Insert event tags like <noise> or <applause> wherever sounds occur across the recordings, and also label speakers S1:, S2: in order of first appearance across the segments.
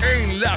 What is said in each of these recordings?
S1: En la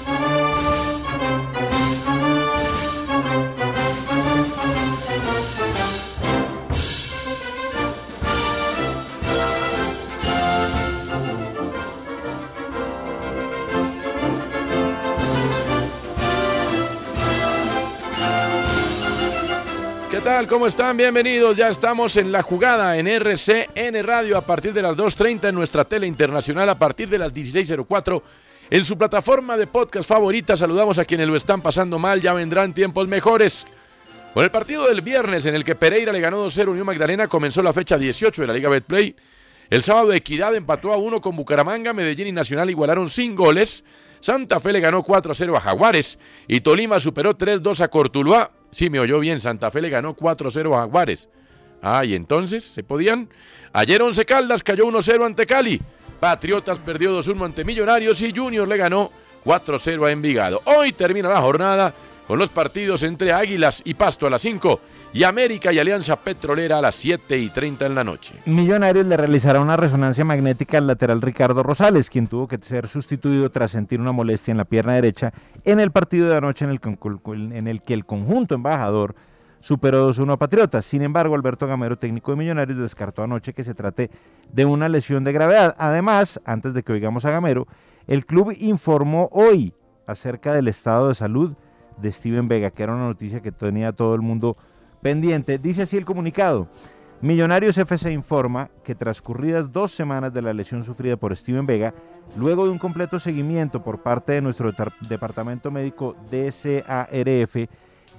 S2: ¿Qué tal? ¿Cómo están? Bienvenidos. Ya estamos en la jugada en RCN Radio a partir de las 2.30 en nuestra tele internacional a partir de las 16.04 en su plataforma de podcast favorita. Saludamos a quienes lo están pasando mal. Ya vendrán tiempos mejores. Con el partido del viernes en el que Pereira le ganó 2-0 Unión Magdalena comenzó la fecha 18 de la Liga Betplay. El sábado Equidad empató a 1 con Bucaramanga, Medellín y Nacional igualaron sin goles. Santa Fe le ganó 4-0 a Jaguares y Tolima superó 3-2 a Cortuluá. Sí, me oyó bien, Santa Fe le ganó 4-0 a Jaguares. Ah, y entonces, ¿se podían? Ayer Once Caldas cayó 1-0 ante Cali. Patriotas perdió 2-1 ante Millonarios y Junior le ganó 4-0 a Envigado. Hoy termina la jornada con los partidos entre Águilas y Pasto a las 5 y América y Alianza Petrolera a las 7 y 30 en la noche.
S3: Millonarios le realizará una resonancia magnética al lateral Ricardo Rosales, quien tuvo que ser sustituido tras sentir una molestia en la pierna derecha en el partido de anoche en el, con- en el que el conjunto embajador superó 2-1 a Patriotas. Sin embargo, Alberto Gamero, técnico de Millonarios, descartó anoche que se trate de una lesión de gravedad. Además, antes de que oigamos a Gamero, el club informó hoy acerca del estado de salud de Steven Vega, que era una noticia que tenía todo el mundo pendiente. Dice así el comunicado. Millonarios FC informa que transcurridas dos semanas de la lesión sufrida por Steven Vega, luego de un completo seguimiento por parte de nuestro detar- departamento médico DCARF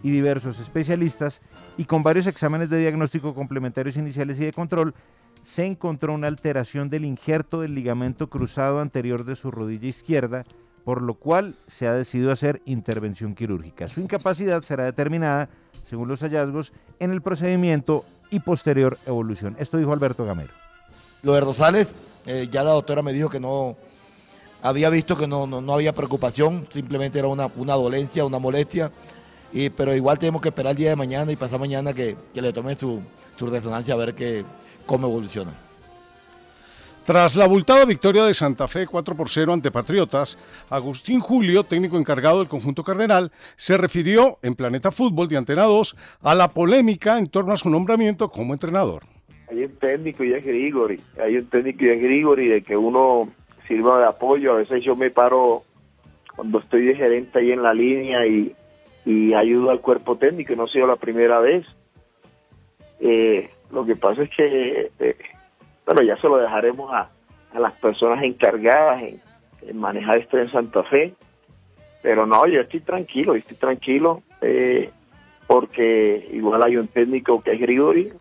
S3: y diversos especialistas, y con varios exámenes de diagnóstico complementarios iniciales y de control, se encontró una alteración del injerto del ligamento cruzado anterior de su rodilla izquierda, por lo cual se ha decidido hacer intervención quirúrgica. Su incapacidad será determinada, según los hallazgos, en el procedimiento y posterior evolución. Esto dijo Alberto Gamero.
S4: Lo de Rosales, eh, ya la doctora me dijo que no había visto que no, no, no había preocupación, simplemente era una, una dolencia, una molestia. Y, pero igual tenemos que esperar el día de mañana y pasar mañana que, que le tomen su, su resonancia a ver que, cómo evoluciona.
S5: Tras la abultada victoria de Santa Fe 4 por 0 ante Patriotas, Agustín Julio, técnico encargado del conjunto cardenal, se refirió en Planeta Fútbol de Antena 2 a la polémica en torno a su nombramiento como entrenador.
S6: Hay un técnico y es Grigori, hay un técnico y es Grigori de que uno sirva de apoyo. A veces yo me paro cuando estoy de gerente ahí en la línea y, y ayudo al cuerpo técnico, y no ha sido la primera vez. Eh, lo que pasa es que, eh, bueno, ya se lo dejaremos a, a las personas encargadas en, en manejar esto en Santa Fe, pero no, yo estoy tranquilo, yo estoy tranquilo, eh, porque igual hay un técnico que es Grigori,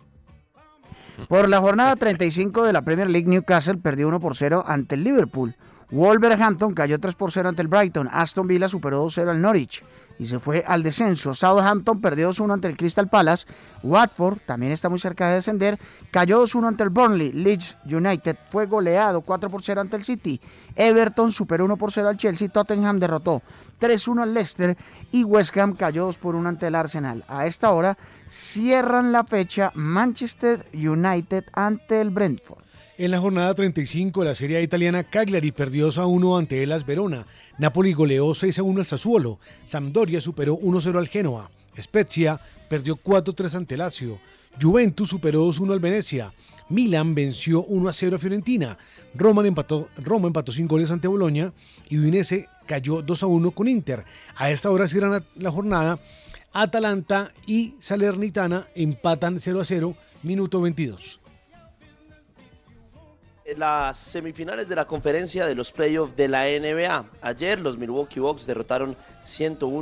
S7: Por la jornada 35 de la Premier League, Newcastle perdió 1 por 0 ante el Liverpool. Wolverhampton cayó 3 por 0 ante el Brighton. Aston Villa superó 2-0 al Norwich y se fue al descenso. Southampton perdió 2-1 ante el Crystal Palace. Watford también está muy cerca de descender. Cayó 2-1 ante el Burnley. Leeds United fue goleado 4 por 0 ante el City. Everton superó 1 por 0 al Chelsea. Tottenham derrotó 3-1 al Leicester y West Ham cayó 2 por 1 ante el Arsenal. A esta hora cierran la fecha Manchester United ante el Brentford.
S8: En la jornada 35, la Serie A italiana Cagliari perdió 2 a 1 ante Elas Verona. Napoli goleó 6 a 1 al Sassuolo. Sampdoria superó 1 0 al Genoa. Spezia perdió 4 3 ante Lazio. Juventus superó 2 1 al Venecia. Milan venció 1 a 0 a Fiorentina. Roma empató, Roma empató 5 goles ante Boloña. Y Udinese cayó 2 a 1 con Inter. A esta hora cierran la- la jornada. Atalanta y Salernitana empatan 0 a 0, minuto 22.
S9: las semifinales de la conferencia de los playoffs de la NBA. Ayer los Milwaukee Bucks derrotaron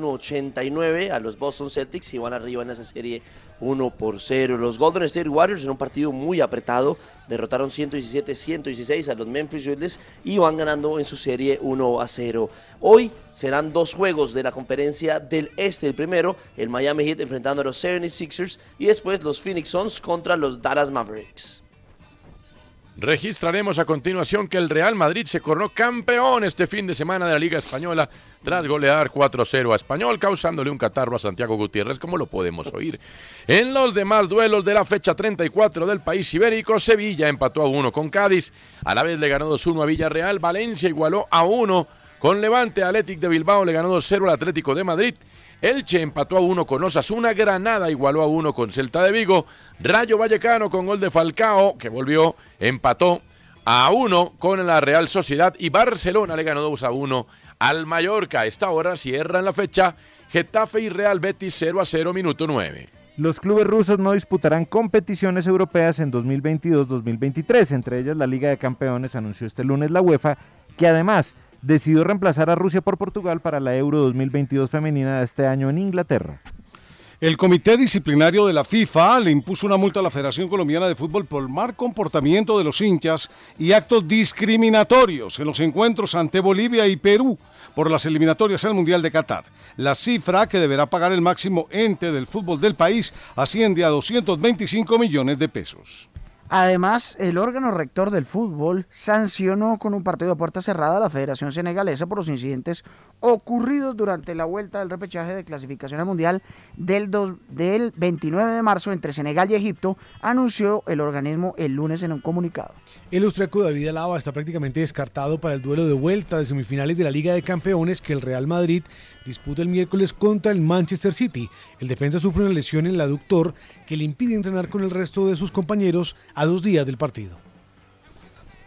S9: 101-89 a los Boston Celtics y van arriba en esa serie 1 por 0. Los Golden State Warriors en un partido muy apretado derrotaron 117-116 a los Memphis Grizzlies y van ganando en su serie 1 a 0. Hoy serán dos juegos de la conferencia del este. El primero, el Miami Heat enfrentando a los 76ers y después los Phoenix Suns contra los Dallas Mavericks.
S2: Registraremos a continuación que el Real Madrid se coronó campeón este fin de semana de la Liga Española tras golear 4-0 a Español, causándole un catarro a Santiago Gutiérrez, como lo podemos oír. En los demás duelos de la fecha 34 del país ibérico, Sevilla empató a 1 con Cádiz, a la vez le ganó 2-1 a Villarreal, Valencia igualó a 1 con Levante, Athletic de Bilbao le ganó 2-0 al Atlético de Madrid, Elche empató a uno con Osasuna, Granada igualó a uno con Celta de Vigo, Rayo Vallecano con gol de Falcao, que volvió, empató a uno con la Real Sociedad y Barcelona le ganó 2 a 1 al Mallorca. A esta hora cierran la fecha Getafe y Real Betis 0 a 0, minuto 9.
S3: Los clubes rusos no disputarán competiciones europeas en 2022-2023, entre ellas la Liga de Campeones, anunció este lunes la UEFA, que además decidió reemplazar a Rusia por Portugal para la Euro 2022 femenina de este año en Inglaterra.
S5: El Comité Disciplinario de la FIFA le impuso una multa a la Federación Colombiana de Fútbol por mal comportamiento de los hinchas y actos discriminatorios en los encuentros ante Bolivia y Perú por las eliminatorias al Mundial de Qatar. La cifra que deberá pagar el máximo ente del fútbol del país asciende a 225 millones de pesos.
S7: Además, el órgano rector del fútbol sancionó con un partido a puerta cerrada a la Federación Senegalesa por los incidentes ocurridos durante la vuelta del repechaje de clasificación al Mundial del, dos- del 29 de marzo entre Senegal y Egipto, anunció el organismo el lunes en un comunicado.
S8: El austriaco David Alaba está prácticamente descartado para el duelo de vuelta de semifinales de la Liga de Campeones que el Real Madrid disputa el miércoles contra el Manchester City. El defensa sufre una lesión en el aductor que le impide entrenar con el resto de sus compañeros a dos días del partido.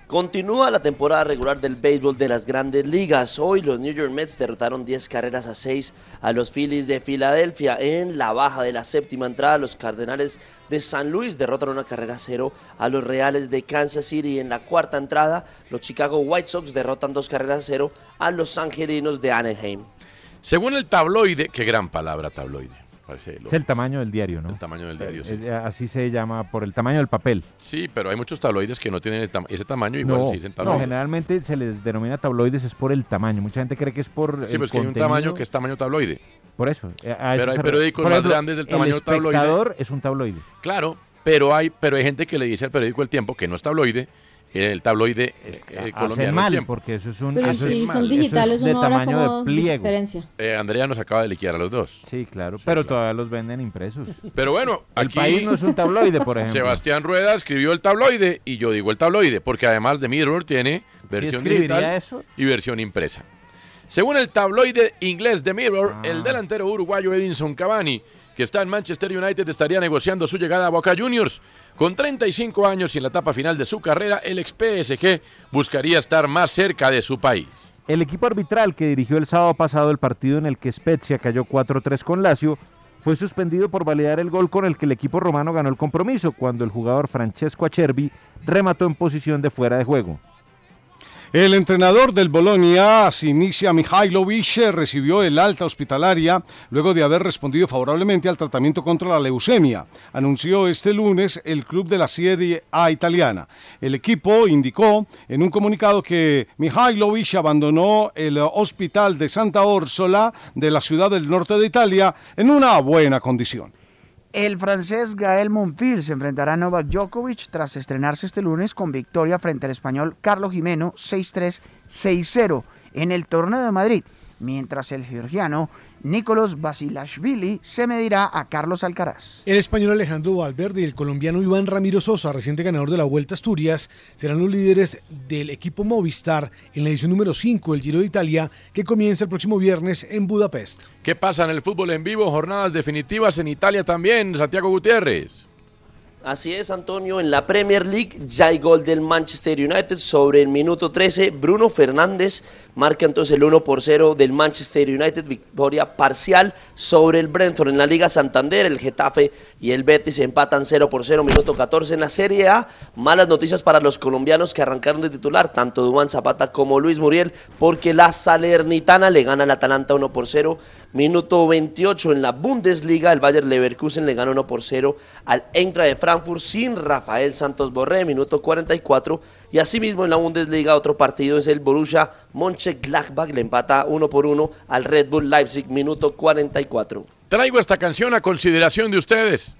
S9: Continúa la temporada regular del béisbol de las grandes ligas. Hoy los New York Mets derrotaron 10 carreras a 6 a los Phillies de Filadelfia. En la baja de la séptima entrada, los Cardenales de San Luis derrotan una carrera a cero a los Reales de Kansas City. En la cuarta entrada, los Chicago White Sox derrotan dos carreras a cero a los Angelinos de Anaheim.
S2: Según el tabloide, qué gran palabra tabloide, parece loco.
S3: Es el tamaño del diario, ¿no?
S2: El tamaño del diario, sí.
S3: Eh, Así se llama, por el tamaño del papel.
S2: Sí, pero hay muchos tabloides que no tienen el tam- ese tamaño, igual
S3: no,
S2: se dicen
S3: no,
S2: tabloides.
S3: generalmente se les denomina tabloides es por el tamaño. Mucha gente cree que es por
S2: sí,
S3: el
S2: pero es que hay un
S3: contenido.
S2: tamaño que es tamaño tabloide.
S3: Por eso. eh, a
S2: Pero
S3: eso
S2: hay
S3: se re-
S2: periódicos
S3: por
S2: más
S3: ejemplo,
S2: grandes del tamaño
S3: el
S2: tabloide.
S3: espectador es un tabloide.
S2: Claro, pero hay, pero hay gente que le dice al periódico El Tiempo que no es tabloide, eh, el tabloide eh, eh,
S3: Hacen
S2: colombiano El
S3: mal,
S2: Tiempo.
S3: porque eso es un...
S10: Pero
S3: eso es-
S10: si
S3: eso
S10: son
S3: es
S10: digitales,
S3: de
S10: uno ahora
S3: tamaño
S10: como
S3: de pliego.
S10: diferencia.
S2: Eh, Andrea nos acaba de liquidar a los dos.
S3: Sí, claro, pero todavía los venden impresos.
S2: Pero bueno,
S3: El
S2: aquí
S3: país no es un
S2: <laughs>
S3: tabloide, por ejemplo.
S2: Sebastián Rueda escribió el tabloide y yo digo el tabloide, porque además de Mirror tiene versión
S3: escribiría
S2: digital
S3: eso?
S2: y versión impresa. Según el tabloide inglés de Mirror,
S3: Ah.
S2: el delantero uruguayo Edinson Cavani, que está en Manchester United, estaría negociando su llegada a Boca Juniors. Con 35 años y en la etapa final de su carrera, el ex PSG buscaría estar más cerca de su país.
S3: El equipo arbitral que dirigió el sábado pasado el partido en el que Spezia cayó 4-3 con Lazio fue suspendido por validar el gol con el que el equipo romano ganó el compromiso cuando el jugador Francesco Acerbi remató en posición de fuera de juego.
S5: El entrenador del Bolonia, Sinisia Mihailovic, eh, recibió el alta hospitalaria luego de haber respondido favorablemente al tratamiento contra la leucemia, anunció este lunes el club de la Serie A italiana. El equipo indicó en un comunicado que Mihailovic abandonó el eh, hospital de Santa Úrsula de la ciudad del norte de Italia en una buena condición.
S7: El francés Gael Monfils se enfrentará a Novak Djokovic tras estrenarse este lunes con victoria frente al español Carlos Jimeno 6-3, 6-0 en el torneo de Madrid, mientras el georgiano Nicolás Basilashvili se medirá a Carlos Alcaraz.
S8: El español Alejandro Valverde y el colombiano Iván Ramiro Sosa, reciente ganador de la Vuelta a Asturias, serán los líderes del equipo Movistar en la edición número 5 del Giro de Italia que comienza el próximo viernes en Budapest.
S2: ¿Qué pasa en el fútbol en vivo? Jornadas definitivas en Italia también, Santiago Gutiérrez.
S9: Así es, Antonio. En la Premier League ya hay gol del Manchester United sobre el minuto 13. Bruno Fernández marca entonces el 1 por 0 del Manchester United, victoria parcial sobre el Brentford. En la Liga Santander, el Getafe y el Betis empatan 0 por 0, minuto 14. En la Serie A, malas noticias para los colombianos que arrancaron de titular, tanto Duan Zapata como Luis Muriel, porque la Salernitana le gana al Atalanta 1 por 0. Minuto 28 en la Bundesliga, el Bayer Leverkusen le gana 1 por 0 al Eintracht de Frankfurt sin Rafael Santos Borré, minuto 44. Y asimismo en la Bundesliga otro partido es el Borussia Mönchengladbach, le empata 1 por 1 al Red Bull Leipzig, minuto 44.
S2: Traigo esta canción a consideración de ustedes.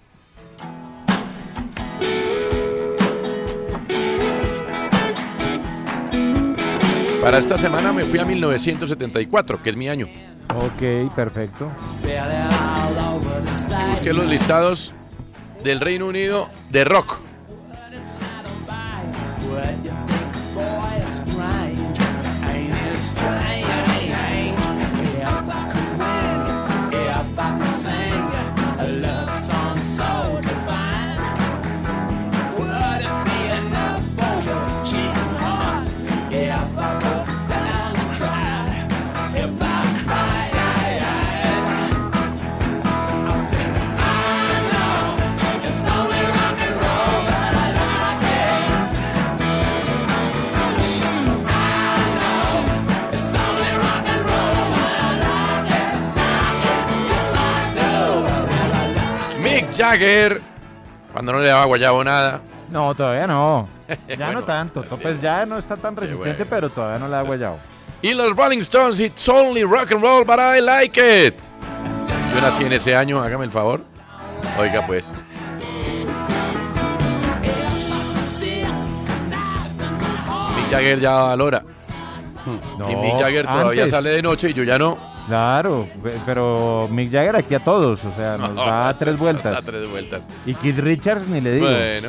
S2: Para esta semana me fui a 1974, que es mi año.
S3: Ok, perfecto.
S2: Busqué los listados del Reino Unido de rock. Mick Jagger, cuando no le daba guayabo nada.
S3: No,
S2: <laughs>
S3: todavía no. Ya
S2: Bueno,
S3: no tanto. Pues ya no está tan resistente, pero todavía no la ha guayado.
S2: Y los Rolling Stones, it's only rock and roll, but I like it. Yo nací en ese año, hágame el favor. Oiga, pues. Mick Jagger ya valora. Hmm. y Mick Jagger todavía
S3: Ah, antes.
S2: sale de noche y yo ya no.
S3: Claro, pe- pero Mick Jagger aquí a todos, o sea,
S2: <laughs>
S3: nos
S2: No,
S3: da
S2: nos
S3: tres
S2: <laughs>
S3: vueltas.
S2: da tres vueltas.
S3: Y Keith Richards ni le digo.
S2: Bueno.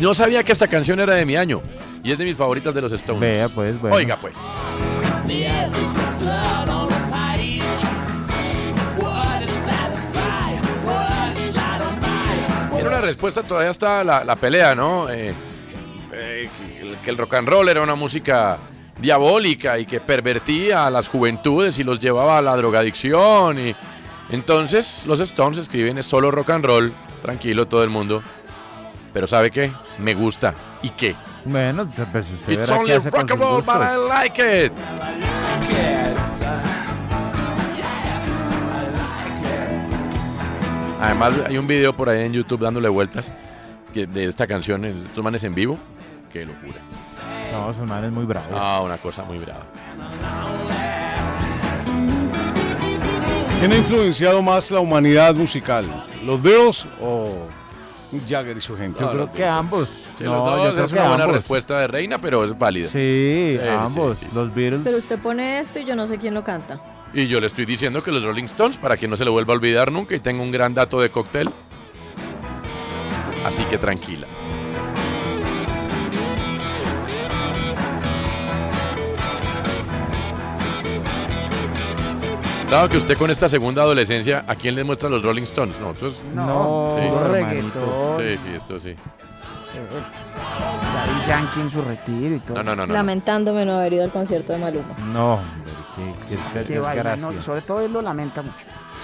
S2: No sabía que esta canción era de mi año y es de mis favoritas de los Stones.
S3: Vea, pues, bueno.
S2: Oiga, pues. Tiene una respuesta, todavía está la, la pelea, ¿no? Eh, eh, que el- que el rock and roll era una música diabólica y que pervertía a las juventudes y los llevaba a la drogadicción. Y... Entonces los Stones escriben es solo rock and roll, tranquilo todo el mundo. Pero ¿sabe qué? Me gusta. ¿Y qué?
S3: Bueno, pues usted
S2: It's
S3: verá qué
S2: only
S3: hace con
S2: rock
S3: sus
S2: and roll,
S3: gustos.
S2: but I like it. Además, hay un video por ahí en YouTube dándole vueltas que- de esta canción, el- estos manes en vivo. Qué locura.
S3: No, su man es muy bravo.
S2: Ah, una cosa muy brava.
S5: ¿Quién ha influenciado más la humanidad musical? ¿Los Beatles o Mick Jagger y su gente?
S2: No, los
S3: que
S2: Beatles.
S3: ambos.
S2: Sí,
S3: No,
S2: los dos,
S3: yo creo
S2: es
S3: que
S2: una buena
S3: ambos.
S2: respuesta de Reina, pero es válida.
S3: Sí,
S2: Sí, sí,
S3: ambos.
S2: sí, sí.
S3: Los Beatles.
S10: Pero usted pone esto y yo no sé quién lo canta.
S2: Y yo le estoy diciendo que los Rolling Stones, para que no se lo vuelva a olvidar nunca, y tengo un gran dato de cóctel. Así que tranquila. Dado que usted con esta segunda adolescencia, ¿a quién le muestra los Rolling Stones? No, esto es...
S7: No,
S2: Sí.
S7: puro reggaetón.
S2: Sí, sí, esto sí.
S7: Daddy Yankee en su retiro y todo.
S2: No, no, no, no. no.
S10: Lamentándome no haber ido al concierto de Maluma.
S3: No, hombre, qué, qué,
S7: Que vaina,
S3: desgracia.
S7: no, sobre todo él lo lamenta mucho.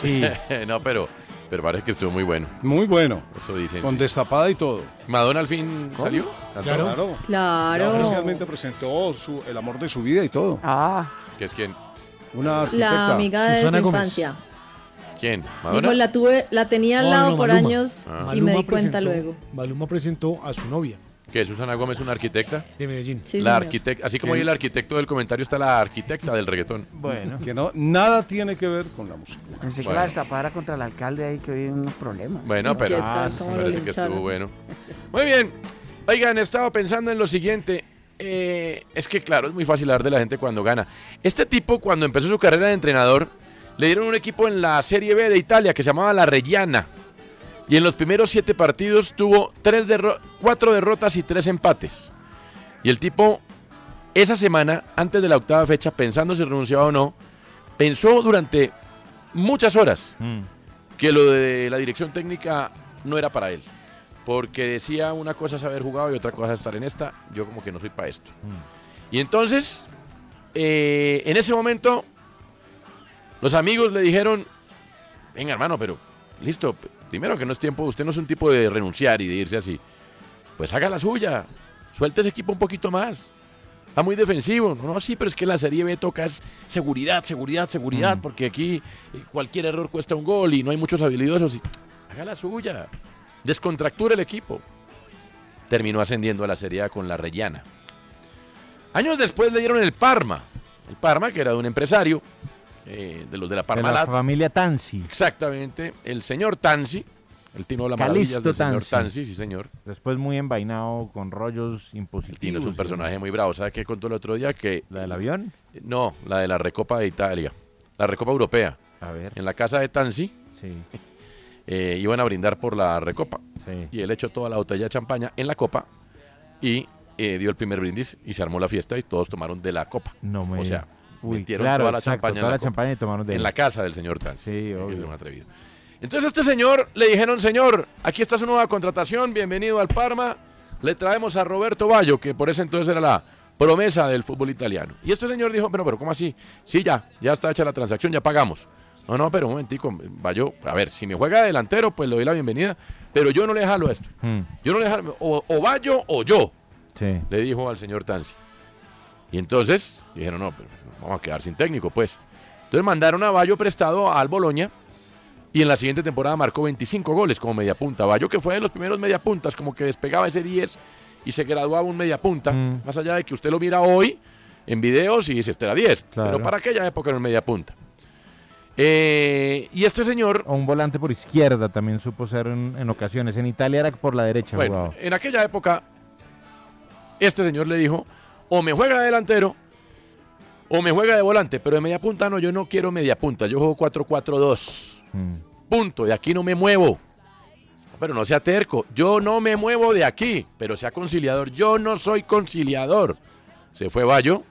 S3: Sí.
S2: <laughs> no, pero, pero parece que estuvo muy bueno.
S5: Muy bueno.
S2: Eso dicen.
S5: Con
S2: sí.
S5: destapada y todo.
S2: ¿Madonna al fin salió?
S5: Claro. Ya
S10: Claro.
S5: oficialmente presentó su- el amor de su vida y todo.
S7: Ah,
S2: ¿Que es quién?
S5: Una
S10: La
S5: arquitecta.
S10: amiga de
S8: Susana
S10: su
S8: Gómez.
S10: infancia.
S2: ¿Quién?
S10: Dijo,
S2: ¿Madonna?
S10: la tuve, la tenía al
S8: No,
S10: lado
S8: no,
S10: por
S8: Maluma.
S10: años
S2: Ah.
S10: y me di
S8: Maluma
S10: cuenta
S8: presentó-
S10: luego.
S8: Maluma presentó a su novia
S2: ¿Que Susana Gómez es una arquitecta?
S8: de Medellín.
S10: Sí,
S2: la
S10: señor.
S2: arquitecta, así como hay el arquitecto del comentario, está la arquitecta del reggaetón.
S3: Bueno.
S5: Que no, nada tiene que ver con la música.
S7: pensé que
S2: Bueno.
S7: la destapada contra el alcalde ahí que hoy hay unos problemas.
S2: Bueno, pero
S10: ¿Qué tal?
S2: me
S10: ¿Cómo lo
S2: parece que estuvo
S10: lincharon?
S2: bueno. Muy bien. Oigan, he estado pensando en lo siguiente. Eh, es que, claro, es muy fácil hablar de la gente cuando gana. Este tipo, cuando empezó su carrera de entrenador, le dieron un equipo en la Serie B de Italia que se llamaba La Reggiana. Y en los primeros siete partidos tuvo tres derro- cuatro derrotas y tres empates. Y el tipo, esa semana, antes de la octava fecha, pensando si renunciaba o no, pensó durante muchas horas
S3: Mm.
S2: que lo de la dirección técnica no era para él. Porque decía una cosa es haber jugado y otra cosa es estar en esta. Yo como que no soy para esto. Y entonces, eh, en ese momento, los amigos le dijeron, venga hermano, pero listo, p- primero que no es tiempo, usted no es un tipo de renunciar y de irse así. Pues haga la suya, suelte ese equipo un poquito más. Está muy defensivo. No, sí, pero es que la Serie B toca es seguridad, seguridad, seguridad, porque aquí eh, cualquier error cuesta un gol y no hay muchos habilidosos. Y, haga la suya. Descontractura el equipo. Terminó ascendiendo a la Serie A con la Rellana. Años después le dieron el Parma. El Parma, que era de un empresario, eh, de los de la
S3: De
S2: Parma.
S3: la familia Tansi.
S2: Exactamente, el señor Tansi, el Tino habla maravillas
S3: Calisto
S2: del señor
S3: Tanzi.
S2: Tansi, sí señor.
S3: Después muy envainado con rollos impositivos.
S2: Tino es un personaje muy bravo, ¿sabes qué contó el otro día? Que ¿La del
S3: avión?
S2: No, la de la Recopa de Italia, la Recopa Europea.
S3: A ver.
S2: En la casa de Tansi
S3: Sí.
S2: eh, iban a brindar por la Recopa
S3: Sí.
S2: y él echó toda la botella de champaña en la copa y eh, dio el primer brindis y se armó la fiesta y todos tomaron de la copa.
S3: No me-
S2: O sea,
S3: Uy,
S2: metieron
S3: claro,
S2: toda la
S3: exacto,
S2: champaña,
S3: toda
S2: en,
S3: la
S2: copa.
S3: champaña y tomaron de
S2: en
S3: él.
S2: la casa del señor Tansi.
S3: Sí,
S2: Hay que ser
S3: obvio.
S2: un atrevido. Entonces a este señor le dijeron, señor, aquí está su nueva contratación, bienvenido al Parma, le traemos a Roberto Bayo, que por ese entonces era la promesa del fútbol italiano. Y este señor dijo, pero, pero, ¿cómo así? Sí, ya, ya está hecha la transacción, ya pagamos. No, no, pero un momentico, Bayo, a ver, si me juega de delantero, pues le doy la bienvenida, pero yo no le jalo a esto.
S3: Mm,
S2: Yo no le jalo, o, o Bayo o yo,
S3: sí.
S2: le dijo al señor Tansi. Y entonces dijeron, no, pero vamos a quedar sin técnico, pues. Entonces mandaron a Bayo prestado al Boloña y en la siguiente temporada marcó 25 goles como mediapunta. Bayo que fue de los primeros mediapuntas, como que despegaba ese 10 y se graduaba un mediapunta. Más allá de que usted lo mira hoy en videos y dice, este era 10.
S3: Claro.
S2: Pero para aquella época era un mediapunta. Eh, y este señor...
S3: O un volante por izquierda también supo ser en, en ocasiones. En Italia era por la derecha
S2: Bueno, eh,
S3: jugaba.
S2: en aquella época, este señor le dijo, o me juega de delantero, o me juega de volante, pero de media punta no, yo no quiero media punta, yo juego 4-4-2. Punto, de aquí no me muevo. Pero no sea terco, yo no me muevo de aquí, pero sea conciliador, yo no soy conciliador. Se fue Bayo,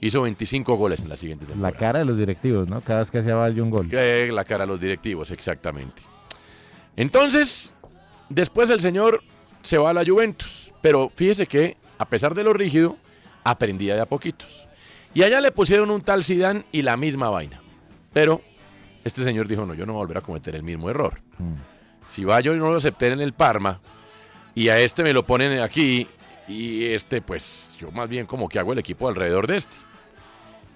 S2: hizo 25 goles en la siguiente temporada.
S3: La cara de los directivos, ¿no? Cada vez que hacía Valle un gol.
S2: Que la cara a los directivos, exactamente. Entonces, después el señor se va a la Juventus, pero fíjese que, a pesar de lo rígido, aprendía de a poquitos. Y allá le pusieron un tal Sidán y la misma vaina. Pero este señor dijo, no, yo no voy a volver a cometer el mismo error. Si va yo y no lo acepté en el Parma, y a este me lo ponen aquí, y este, pues, yo más bien como que hago el equipo alrededor de este.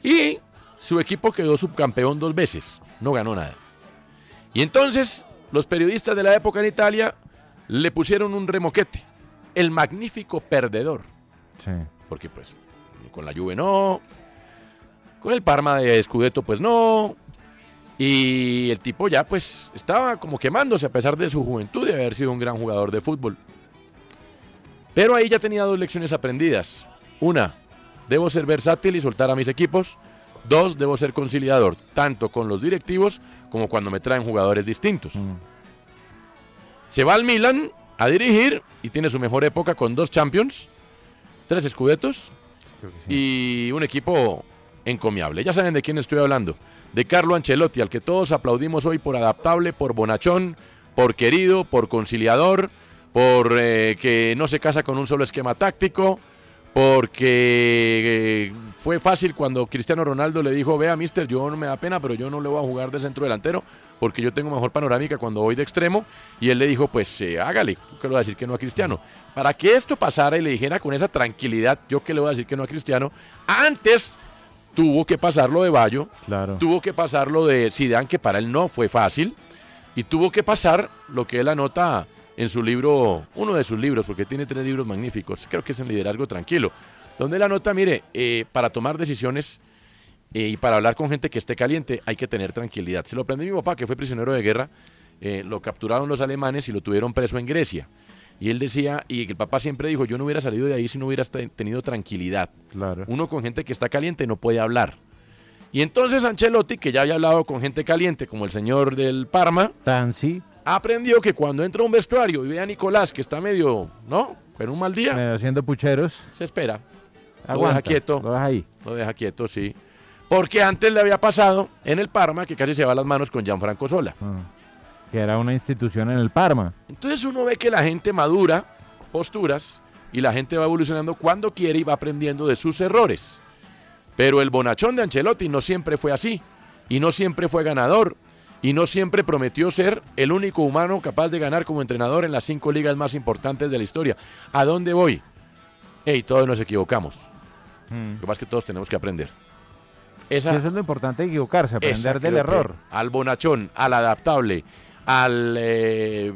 S2: Y su equipo quedó subcampeón dos veces, no ganó nada. Y entonces los periodistas de la época en Italia le pusieron un remoquete, el magnífico perdedor,
S3: Sí.
S2: porque pues con la Juve no, con el Parma de Scudetto pues no, y el tipo ya pues estaba como quemándose a pesar de su juventud de haber sido un gran jugador de fútbol. Pero ahí ya tenía dos lecciones aprendidas. Una, debo ser versátil y soltar a mis equipos. Dos, debo ser conciliador, tanto con los directivos como cuando me traen jugadores distintos. Se va al Milan a dirigir y tiene su mejor época con dos Champions, tres escudetos y un equipo encomiable. Ya saben de quién estoy hablando. De Carlo Ancelotti, al que todos aplaudimos hoy por adaptable, por bonachón, por querido, por conciliador, por eh, que no se casa con un solo esquema táctico, porque eh, fue fácil cuando Cristiano Ronaldo le dijo, vea, mister, yo no me da pena, pero yo no le voy a jugar de centro delantero porque yo tengo mejor panorámica cuando voy de extremo. Y él le dijo, pues eh, hágale, ¿Yo ¿qué le voy a decir que no a Cristiano? Para que esto pasara y le dijera con esa tranquilidad, yo que le voy a decir que no a Cristiano, antes tuvo que pasarlo de Bayo,
S3: Claro.
S2: tuvo que pasar lo de Zidane, que para él no fue fácil, y tuvo que pasar lo que él anota en su libro, uno de sus libros, porque tiene tres libros magníficos, creo que es en Liderazgo Tranquilo, donde él anota, mire, eh, para tomar decisiones eh, y para hablar con gente que esté caliente hay que tener tranquilidad. Se lo aprendí mi papá, que fue prisionero de guerra, eh, lo capturaron los alemanes y lo tuvieron preso en Grecia. Y él decía, y el papá siempre dijo, yo no hubiera salido de ahí si no hubieras te- tenido tranquilidad.
S3: Claro.
S2: Uno con gente que está caliente no puede hablar. Y entonces Ancelotti, que ya había hablado con gente caliente, como el señor del Parma,
S3: Tansi,
S2: aprendió que cuando entra a un vestuario y ve a Nicolás, que está medio, ¿no? En un mal día,
S3: medio haciendo pucheros.
S2: se espera. lo
S3: Aguanta,
S2: deja quieto.
S3: lo deja ahí.
S2: Lo deja quieto, sí.
S3: Ah.
S2: Porque antes le había pasado en el Parma que casi se va las manos con Gianfranco Sola.
S3: que era una institución en el Parma.
S2: Entonces uno ve que la gente madura posturas y la gente va evolucionando cuando quiere y va aprendiendo de sus errores. Pero el bonachón de Ancelotti no siempre fue así y no siempre fue ganador y no siempre prometió ser el único humano capaz de ganar como entrenador en las cinco ligas más importantes de la historia. ¿A dónde voy? Hey, todos nos equivocamos. Lo que pasa es que todos tenemos que aprender. Esa-
S3: Y eso es lo importante de equivocarse, aprender
S2: esa
S3: del
S2: creo que
S3: error.
S2: Al bonachón, al adaptable, al eh,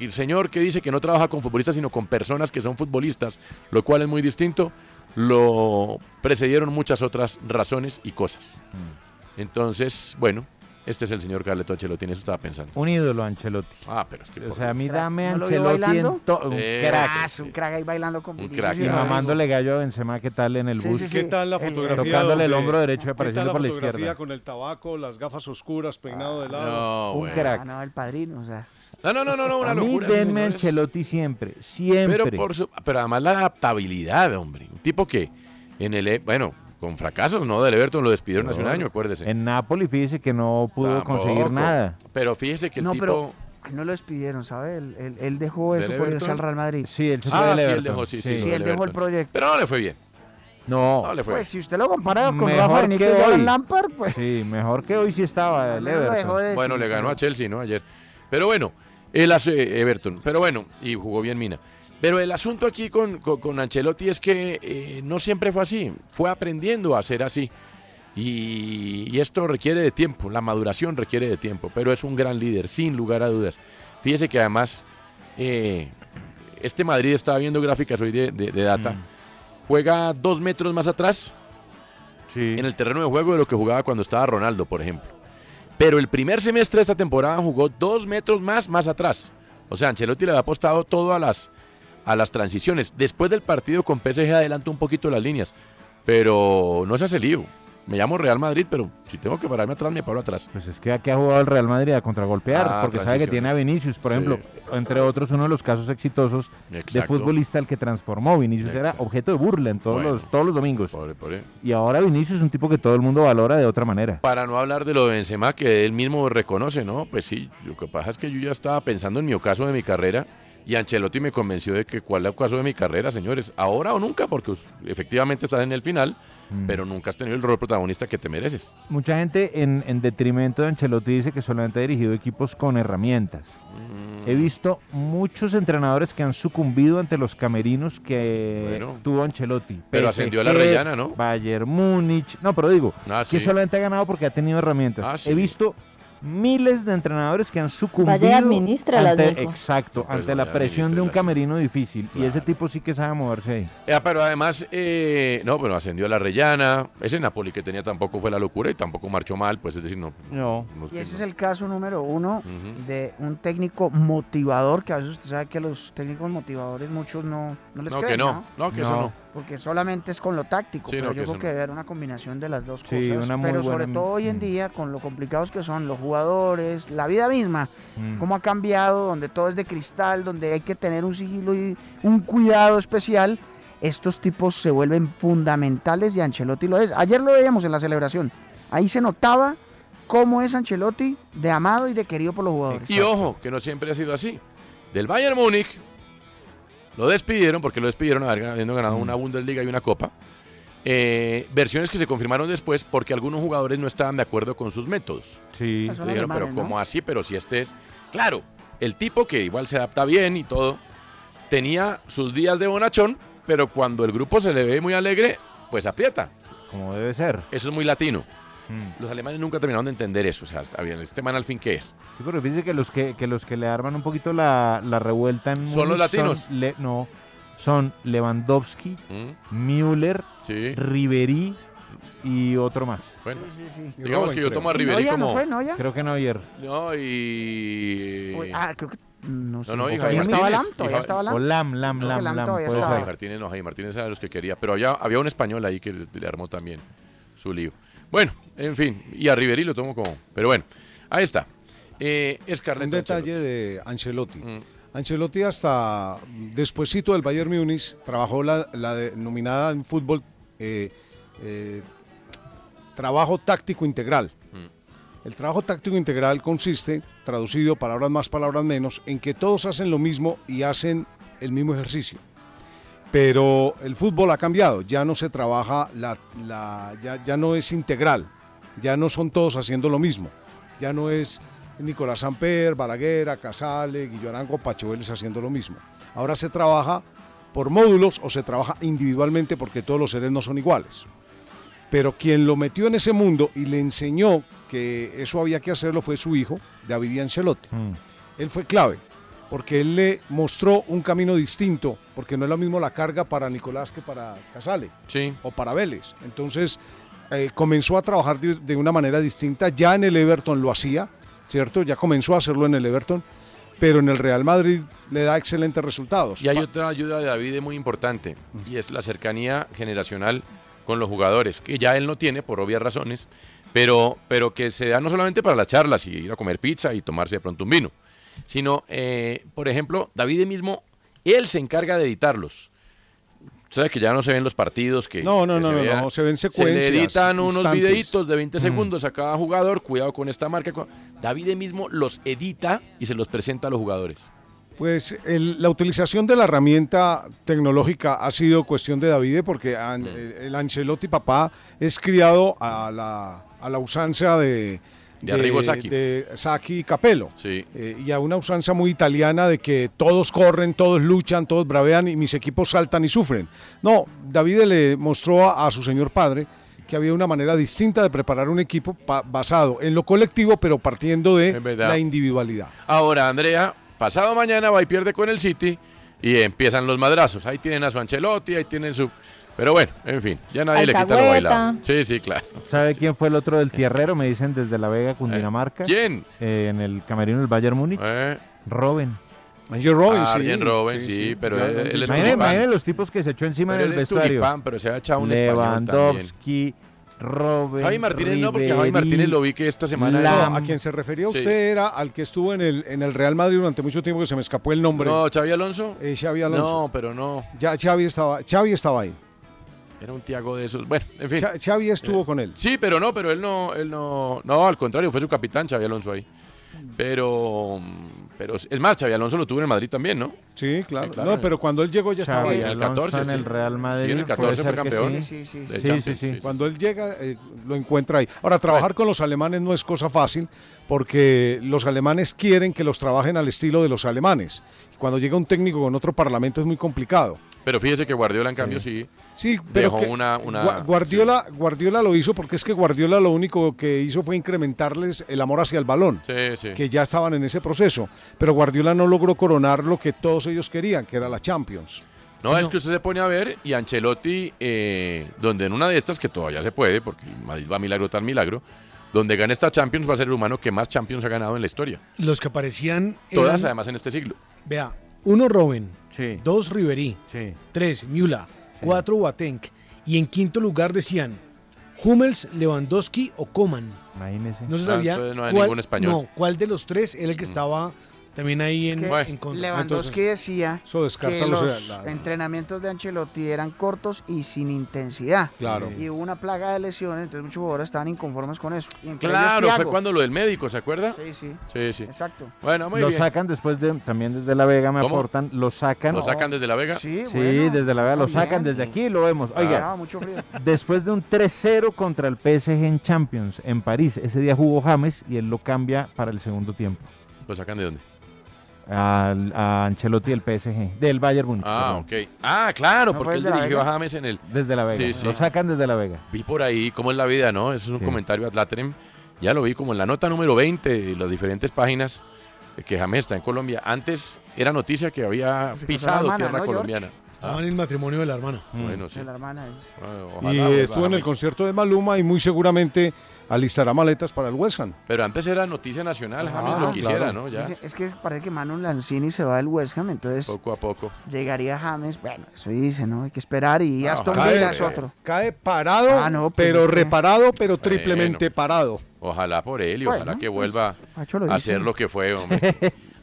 S2: el señor que dice que no trabaja con futbolistas, sino con personas que son futbolistas, lo cual es muy distinto, lo precedieron muchas otras razones y cosas.
S3: Mm.
S2: Entonces, bueno, este es el señor Carleto Ancelotti, en eso estaba pensando.
S3: Un ídolo, Ancelotti.
S2: Ah, pero es que...
S3: O
S2: por-
S3: sea, a mí dame
S7: ¿No lo vio
S3: Ancelotti en
S7: bailando?
S3: to- un
S2: Sí.
S3: crack.
S7: Ah, es un crack ahí bailando con
S2: Un
S7: Vinicius
S2: crack.
S3: Y
S7: Junior.
S3: mamándole gallo a Benzema, ¿qué tal en el
S7: Sí,
S3: bus?
S7: sí, sí.
S5: ¿Qué tal la
S7: Eh,
S5: fotografía?
S3: Tocándole el
S5: donde-
S3: hombro derecho y apareciendo por la
S5: ¿Qué tal la fotografía
S3: izquierda?
S5: con el tabaco, las gafas oscuras, peinado de lado?
S2: No,
S3: un
S2: bueno.
S3: crack.
S7: Ah, no, el padrino, o sea.
S2: No, no, no, no, no, una
S3: a mí
S2: locura.
S3: denme
S2: señores.
S3: Ancelotti siempre, siempre.
S2: Pero, por su- pero además la adaptabilidad, hombre. Un tipo que en el... E, Bueno, con fracasos, ¿no? Del Everton lo despidieron hace un
S3: No.
S2: año, acuérdese.
S3: En Napoli, fíjese que no pudo conseguir
S2: Tampoco.
S3: nada.
S2: Pero fíjese que el
S7: no,
S2: tipo...
S7: pero no lo despidieron, ¿sabe? Él, él- él dejó
S2: ¿Del
S7: eso por irse
S2: Everton?
S7: al Real Madrid.
S3: Sí, él se fue
S2: Ah,
S3: del
S2: sí, él
S3: Everton,
S2: dejó, sí, sí.
S7: Sí,
S2: lo del
S7: él dejó el
S2: Everton.
S7: proyecto.
S2: Pero no le fue bien,
S3: No,
S2: no le fue
S7: Pues
S2: bien.
S7: si usted lo compara con
S3: Mejor
S7: Rafa
S3: que
S7: Benítez y
S3: hoy.
S7: Alan Lampard, pues
S3: sí, mejor que hoy sí estaba eh, el
S7: no lo dejó
S3: Everton.
S7: de
S2: Bueno, le
S7: decir,
S2: ganó
S7: pero-
S2: a Chelsea, ¿no? Ayer. Pero bueno, el as- eh, Everton. Pero bueno, y jugó bien Mina. Pero el asunto aquí con, con- con Ancelotti es que eh, no siempre fue así. Fue aprendiendo a ser así. Y, y esto requiere de tiempo. La maduración requiere de tiempo. Pero es un gran líder, sin lugar a dudas. Fíjese que además, eh, este Madrid estaba viendo gráficas hoy de, de- de data.
S3: Mm.
S2: Juega dos metros más atrás
S3: Sí.
S2: en el terreno de juego de lo que jugaba cuando estaba Ronaldo, por ejemplo. Pero el primer semestre de esta temporada jugó dos metros más, más atrás. O sea, Ancelotti le había apostado todo a las, a las transiciones. Después del partido con PSG adelantó un poquito las líneas. Pero no se hace lío. Me llamo Real Madrid, pero si tengo que pararme atrás, me paro atrás.
S3: Pues es que aquí ha jugado el Real Madrid a contragolpear,
S2: Ah,
S3: porque sabe que
S2: transiciones.
S3: tiene a Vinicius, por
S2: Sí.
S3: ejemplo, entre otros, uno de los casos exitosos de
S2: Exacto.
S3: futbolista al que transformó. Vinicius
S2: Exacto.
S3: era objeto de burla en todos,
S2: Bueno.
S3: los, todos los domingos.
S2: Pobre, pobre.
S3: Y ahora Vinicius es un tipo que todo el mundo valora de otra manera.
S2: Para no hablar de lo de Benzema, que él mismo reconoce, ¿no? Pues sí, lo que pasa es que yo ya estaba pensando en mi ocaso de mi carrera y Ancelotti me convenció de que cuál es el ocaso de mi carrera, señores, ahora o nunca, porque us- efectivamente estás en el final, pero nunca has tenido el rol protagonista que te mereces.
S3: Mucha gente en, en detrimento de Ancelotti dice que solamente ha dirigido equipos con herramientas.
S2: Mm.
S3: He visto muchos entrenadores que han sucumbido ante los camerinos que
S2: Bueno.
S3: tuvo Ancelotti.
S2: Pero ascendió a la
S3: PSG,
S2: Rellana, ¿no?
S3: Bayern Múnich. No, pero digo,
S2: Ah, sí.
S3: que solamente ha ganado porque ha tenido herramientas.
S2: Ah, sí.
S3: He visto miles de entrenadores que han sucumbido
S10: Vaya y adminístralas,
S3: ante,
S10: mijo.
S3: exacto,
S2: Pues
S3: ante
S2: vaya,
S3: la presión de un
S2: adminístralas, sí.
S3: camerino difícil. Y ese
S2: Claro.
S3: tipo sí que sabe moverse ahí.
S2: Eh, ah, pero además, eh, no, bueno, ascendió a la Rellana, ese Napoli que tenía tampoco fue la locura y tampoco marchó mal, pues es decir, no.
S3: No.
S2: no es
S7: Y
S2: que
S7: ese es
S2: no.
S7: el caso número uno
S2: Ujú.
S7: de un técnico motivador, que a veces usted sabe que a los técnicos motivadores muchos no, no les
S2: No,
S7: creen,
S2: que no, no, que eso
S3: No.
S2: no.
S7: Porque solamente es con lo táctico,
S2: Sí,
S7: pero
S2: no, que
S7: yo creo
S2: eso
S7: que
S2: no.
S7: debe haber una combinación de las dos
S3: Sí,
S7: cosas.
S3: una muy
S7: pero sobre
S3: buena-
S7: todo hoy en
S3: Mm.
S7: día, con lo complicados que son los jugadores, la vida misma,
S3: Mm.
S7: cómo ha cambiado, donde todo es de cristal, donde hay que tener un sigilo y un cuidado especial, estos tipos se vuelven fundamentales y Ancelotti lo es. Ayer lo veíamos en la celebración, ahí se notaba cómo es Ancelotti de amado y de querido por los jugadores.
S2: Y ojo, que no siempre ha sido así. Del Bayern Múnich lo despidieron porque lo despidieron haber- habiendo ganado
S3: Mm.
S2: una Bundesliga y una Copa. Eh, versiones que se confirmaron después porque algunos jugadores no estaban de acuerdo con sus métodos.
S3: Sí.
S7: Son
S2: Dijeron, pero
S7: alemanes, ¿no?
S2: ¿cómo así? Pero si este es. Claro, el tipo que igual se adapta bien y todo, tenía sus días de bonachón, pero cuando el grupo se le ve muy alegre, pues aprieta.
S3: Como debe ser.
S2: Eso es muy latino.
S3: Mm.
S2: Los alemanes nunca terminaron de entender eso. O sea, está bien, este man al fin, ¿qué es?
S3: Sí, pero fíjese que los que, que los que le arman un poquito la, la revuelta en
S2: ¿Son los
S3: Múnich
S2: latinos?
S3: Le- no, son Lewandowski,
S2: ¿Mm?
S3: Müller,
S2: Sí,
S3: Ribery y otro más.
S2: bueno.
S7: Sí, sí, sí.
S5: Y
S2: Pues, Digamos
S5: Robben,
S2: que yo
S5: creo.
S2: tomo a
S7: ¿Y
S2: Ribery
S7: Noya
S2: como...
S7: no fue, Noya?
S3: Creo que no ayer.
S2: No, y.
S7: Uy, Ah, creo que... No, sé.
S2: no, y
S7: ¿O
S2: Javier
S7: ya estaba
S2: Martínez.
S7: Lam, todavía
S2: Y
S7: estaba
S3: O
S7: Lam.
S3: Lam, Lam,
S7: No,
S3: Lam,
S7: Lam
S3: Lam.
S7: todavía
S3: puede
S2: no,
S7: estaba.
S2: Javi
S3: ser.
S2: Martínez no, Javi Martínez era de los que quería. Pero allá había un español ahí que le armó también su lío. Bueno, en fin, y a Ribery lo tomo como. Pero bueno, ahí está. Eh, es
S5: Un
S2: Carleto
S5: detalle
S2: Ancelotti.
S5: de Ancelotti.
S2: Mm.
S5: Ancelotti hasta despuesito del Bayern Múnich trabajó la, la denominada en fútbol eh, eh, trabajo táctico integral. El trabajo táctico integral consiste, traducido palabras más, palabras menos, en que todos hacen lo mismo y hacen el mismo ejercicio. Pero el fútbol ha cambiado, ya no se trabaja, la, la- ya, ya no es integral, ya no son todos haciendo lo mismo, ya no es Nicolás Samper, Balaguer, Casale, Guillo Arango, Pachueles haciendo lo mismo. Ahora se trabaja por módulos o se trabaja individualmente porque todos los seres no son iguales. Pero quien lo metió en ese mundo y le enseñó que eso había que hacerlo fue su hijo, David Ancelotti.
S2: Mm.
S5: Él fue clave, porque él le mostró un camino distinto, porque no es lo mismo la carga para Nicolás que para Casale
S11: Sí.
S5: o para Vélez. Entonces eh, comenzó a trabajar de, de una manera distinta. Ya en el Everton lo hacía, ¿cierto? Ya comenzó a hacerlo en el Everton, pero en el Real Madrid le da excelentes resultados.
S2: Y hay otra ayuda de David muy importante, y es la cercanía generacional con los jugadores, que ya él no tiene por obvias razones, pero, pero que se da no solamente para las charlas y ir a comer pizza y tomarse de pronto un vino, sino, eh, por ejemplo, David mismo, él se encarga de editarlos. Sabes que ya no se ven los partidos que
S5: No, no,
S2: que
S5: no, no,
S2: vean.
S5: no, se ven
S2: Se
S5: secuencias,
S2: le editan unos
S5: instantes.
S2: videitos de 20
S5: Mm.
S2: segundos a cada jugador, cuidado con esta marca. cu- David mismo los edita y se los presenta a los jugadores.
S5: Pues el- la utilización de la herramienta tecnológica ha sido cuestión de Davide porque
S2: Mm.
S5: an- el, el Ancelotti papá es criado a la, a la usanza de,
S2: De Arrigo Sacchi.
S5: de Sacchi y Capello.
S2: Sí.
S5: Eh, y a una usanza muy italiana de que todos corren, todos luchan, todos bravean y mis equipos saltan y sufren. No, David le mostró a, a su señor padre que había una manera distinta de preparar un equipo pa- basado en lo colectivo, pero partiendo de
S2: Es verdad.
S5: la individualidad.
S2: Ahora, Andrea, pasado mañana va y pierde con el City y empiezan los madrazos. Ahí tienen a su Ancelotti, ahí tienen su. Pero bueno, en fin, ya nadie le quita lo
S10: Alcahueta.
S2: bailado. Sí, sí, claro.
S3: ¿Sabe quién fue el otro del tierrero? Me dicen desde La Vega, Cundinamarca.
S2: ¿Quién?
S3: Eh, en el camerino del Bayern Múnich. Robin.
S5: Angel
S2: Robin, Ah, sí. Arjen Robin, sí, sí, pero él- él es
S3: Imaginen-
S2: tulipán.
S3: imaginen los tipos que se echó encima
S2: Pero
S3: del
S2: él es
S3: vestuario.
S2: tulipán, pero se ha echado un español
S3: Lewandowski, Robin,
S2: Javi Martínez no, porque Javi Martínez lo vi que esta semana.
S5: No, a quien se refería
S2: Sí.
S5: usted era al que estuvo en el, en el Real Madrid durante mucho tiempo que se me escapó el nombre.
S2: No, Xavi Alonso.
S5: Eh, Xavi Alonso.
S2: No, pero no.
S5: Ya Xavi estaba, Xavi estaba ahí.
S2: Era un Tiago de esos. Bueno, en fin. Eh,
S5: Xa- Xavi estuvo con él.
S2: Sí, pero no, pero él no, él no, no, al contrario, fue su capitán Xavi Alonso ahí. Pero, pero es más, Xavi Alonso lo tuvo en el Madrid también, ¿no?
S5: Sí, claro. No, pero cuando él llegó ya estaba
S2: Xavi
S5: ahí.
S2: En el Alonso 14, en sí. el Real Madrid,
S5: Sí, en el
S2: puede
S5: 14 fue
S2: ser que
S5: campeón.
S2: sí. Sí, sí, sí.
S5: de
S2: Sí,
S5: Champions.
S2: sí, sí.
S5: Cuando él llega, eh, lo encuentra ahí. Ahora, trabajar con los alemanes no es cosa fácil porque los alemanes quieren que los trabajen al estilo de los alemanes. Cuando llega un técnico con otro parlamento es muy complicado.
S2: Pero fíjese que Guardiola, en cambio, sí,
S5: Sí, pero
S2: dejó
S5: que
S2: una... una
S5: Gua- Guardiola, Guardiola lo hizo porque es que Guardiola lo único que hizo fue incrementarles el amor hacia el balón,
S2: Sí, sí.
S5: que ya estaban en ese proceso, pero Guardiola no logró coronar lo que todos ellos querían, que era la Champions.
S2: No, es que usted se pone a ver y Ancelotti, eh, donde en una de estas, que todavía se puede, porque el Madrid va milagro tan milagro, donde gane esta Champions va a ser el humano que más Champions ha ganado en la historia.
S8: Los que aparecían
S5: Eh,
S8: eran-
S2: Todas, además, en este siglo.
S8: Vea, uno Robben, dos Riverí, tres Miula, cuatro Boateng y en quinto lugar decían Hummels, Lewandowski o Coman.
S3: Imagínese.
S8: No se
S2: Ah,
S8: sabía
S2: entonces no hay
S8: cuál,
S2: ningún español. Mm.
S8: no, cuál de los tres era el que estaba también ahí en,
S7: Que
S8: en contra.
S7: Lewandowski decía
S8: eso descarta
S7: que
S8: los-
S7: los
S8: la-
S7: entrenamientos de Ancelotti eran cortos y sin intensidad.
S2: Claro.
S7: Y hubo una plaga de lesiones, entonces muchos jugadores estaban inconformes con eso. Y entre ellos
S2: Claro, fue
S7: Thiago.
S2: cuando lo del médico, ¿se acuerda?
S7: Sí, sí.
S2: Sí, sí.
S7: Exacto.
S2: Bueno, muy
S3: lo
S2: bien.
S3: sacan después de, también desde La Vega, me
S2: ¿Cómo?
S3: aportan, lo sacan.
S2: ¿Lo sacan desde La Vega?
S3: Sí, desde La Vega, lo sacan desde aquí, lo vemos. Oiga,
S7: Ah, mucho frío.
S3: después de un 3-0 contra el PSG en Champions, en París, ese día jugó James y él lo cambia para el segundo tiempo.
S2: ¿Lo sacan de dónde?
S3: Al- a Ancelotti del PSG, del Bayern Múnich.
S2: Ah,
S3: perdón.
S2: ok. Ah, claro,
S3: No, fue
S2: porque él
S3: desde La
S2: dirigió a
S3: Vega.
S2: James en el...
S3: Desde La Vega.
S2: Sí, sí.
S3: Lo sacan desde La Vega.
S2: Vi por ahí cómo es la vida, ¿no? Eso es un comentario atláterem. Ya lo vi como en la nota número 20 de las diferentes páginas eh, que James está en Colombia. Antes era noticia que había
S8: casó la
S2: pisado
S8: hermana,
S2: tierra
S8: ¿no, George?
S2: colombiana. Mm.
S8: Estaba en el matrimonio de la hermana.
S2: Bueno, sí.
S7: De la hermana. eh.
S2: Ah,
S5: y
S2: ojalá, ojalá,
S5: estuvo en el
S2: James.
S5: concierto de Maluma y muy seguramente alistará maletas para el West Ham.
S2: Pero antes era noticia nacional, James lo
S5: claro.
S2: quisiera, ¿no? Ya,
S7: Dice, Es que parece que Manu Lanzini se va del West Ham, entonces
S2: poco a poco.
S7: llegaría James. Bueno, eso dice, ¿no? Hay que esperar y
S2: Ah,
S7: Aston
S2: ojalá.
S7: Villa
S2: Cae-
S7: es otro.
S5: Cae parado,
S7: Ah, no, pues,
S5: pero
S7: es que-
S5: reparado, pero triplemente
S2: Bueno.
S5: parado.
S2: Ojalá por él y
S5: Bueno,
S2: ojalá que
S5: pues,
S2: vuelva
S5: Pacho lo
S2: a
S5: dice.
S2: ser lo que fue, <laughs>
S8: <laughs>
S2: hombre.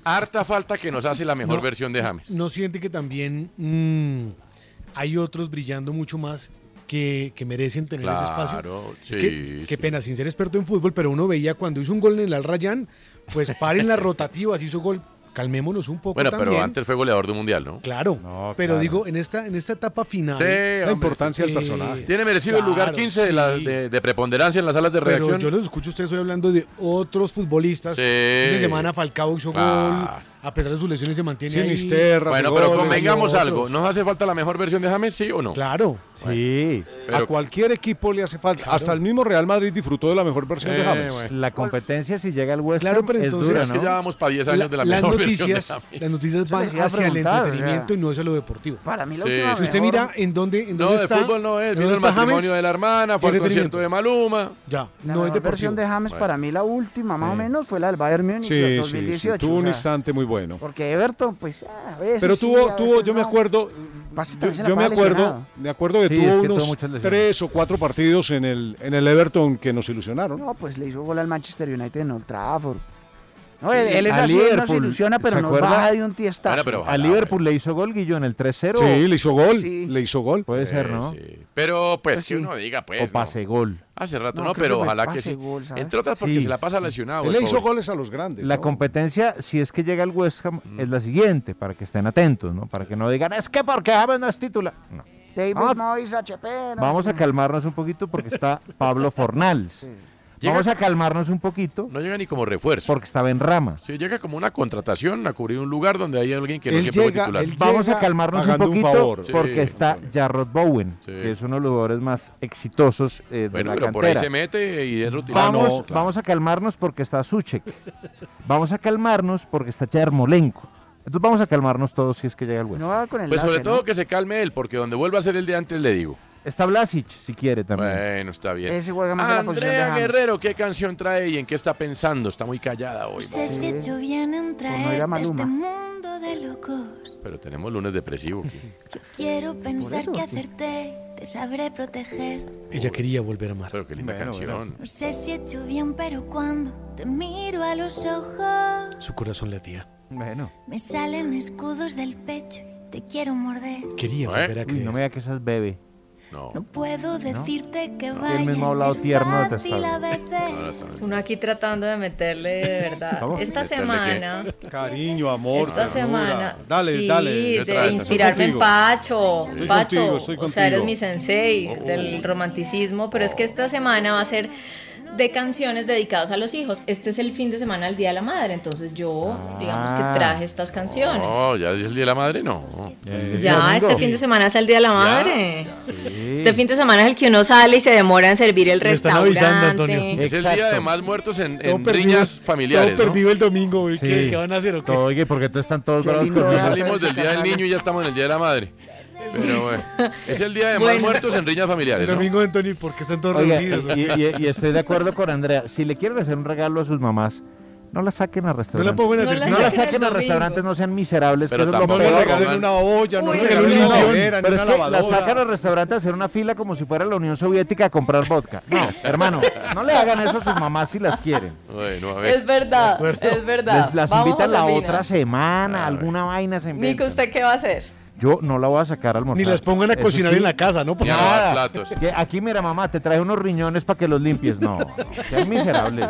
S2: Harta falta que nos hace la mejor
S8: No.
S2: versión de James.
S8: ¿No siente que también mm, hay otros brillando mucho más que, que merecen tener ese espacio.
S2: Claro,
S8: Es
S2: sí,
S8: que, qué
S2: sí.
S8: pena, sin ser experto en fútbol, pero uno veía cuando hizo un gol en el Al Rayán, pues
S2: <laughs>
S8: paren las rotativas, hizo gol, calmémonos un poco
S2: Bueno,
S8: también.
S2: pero antes fue goleador de un mundial, ¿no?
S8: Claro, pero
S2: claro.
S8: digo, en esta, en esta etapa final,
S2: Sí, hombre, sí. Tiene merecido el lugar 15 de, la- de- de preponderancia en las salas de
S8: Pero
S2: redacción.
S8: yo los escucho a ustedes hoy hablando de otros futbolistas.
S2: Sí.
S8: Fin de semana Falcao hizo
S2: Ah.
S8: gol. A pesar de sus lesiones se mantiene ahí.
S2: Bueno, pero convengamos algo. ¿Nos hace falta la mejor versión de James, sí o no?
S8: Claro.
S3: Sí.
S5: a cualquier equipo le hace falta. Hasta el mismo Real Madrid disfrutó de la mejor versión
S2: Eh,
S5: de James.
S3: La competencia si llega al West
S5: Claro,
S3: Ham
S5: pero
S3: es
S5: entonces-
S3: dura,
S5: Es que
S3: ¿no?
S5: ya vamos pa' 10 años de la
S8: las
S5: mejor versión de
S8: noticias,
S2: James.
S8: las noticias
S7: Eso les
S8: van
S7: iba a
S8: hacia el
S7: preguntar,
S8: entretenimiento
S7: o sea.
S8: y no hacia lo deportivo.
S7: Para mí la
S2: Sí.
S7: última
S8: Si usted
S7: mejor-
S8: mira en dónde, en
S2: No,
S8: dónde
S2: de
S8: está.
S2: fútbol no es.
S8: en
S2: Vino
S8: dónde
S2: el
S8: está
S2: matrimonio
S8: James,
S2: de la hermana, fue al
S8: tiene
S2: concierto de Maluma.
S8: Ya,
S7: La
S8: no es
S7: mejor versión
S8: deportivo.
S7: de James
S2: Bueno.
S7: para mí la última, más o menos, fue la del Bayern Múnich del
S5: Sí, sí,
S7: 2018.
S5: Tuvo un
S7: o sea,
S5: instante muy bueno.
S7: porque Everton, pues, ah, a veces
S5: Pero
S7: sí,
S5: tuvo,
S7: a
S5: tuvo
S7: veces
S5: yo me
S7: no.
S5: acuerdo,
S7: Pasa que
S5: yo,
S7: también se la
S5: yo me
S7: pasa
S5: acuerdo,
S7: lesionado.
S5: me acuerdo que
S3: Sí, es
S5: tuvo
S3: que tuvo
S5: unos
S3: muchas lesiones.
S5: tres o cuatro partidos en el, en el Everton que nos ilusionaron.
S7: No, pues le hizo gol al Manchester United en Old Trafford. No,
S3: Sí.
S7: él, él es
S3: A
S7: así, él nos
S3: Liverpool,
S7: ilusiona, pero
S3: ¿se
S7: nos
S3: acuerda?
S7: baja de un tiestazo.
S3: a Liverpool le hizo gol, Guillo, en el 3-0.
S5: Sí, le hizo gol,
S7: Sí.
S5: le hizo gol.
S3: Puede ser, ¿no?
S2: Pero pues
S3: Pues
S2: que
S3: sí.
S2: uno diga, pues.
S3: o
S2: no.
S3: pase gol.
S2: Hace rato,
S3: No,
S2: no,
S3: creo que
S2: pero
S3: fue
S2: ojalá que
S3: pase
S2: sí.
S3: gol, ¿sabes?
S2: Entre otras porque
S3: Sí.
S2: se la pasa lesionado.
S5: Él
S2: el
S5: le hizo
S2: pobre.
S5: goles a los grandes.
S3: La
S5: ¿no?
S3: competencia, si es que llega al West Ham,
S2: Mm.
S3: es la siguiente, para que estén atentos, ¿no? Para que no digan, es que porque James no es titular. No.
S7: David
S3: Ah,
S7: Moyes, HP. no.
S3: Vamos a calmarnos un poquito porque está Pablo Fornals.
S2: Llega-
S3: Vamos a calmarnos un poquito
S2: No llega ni como refuerzo.
S3: porque estaba en rama.
S2: Sí, llega como una contratación a cubrir un lugar donde hay alguien que no
S5: Él
S2: siempre fue
S5: llega-
S2: titular.
S5: él
S3: Vamos a
S5: llega
S3: calmarnos un
S5: pagando un
S3: poquito
S5: favor. Sí,
S3: porque está Jarrod Bowen, que es uno de los jugadores más exitosos eh, de
S2: Bueno,
S3: la
S2: pero por ahí
S3: cantera.
S2: se mete y es rutina.
S5: Ah,
S3: Vamos, vamos a calmarnos porque está Suchek. Vamos a calmarnos porque está Yarmolenko. Entonces vamos a calmarnos todos si es que llega el bueno.
S7: No va con el
S2: Pues sobre
S7: Lazio,
S2: todo
S7: ¿no?
S2: que se calme él, porque donde vuelva a ser el de antes le digo.
S3: Está Blasic, si quiere también.
S2: Bueno, está bien.
S7: Ese juega más en la posición de
S2: Andrea
S7: James.
S2: Guerrero, ¿qué canción trae y en qué está pensando? Está muy callada hoy.
S12: Sus hechos vienen
S7: era
S12: traer
S7: Maluma.
S12: este mundo de locos.
S2: Pero tenemos lunes depresivo. ¿qué?
S12: Quiero pensar que acerté, te sabré proteger.
S8: Ella quería volver a amar.
S2: Pero qué linda canción.
S12: No sé si he hecho bien, pero cuando te miro a los ojos,
S8: Su corazón latía.
S3: Bueno.
S12: me salen escudos del pecho. Te quiero morder.
S8: Quería
S3: ¿Eh?
S8: volver a
S3: Uy,
S8: creer.
S3: no me diga que esas bebe.
S2: No.
S12: No puedo decirte que
S3: No.
S12: vaya
S3: Él mismo ha hablado
S12: a ser
S3: tierno, te
S12: fácil
S3: está-
S12: a veces.
S10: Uno aquí tratando de meterle de verdad.
S3: ¿Vamos?
S10: Ah, Esta
S5: ¿Meterle
S10: semana,
S5: Cariño, amor.
S10: esta
S5: ternura.
S10: semana,
S5: Dale,
S10: sí,
S5: dale.
S10: de
S5: Estoy contigo.
S10: inspirarme en Pacho,
S5: Estoy
S10: Pacho,
S5: contigo, estoy
S10: o sea, eres
S5: contigo.
S10: mi sensei
S2: Oh.
S10: del romanticismo, pero es que esta semana va a ser de canciones dedicadas a los hijos. Este es el fin de semana del Día de la Madre, entonces yo,
S2: Ah.
S10: digamos que traje estas canciones.
S2: No, ya es el día de la madre, no.
S10: Ya, este fin de semana es el Día de la Madre. Este fin de semana es el que uno sale y se demora en servir el
S8: Me están
S10: restaurante.
S8: avisando, Antonio.
S2: Es el día de más muertos en, en
S8: perdido-
S2: riñas familiares.
S8: todo
S2: ¿no?
S8: perdido el domingo. güey. ¿Qué,
S3: Sí.
S8: qué van a hacer o qué?
S3: Todo, oye, ¿por qué todos están todos
S7: Qué
S3: bravos
S7: lindo
S3: conmigo?
S2: Ya salimos del día del niño y ya estamos en el día de la madre. Pero bueno, es el día de más
S10: Bueno.
S2: muertos en riñas
S8: El
S2: familiares. ¿no?
S8: domingo, Antonio, ¿por qué están todos
S3: Oiga,
S8: reunidos?
S3: y, y- y estoy de acuerdo con Andrea. Si le quieren hacer un regalo a sus mamás, no la saquen al
S8: No la
S3: restaurante.
S8: pongan a
S10: No
S8: hacer
S10: la
S3: No la
S10: saquen al
S3: saquen al
S10: domingo.
S3: restaurante, no sean miserables.
S2: Pero
S3: que eso es lo
S2: tampoco
S5: No le
S3: peor.
S5: regalen
S2: pongan-
S5: una olla, no
S10: Uy,
S5: le
S10: pero
S5: regalen
S3: no,
S5: una nevera, ni
S3: pero es
S5: una
S3: que la sacan
S5: lavadora.
S3: al restaurante a hacer una fila como si fuera la Unión Soviética a comprar vodka. No,
S8: <laughs>
S3: hermano, no le hagan eso a sus mamás si las quieren.
S2: Bueno, a ver.
S10: Es verdad, es verdad.
S3: Les- las
S10: Vamos,
S3: invitan la
S10: Josefina.
S3: otra semana,
S2: Ah,
S3: alguna vaina se
S10: Nico,
S3: inventa.
S10: ¿usted qué va a hacer?
S3: Yo no la voy a sacar al almorzar.
S8: Ni las pongan a
S3: Eso
S8: cocinar
S3: sí,
S8: en la casa, ¿no?
S2: Ni a
S8: Porque-
S2: lavar
S3: Nada.
S2: platos.
S3: Que aquí, mira, mamá, te trae unos riñones para que los limpies. No, no, sean miserables.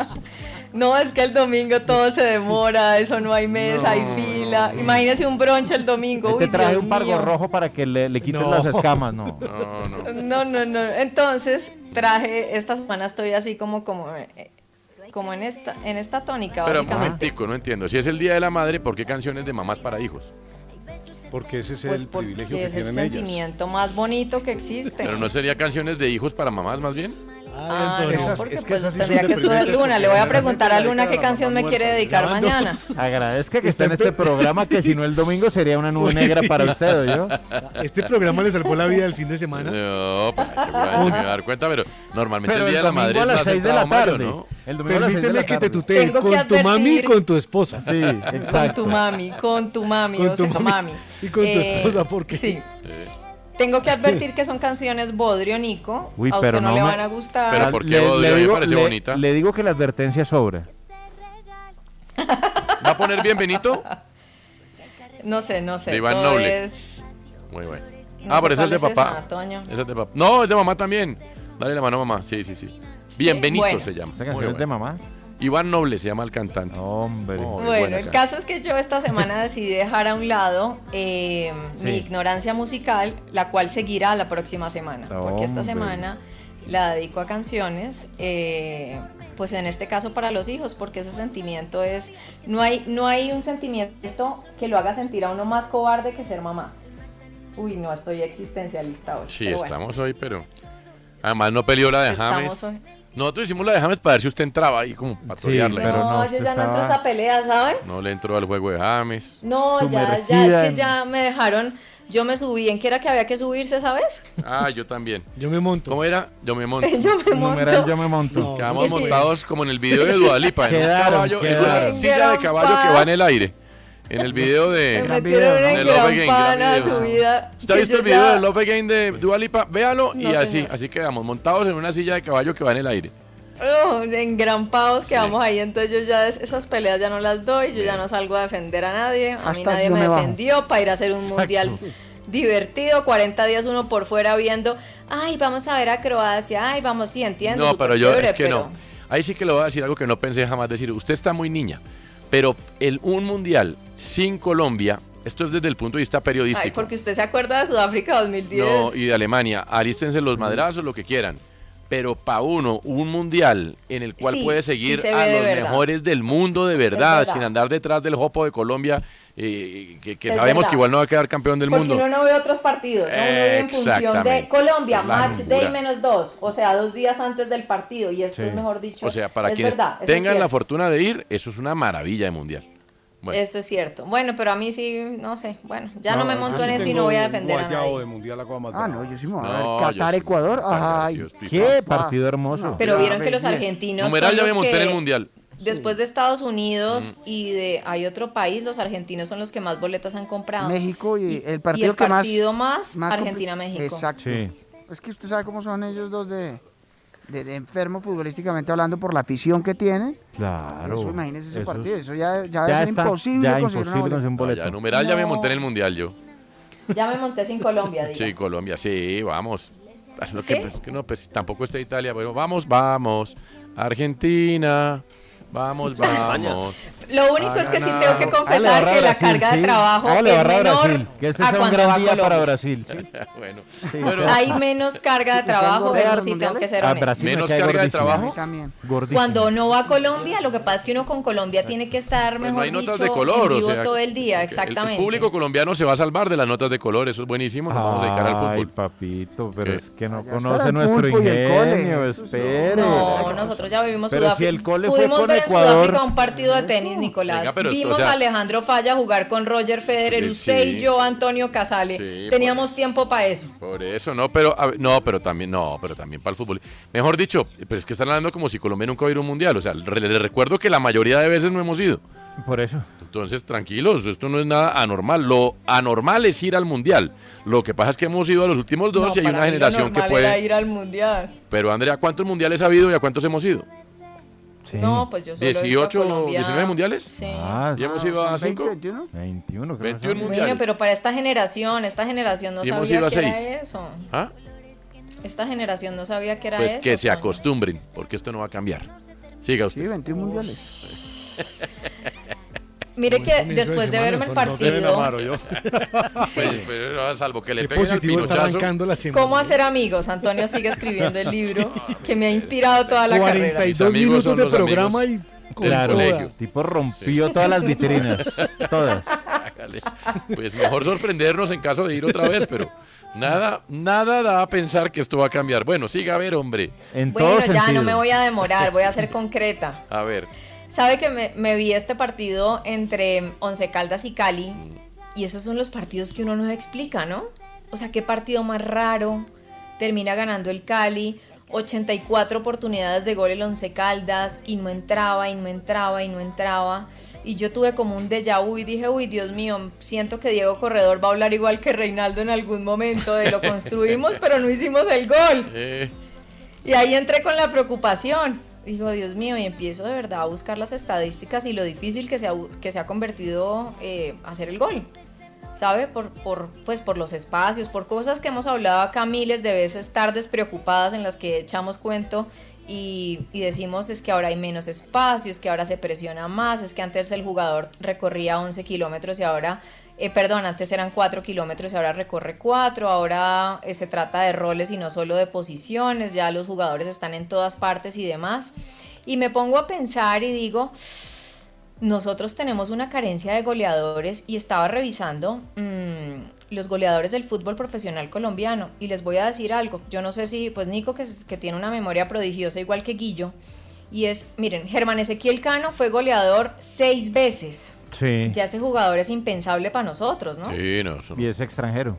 S10: No, es que el domingo todo se demora, eso no hay mesa, hay fila. Imagínese un bronche el domingo.
S3: Él
S10: <laughs> Uy,
S3: te trae
S10: Dios
S3: Este un pargo
S10: mío.
S3: rojo para que le, le quiten
S8: No.
S3: las escamas. No.
S2: No, no.
S10: No, no, no. Entonces traje esta semana estoy así como como eh, como en esta en esta tónica
S2: Pero un
S10: básicamente.
S2: momentico, no entiendo. Si es el día de la madre, ¿por qué canciones de mamás para hijos?
S5: Porque ese es
S10: Pues
S5: el privilegio
S10: porque
S5: que
S10: es el
S5: tienen ellas.
S10: sentimiento más bonito que existe.
S2: Pero no sería canciones de hijos para mamás más bien.
S8: Ay,
S10: Ah,
S8: Antonio.
S10: no,
S5: Esas-
S10: porque
S5: es que
S10: pues
S5: esas sí
S10: tendría
S5: son
S10: que estudiar
S5: deprimentes
S10: Luna.
S5: porque
S10: Le voy a
S5: realmente
S10: preguntar a
S5: la década
S10: Luna
S5: de
S10: qué
S5: la mamá
S10: canción me quiere
S5: muerta.
S10: dedicar
S8: Grabando.
S10: mañana.
S3: Agradezca que está en este programa que si no el domingo sería una nube negra para usted, yo.
S8: Este programa le salvó la vida el fin de semana.
S2: <laughs> No, pues, seguramente me voy a dar cuenta, pero normalmente
S3: Pero
S2: el
S3: el
S2: día de la
S3: domingo
S2: madre
S3: a
S2: es
S3: las
S2: más
S3: 6 de
S2: centrado
S3: la
S2: Mario,
S3: tarde.
S2: ¿no?
S3: El domingo a las seis de
S8: Permíteme
S3: la
S8: que te
S3: tarde.
S8: tutee
S10: Tengo que
S8: con tu
S10: advertir.
S8: mami y con tu esposa.
S3: Sí,
S10: Con
S3: exacto.
S10: tu mami, con tu mami,
S8: Con
S10: o
S8: tu
S10: sea, con
S8: mami.
S10: mami.
S8: Y con tu esposa, ¿por qué?
S10: Eh, Sí. Tengo que advertir que son canciones bodrio, Nico.
S3: Uy,
S10: a usted
S3: pero
S10: no,
S3: no
S10: le
S3: me-
S10: van a gustar.
S2: Pero ¿por qué odio? A mí me parece
S3: le-
S2: bonita.
S3: le digo que la advertencia sobra.
S2: ¿Va a poner bien Benito?
S10: No sé, no sé.
S2: De Iván
S10: todo
S2: Noble.
S10: es-
S2: Muy bueno.
S10: No
S2: ah,
S10: sé
S2: pero ese es
S10: cuál
S2: de
S10: es
S2: papá.
S10: esa, Toño.
S2: Ese es de papá. No, es de mamá también. Dale la mano a mamá. Sí, sí, sí. Bienvenido
S10: bueno.
S2: se llama.
S3: ¿Esa canción es de mamá?
S2: Iván Noble se llama el cantante.
S3: Hombre.
S10: Bueno, el caso es que yo esta semana decidí dejar a un lado eh, mi
S2: Sí.
S10: ignorancia musical, la cual seguirá la próxima semana, porque esta
S13: Hombre.
S10: semana la dedico a canciones, eh, pues en este caso para los hijos, porque ese sentimiento es, no hay, no hay un sentimiento que lo haga sentir a uno más cobarde que ser mamá. Uy, no, estoy existencialista hoy.
S2: Sí,
S10: pero bueno.
S2: estamos hoy, pero. Además, no peleó la de
S10: Estamos
S2: James.
S10: hoy.
S2: Nosotros hicimos la de James para ver si usted entraba ahí como para torearla.
S10: no, yo ya no entro a
S2: Ah.
S10: esta pelea, ¿saben?
S2: No le entró al juego de James.
S10: No, ya,
S2: Sumergida
S10: ya, es
S2: en-
S10: que ya me dejaron, yo me subí en que era que había que subirse, ¿sabes?
S2: Ah, yo también.
S8: Yo me monto.
S2: ¿Cómo era? Yo me
S10: <laughs>
S2: monto.
S10: Yo me monto.
S3: Numeral, yo me monto.
S2: Quedamos montados como en el video de Dualipa. En
S3: Quedaron,
S2: un caballo, en una
S3: quedaron.
S2: silla de caballo que va en el aire. En el video de.
S10: Me metieron
S2: en
S10: una
S2: el Love Again, gran
S10: engrampada
S2: video.
S10: subida.
S2: ¿Usted ha
S10: que
S2: visto
S10: yo
S2: el video
S10: ya-
S2: de Love Again de Dualipa? Véalo y
S10: No,
S2: así,
S10: señor.
S2: así quedamos, montados en una silla de caballo que va en el aire. <laughs>
S10: Oh, engrampados que vamos ahí, entonces yo ya es- esas peleas ya no las doy, yo ya no salgo a defender a nadie, a mí
S7: Hashtag
S10: nadie
S7: yo
S10: me
S7: me bajo.
S10: defendió para ir a hacer un mundial divertido, 40 días uno por fuera viendo, ay, vamos a ver a Croacia, ay, vamos, sí, entiendo.
S2: No,
S10: súper
S2: pero yo,
S10: chévere,
S2: es que
S10: pero-
S2: no. Ahí sí que le voy a decir algo que no pensé jamás decir. Usted está muy niña, pero el, un mundial sin Colombia, esto es desde el punto de vista periodístico.
S10: Ay, porque usted se acuerda de Sudáfrica 2010.
S2: No, y de Alemania. Alístense los madrazos, lo que quieran. Pero para uno, un mundial en el cual
S10: Sí,
S2: puede seguir
S10: sí se
S2: a
S10: ve de
S2: los
S10: verdad.
S2: mejores del mundo de verdad,
S10: verdad.
S2: sin andar detrás del jopo de Colombia, eh, que, que
S10: Es
S2: sabemos
S10: verdad.
S2: que igual no va a quedar campeón del
S10: Porque
S2: mundo.
S10: uno no ve otros partidos, ¿no? uno ve en función de
S2: Exactamente.
S10: Colombia,
S2: La
S10: match day
S2: locura.
S10: menos dos, o sea, dos días antes del partido, y esto
S2: Sí.
S10: es mejor dicho.
S2: o sea, para
S10: es
S2: quienes
S10: verdad, eso es
S2: tengan la
S10: cierto.
S2: fortuna de ir, eso es una maravilla de mundial. Bueno,
S10: Eso es cierto. Bueno, pero a mí sí, no sé. Bueno, ya no, me
S5: yo
S10: monto
S5: sí
S10: en eso y
S5: tengo
S10: no voy a
S5: un
S10: defender a
S5: guayabo
S10: nadie.
S5: de mundial, la cosa más
S7: Ah,
S5: brava.
S7: no, yo sí me voy a
S2: No,
S7: ver.
S2: yo
S7: Qatar,
S2: sí,
S7: Ecuador. Ay,
S3: Qué partido hermoso.
S10: Pero vieron que los argentinos.
S2: numeral
S10: son
S2: ya
S10: los
S2: me monté en el
S10: que,
S2: mundial. Mm.
S10: Después de Estados Unidos y de hay otro país, los argentinos son los que más boletas han comprado.
S7: México y, el
S10: y
S7: partido
S10: el
S7: que más.
S10: partido más,
S7: más compli-
S10: Argentina-México.
S7: Exacto. Es que usted sabe cómo son ellos dos de, de, de enfermo futbolísticamente hablando por la afición que tienen.
S3: Claro.
S7: Eso, imagínese ese
S3: Eso es-
S7: partido. Eso ya, ya,
S3: Ya
S7: es
S3: está-
S7: imposible conseguir una
S3: ya imposible
S7: boleta.
S3: conseguir un boleto.
S2: Ya, numeral ya me
S10: No.
S2: monté en el mundial yo.
S10: Ya me monté
S2: <laughs>
S10: sin Colombia, digo.
S2: Sí, Colombia, sí, vamos. Ah, Lo
S10: ¿Sí?
S2: que, pues, que no, pues tampoco está Italia, pero vamos, vamos. Argentina, vamos,
S3: España.
S2: vamos.
S10: Lo único es que sí
S2: Ah,
S10: tengo que confesar
S3: barra
S10: que la
S3: Brasil,
S10: carga de
S3: sí.
S10: trabajo
S3: Hágale
S10: es
S3: barra a
S10: menor
S3: Brasil, que este
S10: a
S3: sea un
S10: cuando
S3: gran
S10: va
S3: día para
S10: Colombia.
S3: Brasil.
S2: <laughs> bueno,
S3: bueno.
S10: Hay menos carga de trabajo, eso sí tengo que ser
S3: A
S10: honesto.
S3: Brasil me
S2: Menos
S3: cae
S2: carga de
S3: gordísimo.
S2: trabajo.
S3: Gordísimo.
S10: Cuando no va a Colombia, lo que pasa es que uno con Colombia tiene que estar,
S2: Pues
S10: mejor
S2: no hay notas
S10: dicho,
S2: de color,
S10: en
S2: o
S10: vivo
S2: sea,
S10: todo el día,
S2: El- El,
S10: exactamente.
S2: público colombiano se va a salvar de las notas de color, eso es buenísimo. Nos vamos a dedicar al
S3: Ay,
S2: fútbol.
S3: papito, pero
S2: ¿Qué?
S3: es que no
S2: Allá está
S3: conoce
S2: el
S3: nuestro
S2: pulpo y el cole.
S3: ingenio,
S2: Eso sí.
S3: espere.
S10: No, nosotros ya vivimos
S3: Pero si
S10: Sudáfrica.
S3: el cole fue
S10: Pudimos
S3: con
S10: ver en
S3: Ecuador.
S10: Sudáfrica un partido de tenis, Nicolás.
S3: Venga, pero, o
S10: Vimos
S3: sea-
S10: a Alejandro Falla jugar con Roger Federer,
S2: Sí,
S10: usted
S2: sí.
S10: y yo, Antonio Casale.
S2: Sí,
S10: Teníamos tiempo para eso.
S2: Por eso, no, pero a ver, no, pero también, no, pero también para el fútbol. Mejor dicho, pero es que están hablando como si Colombia nunca hubiera ido a un mundial. O sea, re- les recuerdo que la mayoría de veces no hemos ido.
S3: Por eso.
S2: Entonces, tranquilos, esto no es nada anormal. Lo anormal es ir al mundial. Lo que pasa es que hemos ido a los últimos dos y hay una generación que puede.
S10: ir al mundial.
S2: Pero Andrea, ¿cuántos mundiales ha habido y a cuántos hemos ido?
S10: No, pues yo solo he visto a
S2: 18,
S10: Colombia.
S2: 19 mundiales.
S10: Sí.
S3: Ah,
S2: ¿Y hemos ido a 5?
S7: 21.
S3: 21, creo.
S2: 21 mundiales.
S10: Bueno, pero para esta generación, esta generación no
S2: Y hemos
S10: sabía
S2: ido a
S10: que era
S2: seis.
S10: eso.
S2: ¿Ah?
S10: Esta generación no sabía que era
S2: Pues
S10: eso.
S2: que se
S10: Toño.
S2: acostumbren, porque esto no va a cambiar. Siga usted.
S7: Sí, 21 mundiales.
S10: Mire
S2: Buen
S10: que
S2: comienzo de
S10: después de,
S2: semana,
S10: verme el
S2: entonces, no te ven
S10: partido,
S2: amaro, yo.
S10: <laughs> Sí.
S2: Pues, pero, ah, salvo que le
S8: Qué
S2: peguen al
S8: positivo está
S2: pinochazo.
S8: arrancando la semana.
S10: ¿Cómo hacer amigos? Antonio sigue escribiendo
S2: <laughs>
S10: el libro que me ha inspirado toda la carrera.
S8: 42 minutos de programa y con
S3: Claro,
S8: toda.
S3: el tipo rompió todas
S2: <laughs>
S3: las vitrinas. todas.
S2: Hágale. Pues mejor sorprendernos en caso de ir otra vez, pero nada, nada da a pensar que esto va a cambiar. Bueno, siga a ver, hombre.
S3: En
S10: Bueno, ya no me voy a demorar, voy a ser concreta.
S2: A ver,
S10: Sabe que me, me vi este partido entre Once Caldas y Cali y esos son los partidos que uno no explica, ¿no? O sea, qué partido más raro. Termina ganando el Cali, 84 oportunidades de gol el Once Caldas y no entraba y no entraba y no entraba. Y yo tuve como un déjà vu y dije, uy, Dios mío, siento que Diego Corredor va a hablar igual que Reinaldo en algún momento de lo construimos, pero no hicimos el gol.
S2: eh,
S10: Y ahí entré con la preocupación. Digo, Dios mío, y empiezo de verdad a buscar las estadísticas y lo difícil que se ha, que se ha convertido eh, hacer el gol. ¿sabe? Por, por, pues, por los espacios, por cosas que hemos hablado acá miles de veces, tardes preocupadas en las que echamos cuento y, y decimos es que ahora hay menos espacio, es que ahora se presiona más, es que antes el jugador recorría 11 kilómetros y ahora, eh, perdón, antes eran 4 kilómetros y ahora recorre 4, ahora eh, se trata de roles y no solo de posiciones, ya los jugadores están en todas partes y demás. Y me pongo a pensar y digo, nosotros tenemos una carencia de goleadores y estaba revisando mmm, los goleadores del fútbol profesional colombiano y les voy a decir algo, yo no sé si, pues Nico que, que tiene una memoria prodigiosa igual que Guillo, y es, miren, Germán Ezequiel Cano fue goleador seis veces.
S3: Sí.
S10: Ya ese jugador es impensable para nosotros, ¿no?
S2: Sí, no, eso no.
S3: Y es extranjero.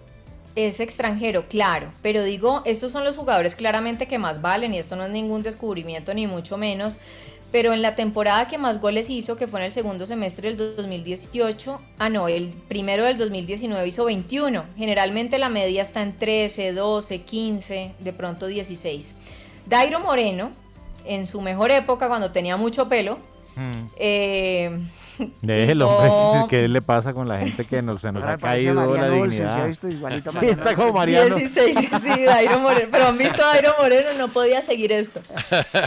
S10: Es extranjero, claro, pero digo, estos son los jugadores claramente que más valen y esto no es ningún descubrimiento ni mucho menos, pero en la temporada que más goles hizo, que fue en el segundo semestre del 2018, ah no, el primero del 2019 hizo 21. Generalmente la media está en 13, 12, 15, de pronto 16. Dairo Moreno, en su mejor época, cuando tenía mucho pelo,
S3: Mm.
S10: eh,
S3: Déjelo, hombre, <laughs> ¿qué le pasa con la gente que nos, se nos
S7: Ahora
S3: ha
S7: parece
S3: caído
S7: Mariano
S3: la
S7: Olsen,
S3: dignidad?
S7: se ha visto igualita
S3: Sí,
S7: Mariano
S3: está como
S7: Olsen.
S3: Mariano.
S10: 16, sí, Dairo Moreno. Pero han visto a Dairo Moreno, no podía seguir esto.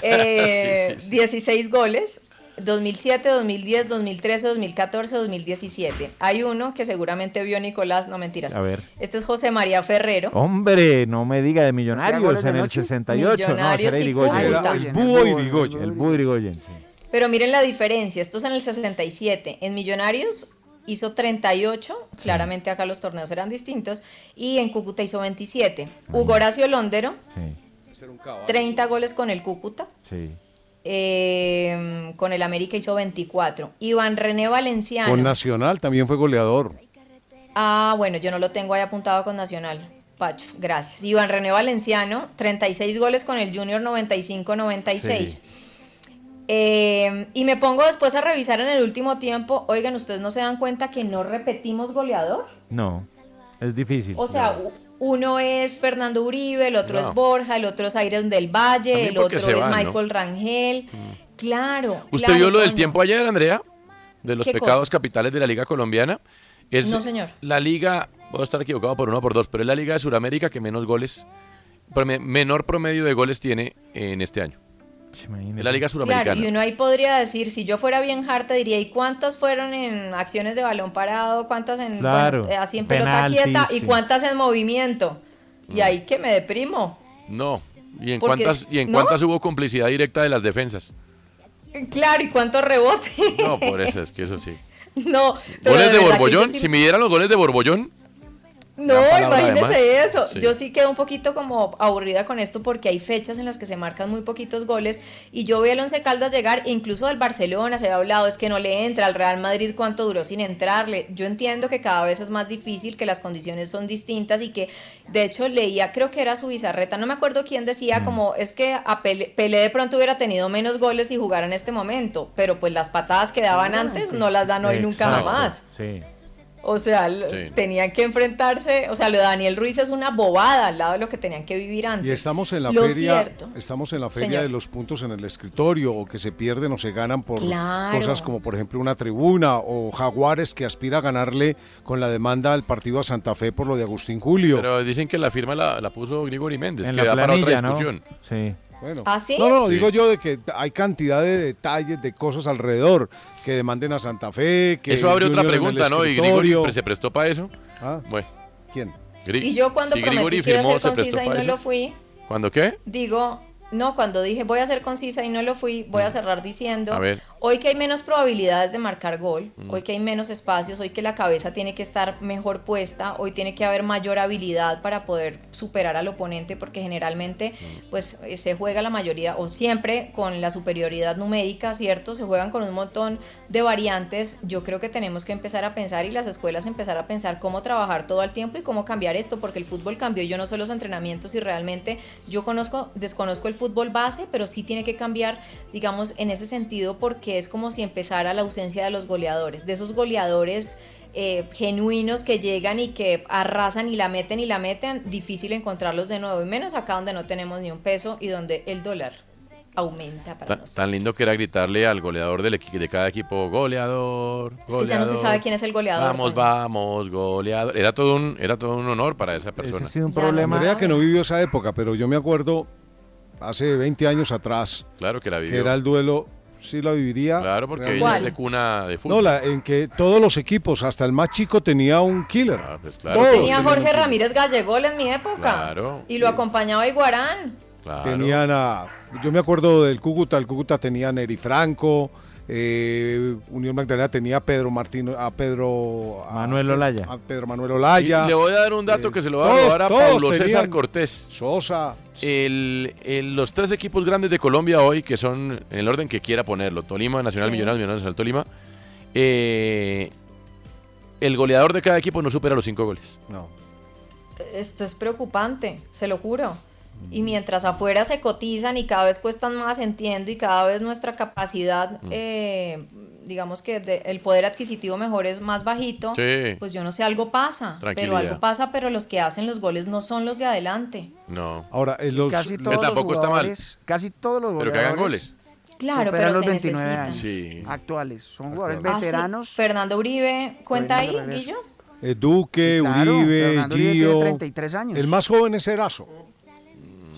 S10: Eh, 16 goles. 2007, 2010, 2013, 2014, 2017. Hay uno que seguramente vio Nicolás, no mentiras.
S3: A ver.
S10: Este es José María Ferrero.
S3: Hombre, no me diga de Millonarios
S10: goles de
S3: en el
S10: noche?
S3: 68.
S10: Millonarios
S3: no,
S10: y
S3: será Irigoyen.
S10: Cúcuta.
S3: El búho Irigoyen. El búho Irigoyen.
S10: Pero miren la diferencia, esto es en el 67. En Millonarios hizo 38, claramente acá los torneos eran distintos, y en Cúcuta hizo 27. Hugo Horacio Londero,
S3: Sí,
S10: 30 goles con el Cúcuta,
S3: sí.
S10: eh, con el América hizo 24. Iván René Valenciano.
S5: Con Nacional también fue goleador.
S10: Ah, bueno, yo no lo tengo ahí apuntado con Nacional. Pacho, gracias. Iván René Valenciano, 36 goles con el Junior 95-96.
S3: Sí.
S10: Eh, y me pongo después a revisar en el último tiempo, oigan, ¿ustedes no se dan cuenta que no repetimos goleador?
S3: No, es difícil.
S10: O sea, u- uno es Fernando Uribe, el otro
S3: No.
S10: es Borja, el otro es Aires del Valle,
S2: También
S10: el
S2: porque
S10: otro
S2: se
S10: es
S2: van, ¿no? Mm.
S10: Michael Rangel. Claro.
S2: ¿Usted
S10: claro,
S2: vio lo del
S10: Toño.
S2: tiempo ayer, Andrea? De los
S10: ¿Qué
S2: pecados
S10: cosa?
S2: capitales de la Liga Colombiana. Es
S10: No, señor.
S2: La Liga, voy a estar equivocado por uno o por dos, pero es la Liga de Sudamérica que menos goles, prome- menor promedio de goles tiene en este año. Es la Liga Suramericana.
S10: Claro, y uno ahí podría decir, si yo fuera bien hard, te diría, ¿y cuántas fueron en acciones de balón parado? ¿Cuántas en,
S2: Claro,
S10: bueno, eh, así en pelota
S2: penaltis,
S10: quieta? ¿Y
S2: sí.
S10: cuántas en movimiento? Y ahí que me deprimo.
S2: No. ¿Y en,
S10: Porque
S2: cuántas,
S10: es-
S2: ¿Y en
S10: ¿no?
S2: cuántas hubo complicidad directa de las defensas?
S10: Claro, ¿y cuántos rebotes? <laughs>
S2: No, por eso es que eso sí.
S10: no, pero
S2: ¿Goles de
S10: verdad que
S2: Borbollón?
S10: yo sí-
S2: Si midieran los goles de Borbollón,
S10: No,
S2: Gran palabra,
S10: imagínese
S2: además.
S10: eso.
S2: Sí.
S10: Yo sí quedo un poquito como aburrida con esto porque hay fechas en las que se marcan muy poquitos goles y yo vi al Once Caldas llegar, incluso al Barcelona se había hablado, es que no le entra, al Real Madrid cuánto duró sin entrarle. Yo entiendo que cada vez es más difícil, que las condiciones son distintas y que de hecho leía, creo que era su bizarreta, no me acuerdo quién decía
S2: Mm.
S10: como es que a Pelé, Pelé de pronto hubiera tenido menos goles si jugara en este momento, pero pues las patadas que
S2: Ah,
S10: daban antes no las dan hoy nunca
S3: Exacto,
S10: jamás.
S3: Sí.
S10: O sea, l-
S5: Sí.
S10: tenían que enfrentarse. O sea, lo de Daniel Ruiz es una bobada al lado de lo que tenían que vivir antes.
S5: Y estamos en la
S10: Lo
S5: feria,
S10: cierto.
S5: estamos en la feria
S10: Señor.
S5: de los puntos en el escritorio o que se pierden o se ganan por
S10: Claro.
S5: cosas como por ejemplo una tribuna o Jaguares que aspira a ganarle con la demanda al partido a Santa Fe por lo de Agustín Julio.
S2: pero dicen que la firma la, la puso Grigori Méndez,
S5: En
S2: que da
S5: la
S2: para otra
S5: planilla, ¿no?
S2: discusión.
S3: Sí.
S5: Bueno.
S10: ¿Ah, sí?
S5: No, no,
S10: Sí.
S5: digo yo de que hay cantidad de detalles, de cosas alrededor que demanden a Santa Fe, que
S2: Eso abre
S5: el
S2: otra
S5: Junior en el
S2: pregunta, ¿no? Y Grigori
S5: escritorio. Ah,
S2: pre- se prestó para eso. Bueno.
S5: ¿Quién?
S10: Y yo cuando prometí que iba a ser concisa y no
S2: para
S10: lo fui,
S2: ¿Cuándo qué?
S10: digo, no, cuando dije voy a ser concisa y no lo fui, voy a cerrar diciendo,
S2: Mm. A ver.
S10: hoy que hay menos probabilidades de marcar gol,
S2: Mm.
S10: hoy que hay menos espacios, hoy que la cabeza tiene que estar mejor puesta, hoy tiene que haber mayor habilidad para poder superar al oponente, porque generalmente pues eh, se juega la mayoría o siempre con la superioridad numérica, ¿cierto? Se juegan con un montón de variantes. Yo creo que tenemos que empezar a pensar y las escuelas empezar a pensar cómo trabajar todo al tiempo y cómo cambiar esto, porque el fútbol cambió yo no sé los entrenamientos y realmente yo conozco, desconozco el fútbol base, pero sí tiene que cambiar, digamos, en ese sentido, porque es como si empezara la ausencia de los goleadores, de esos goleadores eh, genuinos que llegan y que arrasan y la meten y la meten, difícil encontrarlos de nuevo, y menos acá donde no tenemos ni un peso y donde el dólar aumenta para
S2: Tan,
S10: nosotros.
S2: tan lindo que era gritarle al goleador del equi- de cada equipo, goleador,
S10: Es que ya no se
S2: goleador".
S10: sabe quién es el goleador.
S2: Vamos,
S10: Toño.
S2: vamos, goleador.
S5: Era todo un, era todo un honor para esa persona.
S3: sido un Ya lo problema.
S5: Andrea que no vivió esa época, pero yo me acuerdo hace 20 años atrás.
S2: Claro que la vivió.
S5: era el duelo, sí la viviría.
S2: Claro, porque
S5: realmente.
S2: ella es de cuna de fútbol.
S5: No, la, en que todos los equipos, hasta el más chico, tenía un killer.
S2: Ah, pues claro.
S5: Todos
S10: Tenía
S5: tenían un
S10: Jorge
S5: killer.
S10: Ramírez Gallegol en mi época.
S5: Claro.
S10: Y lo acompañaba Iguarán.
S5: Tenían a. Yo me acuerdo del Cúcuta, el Cúcuta tenía a Neri Franco, eh, Unión Magdalena tenía a Pedro Martino, a Pedro. a-
S3: Manuel Olaya.
S5: A Pedro Manuel Olaya.
S2: Y le voy a dar un dato que se lo va a
S5: todos-
S2: robar a
S5: todos
S2: Pablo César
S5: tenían-
S2: Cortés.
S5: Sosa.
S2: El, el- los tres equipos grandes de Colombia hoy, que son en el orden que quiera ponerlo, Tolima, Nacional
S10: Sí.
S2: Millonarios, Millonarios Nacional Tolima, eh, el goleador de cada equipo no supera los cinco goles.
S5: No.
S10: Esto es preocupante, se lo juro. Y mientras afuera se cotizan y cada vez cuestan más, entiendo, y cada vez nuestra capacidad,
S2: Mm.
S10: eh, digamos que de- el poder adquisitivo mejor es más bajito,
S2: Sí.
S10: pues yo no sé, algo pasa. Pero
S2: Tranquilidad.
S10: algo pasa, pero los que hacen los goles no son los de adelante.
S2: No.
S5: Ahora, eh, los.
S7: Casi todos los
S2: tampoco está mal.
S7: jugadores- Casi todos los
S2: Pero
S7: goleadores.
S2: que hagan goles.
S10: Claro,
S7: superan
S10: pero
S7: los
S10: se
S7: 29
S10: necesitan.
S7: años
S2: Sí.
S7: actuales. Son jugadores
S10: Ah, sí,
S7: veteranos.
S10: Fernando Uribe, cuenta ahí,
S7: Fernando Regreso.
S10: Guillo.
S5: eh, Duque,
S7: Sí, claro,
S5: Uribe,
S7: Fernando Uribe tiene
S5: Gio.
S7: 33 años.
S5: El más joven es Erazo.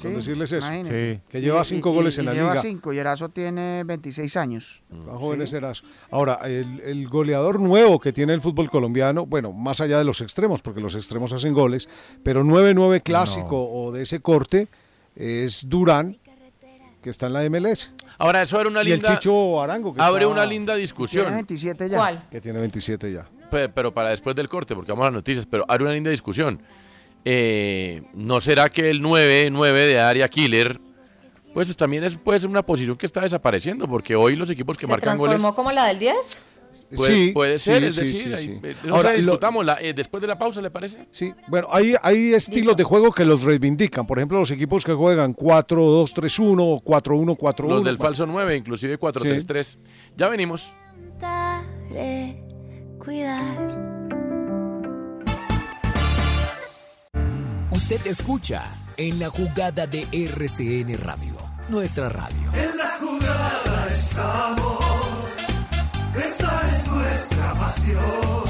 S5: Con decirles eso.
S7: imagínese.
S5: Que
S7: Y-
S5: lleva
S7: y-
S5: cinco
S7: y-
S5: goles
S7: y
S5: en la
S7: lleva
S5: liga.
S7: cinco y Erazo tiene 26 años.
S5: Más jóvenes
S7: Sí.
S5: Erazo. Ahora, Ah, el, el goleador nuevo que tiene el fútbol colombiano, bueno, más allá de los extremos, porque los extremos hacen goles, pero 9-9 clásico o de ese corte es Durán, que está en la MLS.
S2: Ahora, eso era una
S5: Y el
S2: linda.
S5: Chicho Arango. Que
S2: abre
S5: está-
S2: una linda discusión.
S7: 27
S10: ya. ¿Cuál?
S5: Que tiene 27 ya.
S2: Pe- pero para después del corte, porque vamos a las noticias, pero hay una linda discusión. Eh, ¿No será que el 9-9 de área killer, pues también es, puede ser una posición que está desapareciendo? Porque hoy los equipos que
S10: ¿Se
S2: marcan goles...
S10: transformó como la del 10?
S2: Puede,
S5: Sí,
S2: puede ser,
S5: sí,
S2: es
S5: sí,
S2: decir,
S5: sí,
S2: ahí-
S5: sí.
S2: eh, no
S5: Ahora,
S2: sé,
S5: lo-
S2: discutamos la- eh, después de la pausa, ¿le parece?
S5: Sí, bueno, hay, hay estilos de juego que los reivindican. Por ejemplo, los equipos que juegan 4-2-3-1 o 4-1-4-1.
S2: Los del falso 9, inclusive 4-3-3. Ya venimos.
S12: Intentaré cuidar.
S13: Usted escucha en la jugada de RCN Radio, nuestra radio.
S14: En la jugada estamos, esta es nuestra pasión.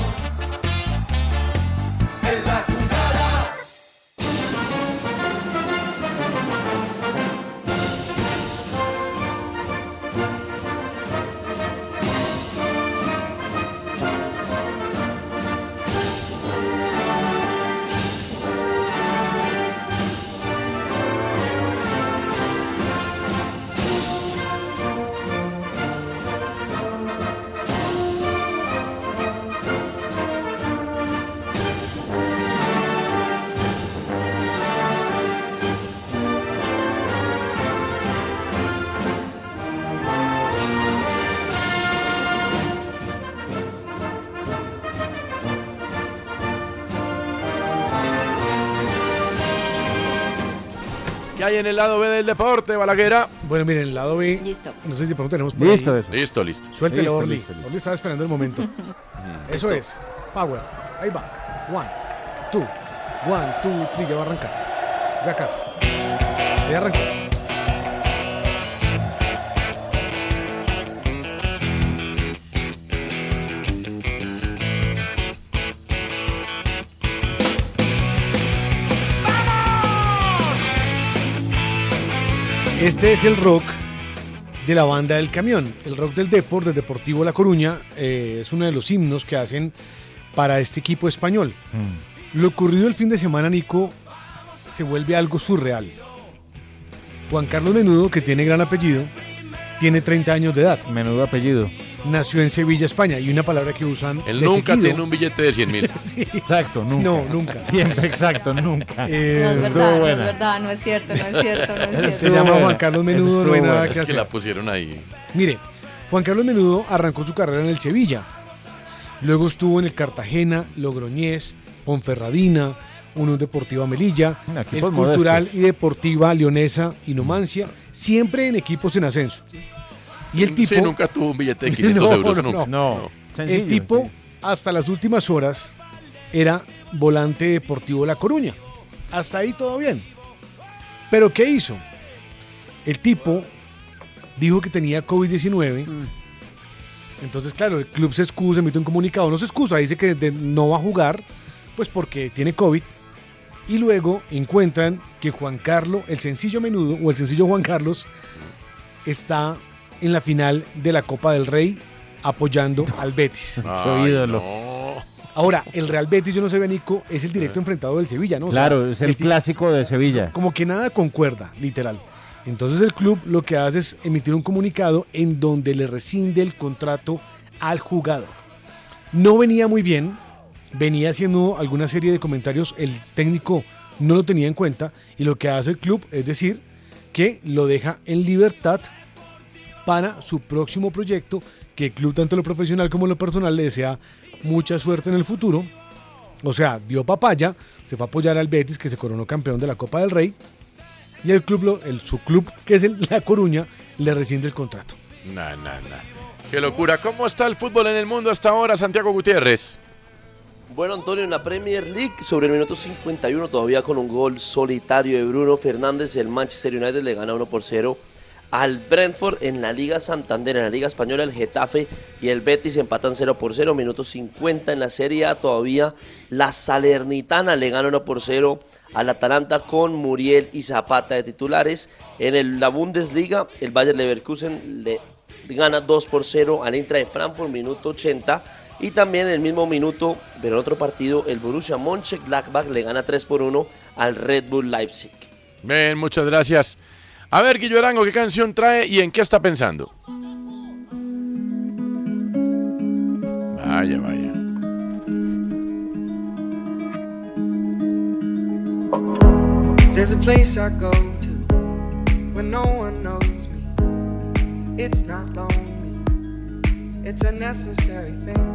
S14: En la jugada.
S2: ¿Qué hay en el lado B del deporte, Balaguera?
S8: Bueno, miren, el lado B.
S10: Listo.
S8: No sé si pronto tenemos por
S2: Listo
S8: ahí.
S2: eso. Listo, listo.
S8: Suéltelo,
S2: Listo,
S8: Orly.
S2: listo, listo.
S8: Orly estaba esperando el momento. Eso es. Power. Ahí va. One, two. One, two, three. Ya va a arrancar. Ya casi. Ya arrancó. Este es el rock de la banda del camión, el rock del Depor, del Deportivo La Coruña, eh, es uno de los himnos que hacen para este equipo español. Lo ocurrido el fin de semana, Nico, se vuelve algo surreal. Juan Carlos Menudo, que tiene gran apellido, tiene 30 años de edad.
S3: Menudo apellido.
S8: Nació en Sevilla, España, y una palabra que usan.
S2: Él
S8: de
S2: nunca
S8: seguido-
S2: tiene un billete de 100 mil.
S3: Exacto, nunca.
S8: No, nunca.
S3: Siempre, exacto, nunca.
S8: Eh,
S10: No es verdad, no es
S3: buena.
S10: verdad, no es cierto, no es cierto, no es cierto.
S8: Se llama <laughs> Juan Carlos Menudo, no hay nada que
S2: es que
S8: hacer.
S2: la pusieron ahí.
S8: Mire, Juan Carlos Menudo arrancó su carrera en el Sevilla. Luego estuvo en el Cartagena, Logroñés, Ponferradina, Unión Deportiva Melilla, el
S3: equipos
S8: Cultural y Deportiva Leonesa y Numancia, siempre en equipos en ascenso. Y el tipo.
S2: Sí, nunca tuvo un billete de 500
S8: <laughs> No,
S2: euros.
S8: no,
S2: nunca.
S8: no. el tipo, hasta las últimas horas, era volante deportivo de La Coruña. Hasta ahí todo bien. Pero ¿qué hizo? El tipo dijo que tenía COVID-19. Entonces, claro, el club se excusa, emite un comunicado, no se excusa, dice que de- no va a jugar, pues porque tiene COVID. Y luego encuentran que Juan Carlos, el sencillo menudo, o el sencillo Juan Carlos, está en la final de la Copa del Rey apoyando al Betis.
S3: Mucho Ay, ídolo.
S8: Ahora, el Real Betis, yo no sé, Nico, es el directo enfrentado del Sevilla, ¿no? O sea,
S3: Eh. Claro, es el
S8: ti-
S3: clásico de Sevilla.
S8: como que nada concuerda, literal. Entonces el club lo que hace es emitir un comunicado en donde le rescinde el contrato al jugador. No venía muy bien, venía haciendo alguna serie de comentarios, el técnico no lo tenía en cuenta y lo que hace el club es decir que lo deja en libertad para su próximo proyecto, que el club tanto lo profesional como lo personal le desea mucha suerte en el futuro. O sea, dio papaya, se fue a apoyar al Betis que se coronó campeón de la Copa del Rey y el club, lo- el, su club que es el La Coruña, le rescinde el contrato.
S2: Nah, nah, nah. Qué locura. ¿Cómo está el fútbol en el mundo hasta ahora, Santiago Gutiérrez?
S9: Bueno, Antonio, en la Premier League, sobre el minuto 51, todavía con un gol solitario de Bruno Fernández, el Manchester United le gana 1 por 0 al Brentford en la Liga Santander, en la Liga Española, el Getafe y el Betis empatan 0 por 0, minuto 50 en la Serie A, todavía la Salernitana le gana 1 por 0 al Atalanta con Muriel y Zapata de titulares. En el- la Bundesliga, el Bayer Leverkusen le gana 2 por 0 al Intra de Frankfurt, minuto 80. Y también en el mismo minuto, pero en otro partido, el Borussia Mönchengladbach le gana 3 por 1 al Red Bull Leipzig.
S2: Bien, muchas gracias. A ver, Guillo Arango, ¿qué canción trae y en qué está pensando? Vaya, vaya.
S14: There's a place I go to when no one knows me. It's not lonely, it's a necessary thing.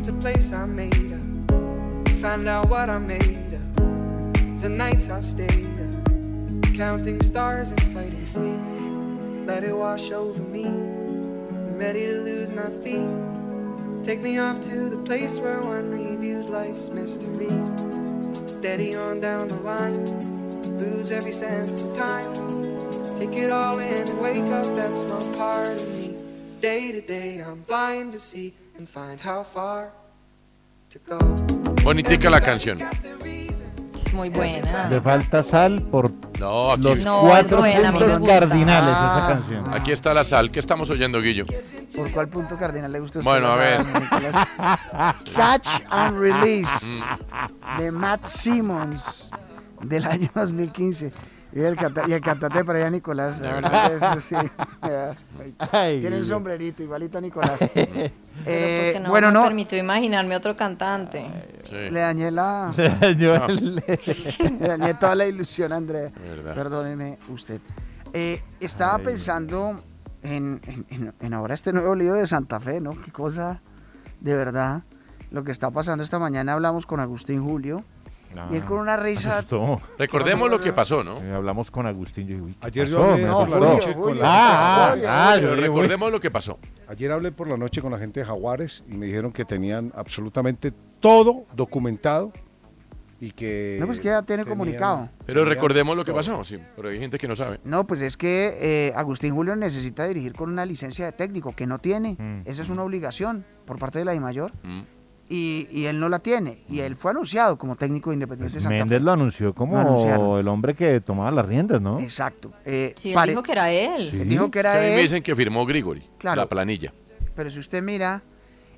S14: It's a place I made up. Find out what I made up. The nights I've stayed up, counting stars and fighting sleep. Let it wash over me. I'm ready to lose my feet. Take me off to the place where one reviews life's mystery. Steady on down the line lose every sense of time. Take it all in and wake up that small part of me. Day to day, I'm blind to see and find how far to go.
S2: Bonitica la canción.
S10: Muy buena.
S3: Le falta sal por
S2: No, aquí-
S3: los
S10: No,
S3: cuatro
S10: es buena, a mí me
S3: puntos
S10: gusta.
S3: cardinales de
S7: Ah.
S3: esa canción.
S2: Aquí está la sal. ¿Qué estamos oyendo, Guillo?
S7: ¿Por cuál punto cardinal le gusta a usted?
S2: Bueno, a ver.
S7: Catch and Release de Matt Simmons del año 2015. Y el, canta- y el cantante para allá, Nicolás.
S14: De
S7: Ahora
S14: verdad.
S7: eso sí.
S14: Ay,
S7: Tiene
S14: Dios.
S7: un sombrerito igualito a Nicolás.
S10: Pero
S7: Eh,
S10: porque no
S7: bueno,
S10: me
S7: no,
S10: permitió imaginarme otro cantante.
S7: le dañé la...
S3: <laughs>
S7: <laughs>
S3: Le dañó
S7: No.
S3: el-
S7: Le dañé toda la ilusión, Andrea.
S3: Verdad.
S7: Perdóneme usted. Eh, estaba pensando en, en- en- en ahora este nuevo lío de Santa Fe, ¿no? Qué cosa, de verdad, lo que está pasando esta mañana. Hablamos con Agustín Julio y
S3: Ah.
S7: él con una
S3: <laughs>
S7: risa...
S3: Asustó.
S2: Recordemos lo que pasó, ¿no?
S3: Eh, hablamos con Agustín. Yo dije, uy, ¿qué
S5: Ayer yo
S3: pasó?
S5: hablé
S3: Me
S5: por la
S3: asustó.
S5: noche con la-
S3: Ah, ah, ah, yo dije, uy.
S2: Recordemos lo que pasó.
S5: Ayer hablé por la noche con la gente de Jaguares y me dijeron que tenían absolutamente todo documentado y que...
S7: No, pues que ya tiene comunicado.
S2: Pero recordemos lo que pasó, sí. Pero hay gente que no sabe.
S7: No, pues es que eh, Agustín Julio necesita dirigir con una licencia de técnico que no tiene.
S3: Mm.
S7: Esa es una obligación por parte de la I Mayor.
S2: Mm.
S7: Y, y él no la tiene. Y él fue anunciado como técnico de independiente de Santa Fe.
S3: Méndez lo anunció
S7: Lo anunciaron.
S3: como el hombre que tomaba las riendas, ¿no?
S7: Exacto. Eh,
S10: Sí, él
S7: pare-
S10: dijo que era él.
S7: Él dijo que
S2: Es que a
S7: era
S2: mí
S7: él.
S2: me dicen que firmó Grigori,
S7: Claro.
S2: la planilla.
S7: Pero si usted mira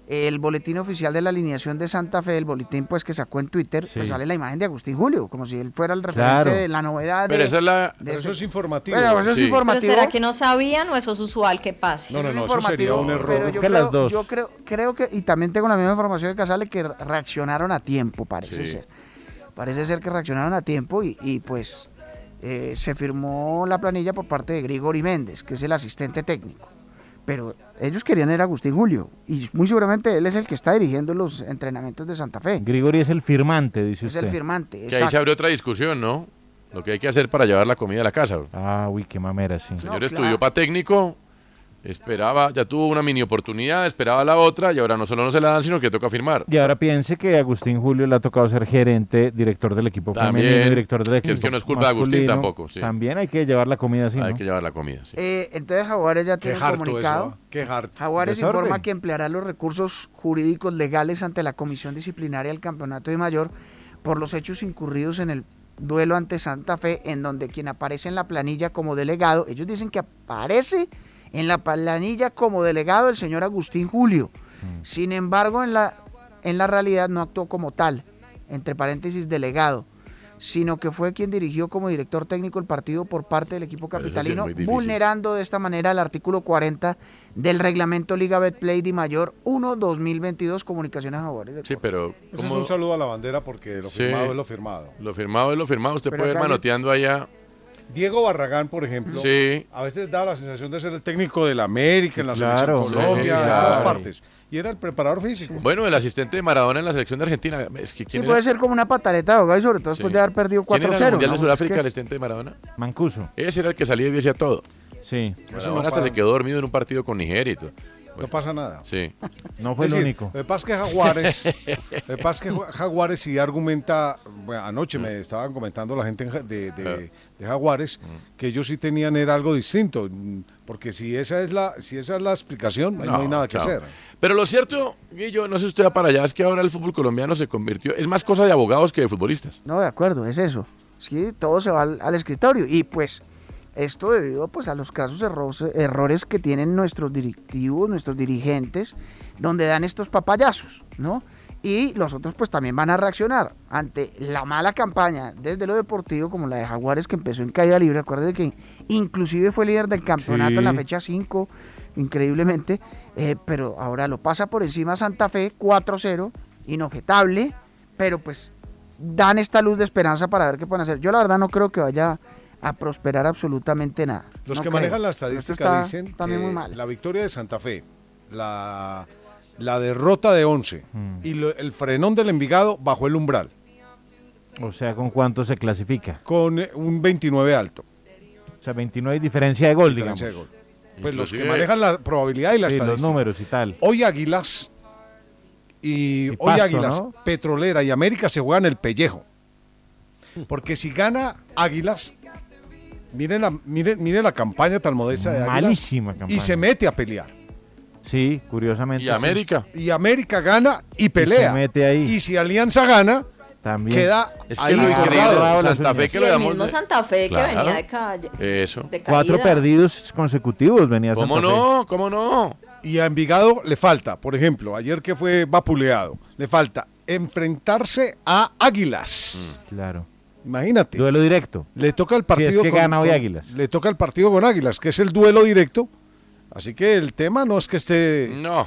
S7: el boletín oficial de la alineación de Santa Fe, el boletín pues que sacó en Twitter, pues sale la imagen de Agustín Julio, como si él fuera el referente
S2: Claro.
S7: de la novedad.
S2: Pero
S7: de-
S2: esa es la-
S7: de
S2: Pero
S7: este-
S2: eso es informativo.
S7: Pero eso es
S2: Sí.
S10: Pero
S7: informativo.
S10: ¿será que no sabían o eso es usual que pase?
S5: No, no, no,
S7: es
S5: eso sería un error.
S7: Pero yo creo, yo creo, creo que, y también tengo la misma información de Casale, que reaccionaron a tiempo, parece
S3: Sí.
S7: ser. Parece ser que reaccionaron a tiempo y, y, pues eh, se firmó la planilla por parte de Grigori Méndez, que es el asistente técnico. Pero ellos querían era Agustín Julio y muy seguramente él es el que está dirigiendo los entrenamientos de Santa Fe.
S3: Grigori es el firmante, dice
S7: Es
S3: usted.
S7: el firmante.
S2: Que ahí
S7: exacto.
S2: se abrió otra discusión, ¿no? Lo que hay que hacer para llevar la comida a la casa.
S3: Ah, uy, qué mamera, sí.
S2: El señor estudió para técnico, Esperaba, ya tuvo una mini oportunidad, esperaba la otra y ahora no solo no se la dan, sino que toca firmar.
S3: Y ahora piense que Agustín Julio le ha tocado ser gerente, director del equipo
S2: También,
S3: femenino, director del
S2: que
S3: equipo
S2: es que no es culpa de Agustín
S3: masculino.
S2: tampoco, sí.
S3: También hay que llevar la comida así,
S2: Hay
S3: ¿no?
S2: que llevar la comida. sí.
S7: Eh, entonces Jaguares ya tiene un
S3: harto
S7: comunicado.
S3: eso, ¿ah? Qué harto.
S7: Jaguares
S3: Desorden.
S7: informa que empleará los recursos jurídicos legales ante la Comisión Disciplinaria del Campeonato de Mayor por los hechos incurridos en el duelo ante Santa Fe, en donde quien aparece en la planilla como delegado, ellos dicen que aparece en la planilla como delegado el señor Agustín Julio. Sin embargo, en la, en la realidad no actuó como tal, entre paréntesis delegado, sino que fue quien dirigió como director técnico el partido por parte del equipo
S2: eso sí es
S7: capitalino,
S2: muy difícil.
S7: vulnerando de esta manera el artículo 40 del reglamento Liga Betplay Di Mayor 1-2022 Comunicaciones Jaguares. de
S2: Sí, pero
S5: Eso es
S2: ¿cómo-
S5: un saludo a la bandera porque lo
S2: Sí.
S5: firmado es lo firmado.
S2: Lo firmado es lo firmado. Usted
S5: Pero
S2: puede ir
S5: acá-
S2: manoteando allá.
S5: Diego Barragán, por ejemplo,
S2: Sí.
S5: a veces daba la sensación de ser el técnico del América, en la
S2: Claro.
S5: selección Colombia,
S2: Sí,
S5: en todas
S2: claro.
S5: partes. Y era el preparador físico.
S2: Bueno, el asistente de Maradona en la selección de Argentina. Es que,
S7: Sí,
S2: ¿quién era?
S7: puede ser como una patareta de ahogado y sobre todo después
S2: Sí.
S7: de haber perdido
S2: ¿Quién era el
S7: 4-0.
S2: Mundial
S7: ¿no?
S2: de
S7: Es
S2: Sudáfrica,
S7: que-
S2: el asistente de Maradona?
S3: Mancuso.
S2: Ese era el que salía y decía todo.
S3: Sí.
S2: Maradona hasta se quedó dormido en un partido con Nigeria y todo.
S5: No pasa nada.
S2: Sí.
S3: No
S5: Es decir, Lo que pasa es que Jaguares, lo que pasa es que Jaguares sí argumenta, bueno, anoche
S3: Mm.
S5: me estaban comentando la gente en Ja- de, de- de Jaguares
S3: Mm.
S5: que ellos sí tenían era algo distinto, mm, porque si esa es la, si esa es la explicación, ahí no, hay
S2: No,
S5: nada que
S2: chao.
S5: hacer.
S2: Pero lo cierto, Guillo, no sé si usted va para allá, es que ahora el fútbol colombiano se convirtió, es más cosa de abogados que de futbolistas.
S7: No, de acuerdo, es eso. Sí, todo se va al, al escritorio. Y pues, esto debido pues, a los casos erros- errores que tienen nuestros directivos, nuestros dirigentes, donde dan estos papayazos, ¿no? Y los otros pues también van a reaccionar ante la mala campaña, desde lo deportivo, como la de Jaguares que empezó en caída libre. Acuérdense que inclusive fue líder del campeonato en la
S15: Sí.
S7: fecha 5, increíblemente, eh, pero ahora lo pasa por encima Santa Fe, 4-0, inobjetable, pero pues dan esta luz de esperanza para ver qué pueden hacer. Yo la verdad no creo que vaya a prosperar absolutamente nada.
S5: Los
S7: No
S5: que
S7: creo.
S5: manejan la
S7: Esto
S5: estadística
S7: está
S5: dicen
S7: también
S5: que
S7: muy mal.
S5: la victoria de Santa Fe, la, la derrota de 11
S3: Mm.
S5: y lo- el frenón del Envigado bajo el umbral
S3: O sea, ¿con cuánto se clasifica?
S5: con eh, un 29 alto.
S3: O sea, 29 diferencia de gol,
S5: Diferencia
S3: digamos.
S5: de gol. Pues los que
S3: Inclusive-
S5: manejan la probabilidad y la
S3: Sí, los
S5: estadística.
S3: números y tal.
S5: Hoy Águilas y, hoy
S3: Pasto,
S5: Águilas,
S3: ¿no?
S5: Petrolera y América se juegan el pellejo. Porque si gana Águilas, miren la, miren, miren la campaña tan modesta de Águilas.
S3: Malísima campaña.
S5: Y se mete a pelear.
S3: Sí, curiosamente.
S5: Y
S3: sí.
S2: América.
S5: Y América gana y
S3: Y
S5: pelea.
S3: se mete ahí.
S5: Y si Alianza gana,
S3: También.
S5: queda
S2: Es que
S5: ahí
S2: lo increíble
S5: agarrado.
S2: de Santa Fe que
S10: Y
S2: lo
S10: el
S2: llamamos
S10: mismo
S2: de-
S10: Santa Fe que
S2: Claro.
S10: venía de calle.
S2: Eso.
S10: De
S3: Cuatro
S10: caída.
S3: perdidos consecutivos venía Santa
S2: ¿Cómo
S3: Fe.
S2: no? ¿Cómo no?
S5: Y a Envigado le falta, por ejemplo, ayer que fue vapuleado, le falta enfrentarse a Águilas.
S8: Mm,
S3: Claro.
S5: Imagínate.
S3: Duelo directo.
S5: Le toca el partido
S3: Si es que gana hoy Águilas.
S5: Le toca el partido con Águilas, que es el duelo directo. Así que el tema no es que esté.
S2: No.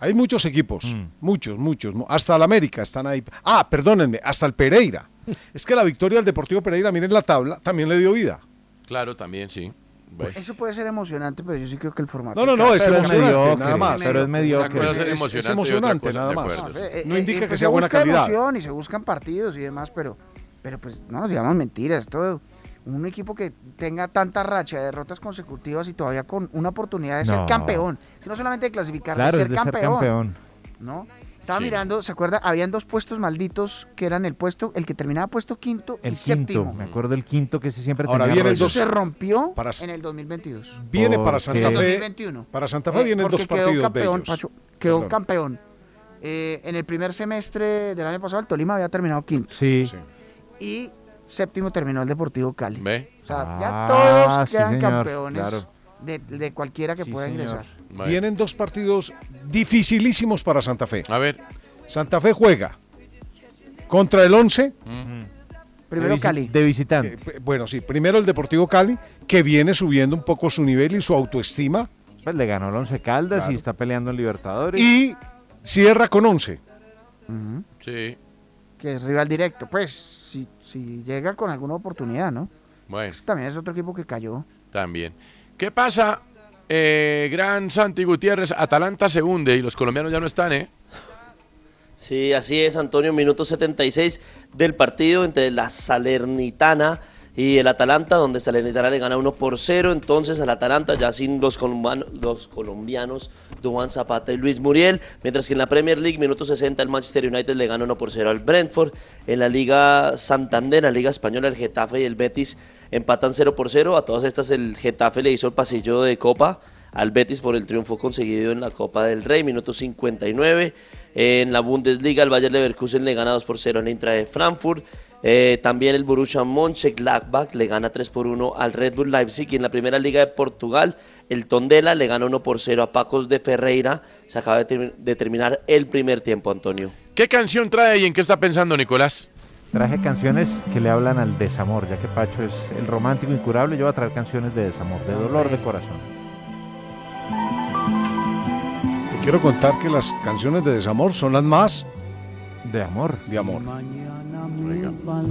S5: Hay muchos equipos,
S3: Mm.
S5: muchos, muchos. mu- Hasta el América están ahí. Ah, perdónenme, hasta
S2: <laughs>
S5: el Pereira. Es que la victoria del Deportivo Pereira, miren la tabla, también le dio vida.
S2: Claro, también, sí. Bueno.
S7: Eso puede ser emocionante, pero yo sí creo que el formato.
S5: No, no, no, es
S7: Pero
S5: emocionante,
S7: mediocre,
S5: nada más.
S7: mediocre.
S2: Una cosa es ser
S5: Es- es-
S2: emocionante
S5: es
S2: y otra
S5: emocionante,
S2: cosa-
S5: nada
S2: de
S5: más.
S2: acuerdo, sí.
S7: Eh,
S5: No
S7: eh,
S5: indica
S7: pues
S5: que
S7: se
S5: sea buena
S7: busca
S5: calidad.
S7: emoción y se buscan partidos y demás, pero, pero pues no nos digamos mentiras. Todo un equipo que tenga tanta racha de derrotas consecutivas y todavía con una oportunidad de
S3: No.
S7: ser campeón, Si no solamente de clasificar,
S3: Claro,
S7: de
S3: es
S7: ser
S3: de ser
S7: campeón.
S3: campeón.
S7: ¿no? Estaba
S3: Sí.
S7: mirando, ¿se acuerda? Habían dos puestos malditos que eran el puesto, el que terminaba puesto quinto y
S3: El quinto,
S7: séptimo.
S3: me acuerdo el quinto que ese siempre
S5: Ahora
S3: tenía
S5: viene el
S3: rollo.
S5: dos-
S7: Se rompió
S5: Para-
S7: en el 2022.
S5: Viene para Santa
S7: En el
S5: Fe.
S7: 2021.
S5: Para Santa
S7: Eh,
S5: Fe vienen
S7: porque
S5: dos
S7: quedó
S5: partidos
S7: campeón,
S5: bellos.
S7: Pacho, quedó
S5: Perdón.
S7: campeón. Eh, en el primer semestre del año pasado, el Tolima había terminado quinto.
S3: Sí.
S7: Y séptimo terminó el Deportivo Cali. O sea,
S3: Ah,
S7: ya todos
S3: sí,
S7: quedan
S3: señor,
S7: campeones
S3: claro.
S7: de, de cualquiera que pueda ingresar.
S5: Vienen dos partidos dificilísimos para Santa Fe.
S2: A ver.
S5: Santa Fe juega contra el 11.
S3: De visi- De visitante.
S5: Eh, Bueno, sí, primero el Deportivo Cali, que viene subiendo un poco su nivel y su autoestima.
S3: Pues le ganó el Once Caldas y está peleando en Libertadores.
S5: Y cierra con 11.
S2: Sí.
S7: Que es rival directo. Pues, si, si llega con alguna oportunidad, ¿no?
S2: Bueno,
S7: Ese también es otro equipo que cayó.
S2: también. ¿Qué pasa? Eh, gran Santi Gutiérrez, Atalanta se hunde y los colombianos ya no están, ¿eh?
S9: Sí, así es, Antonio. Minuto 76 del partido entre la Salernitana y el Atalanta, donde Salernitana le gana 1 por 0. Entonces al Atalanta ya sin los, colombianos los colombianos Duan Zapata y Luis Muriel. Mientras que en la Premier League, minuto 60, el Manchester United le gana 1 por 0 al Brentford. En la Liga Santander, la Liga Española, el Getafe y el Betis empatan 0 por 0. A todas estas el Getafe le hizo el pasillo de Copa al Betis por el triunfo conseguido en la Copa del Rey, minuto 59. En la Bundesliga, el Bayern Leverkusen le gana 2 por 0 al Intra de Frankfurt. Eh, también el Borussia Mönchengladbach le gana 3 por 1 al Red Bull Leipzig. Y en la Primera Liga de Portugal, el Tondela le gana 1 por 0 a Pacos de Ferreira. Se acaba de, ter- de terminar el primer tiempo, Antonio.
S2: ¿Qué canción trae y en qué está pensando Nicolás?
S3: Traje canciones que le hablan al desamor, ya que Pacho es el romántico incurable, yo voy a traer canciones de desamor, de dolor de corazón.
S5: Te quiero contar que las canciones de desamor son las más...
S3: De amor.
S5: De amor.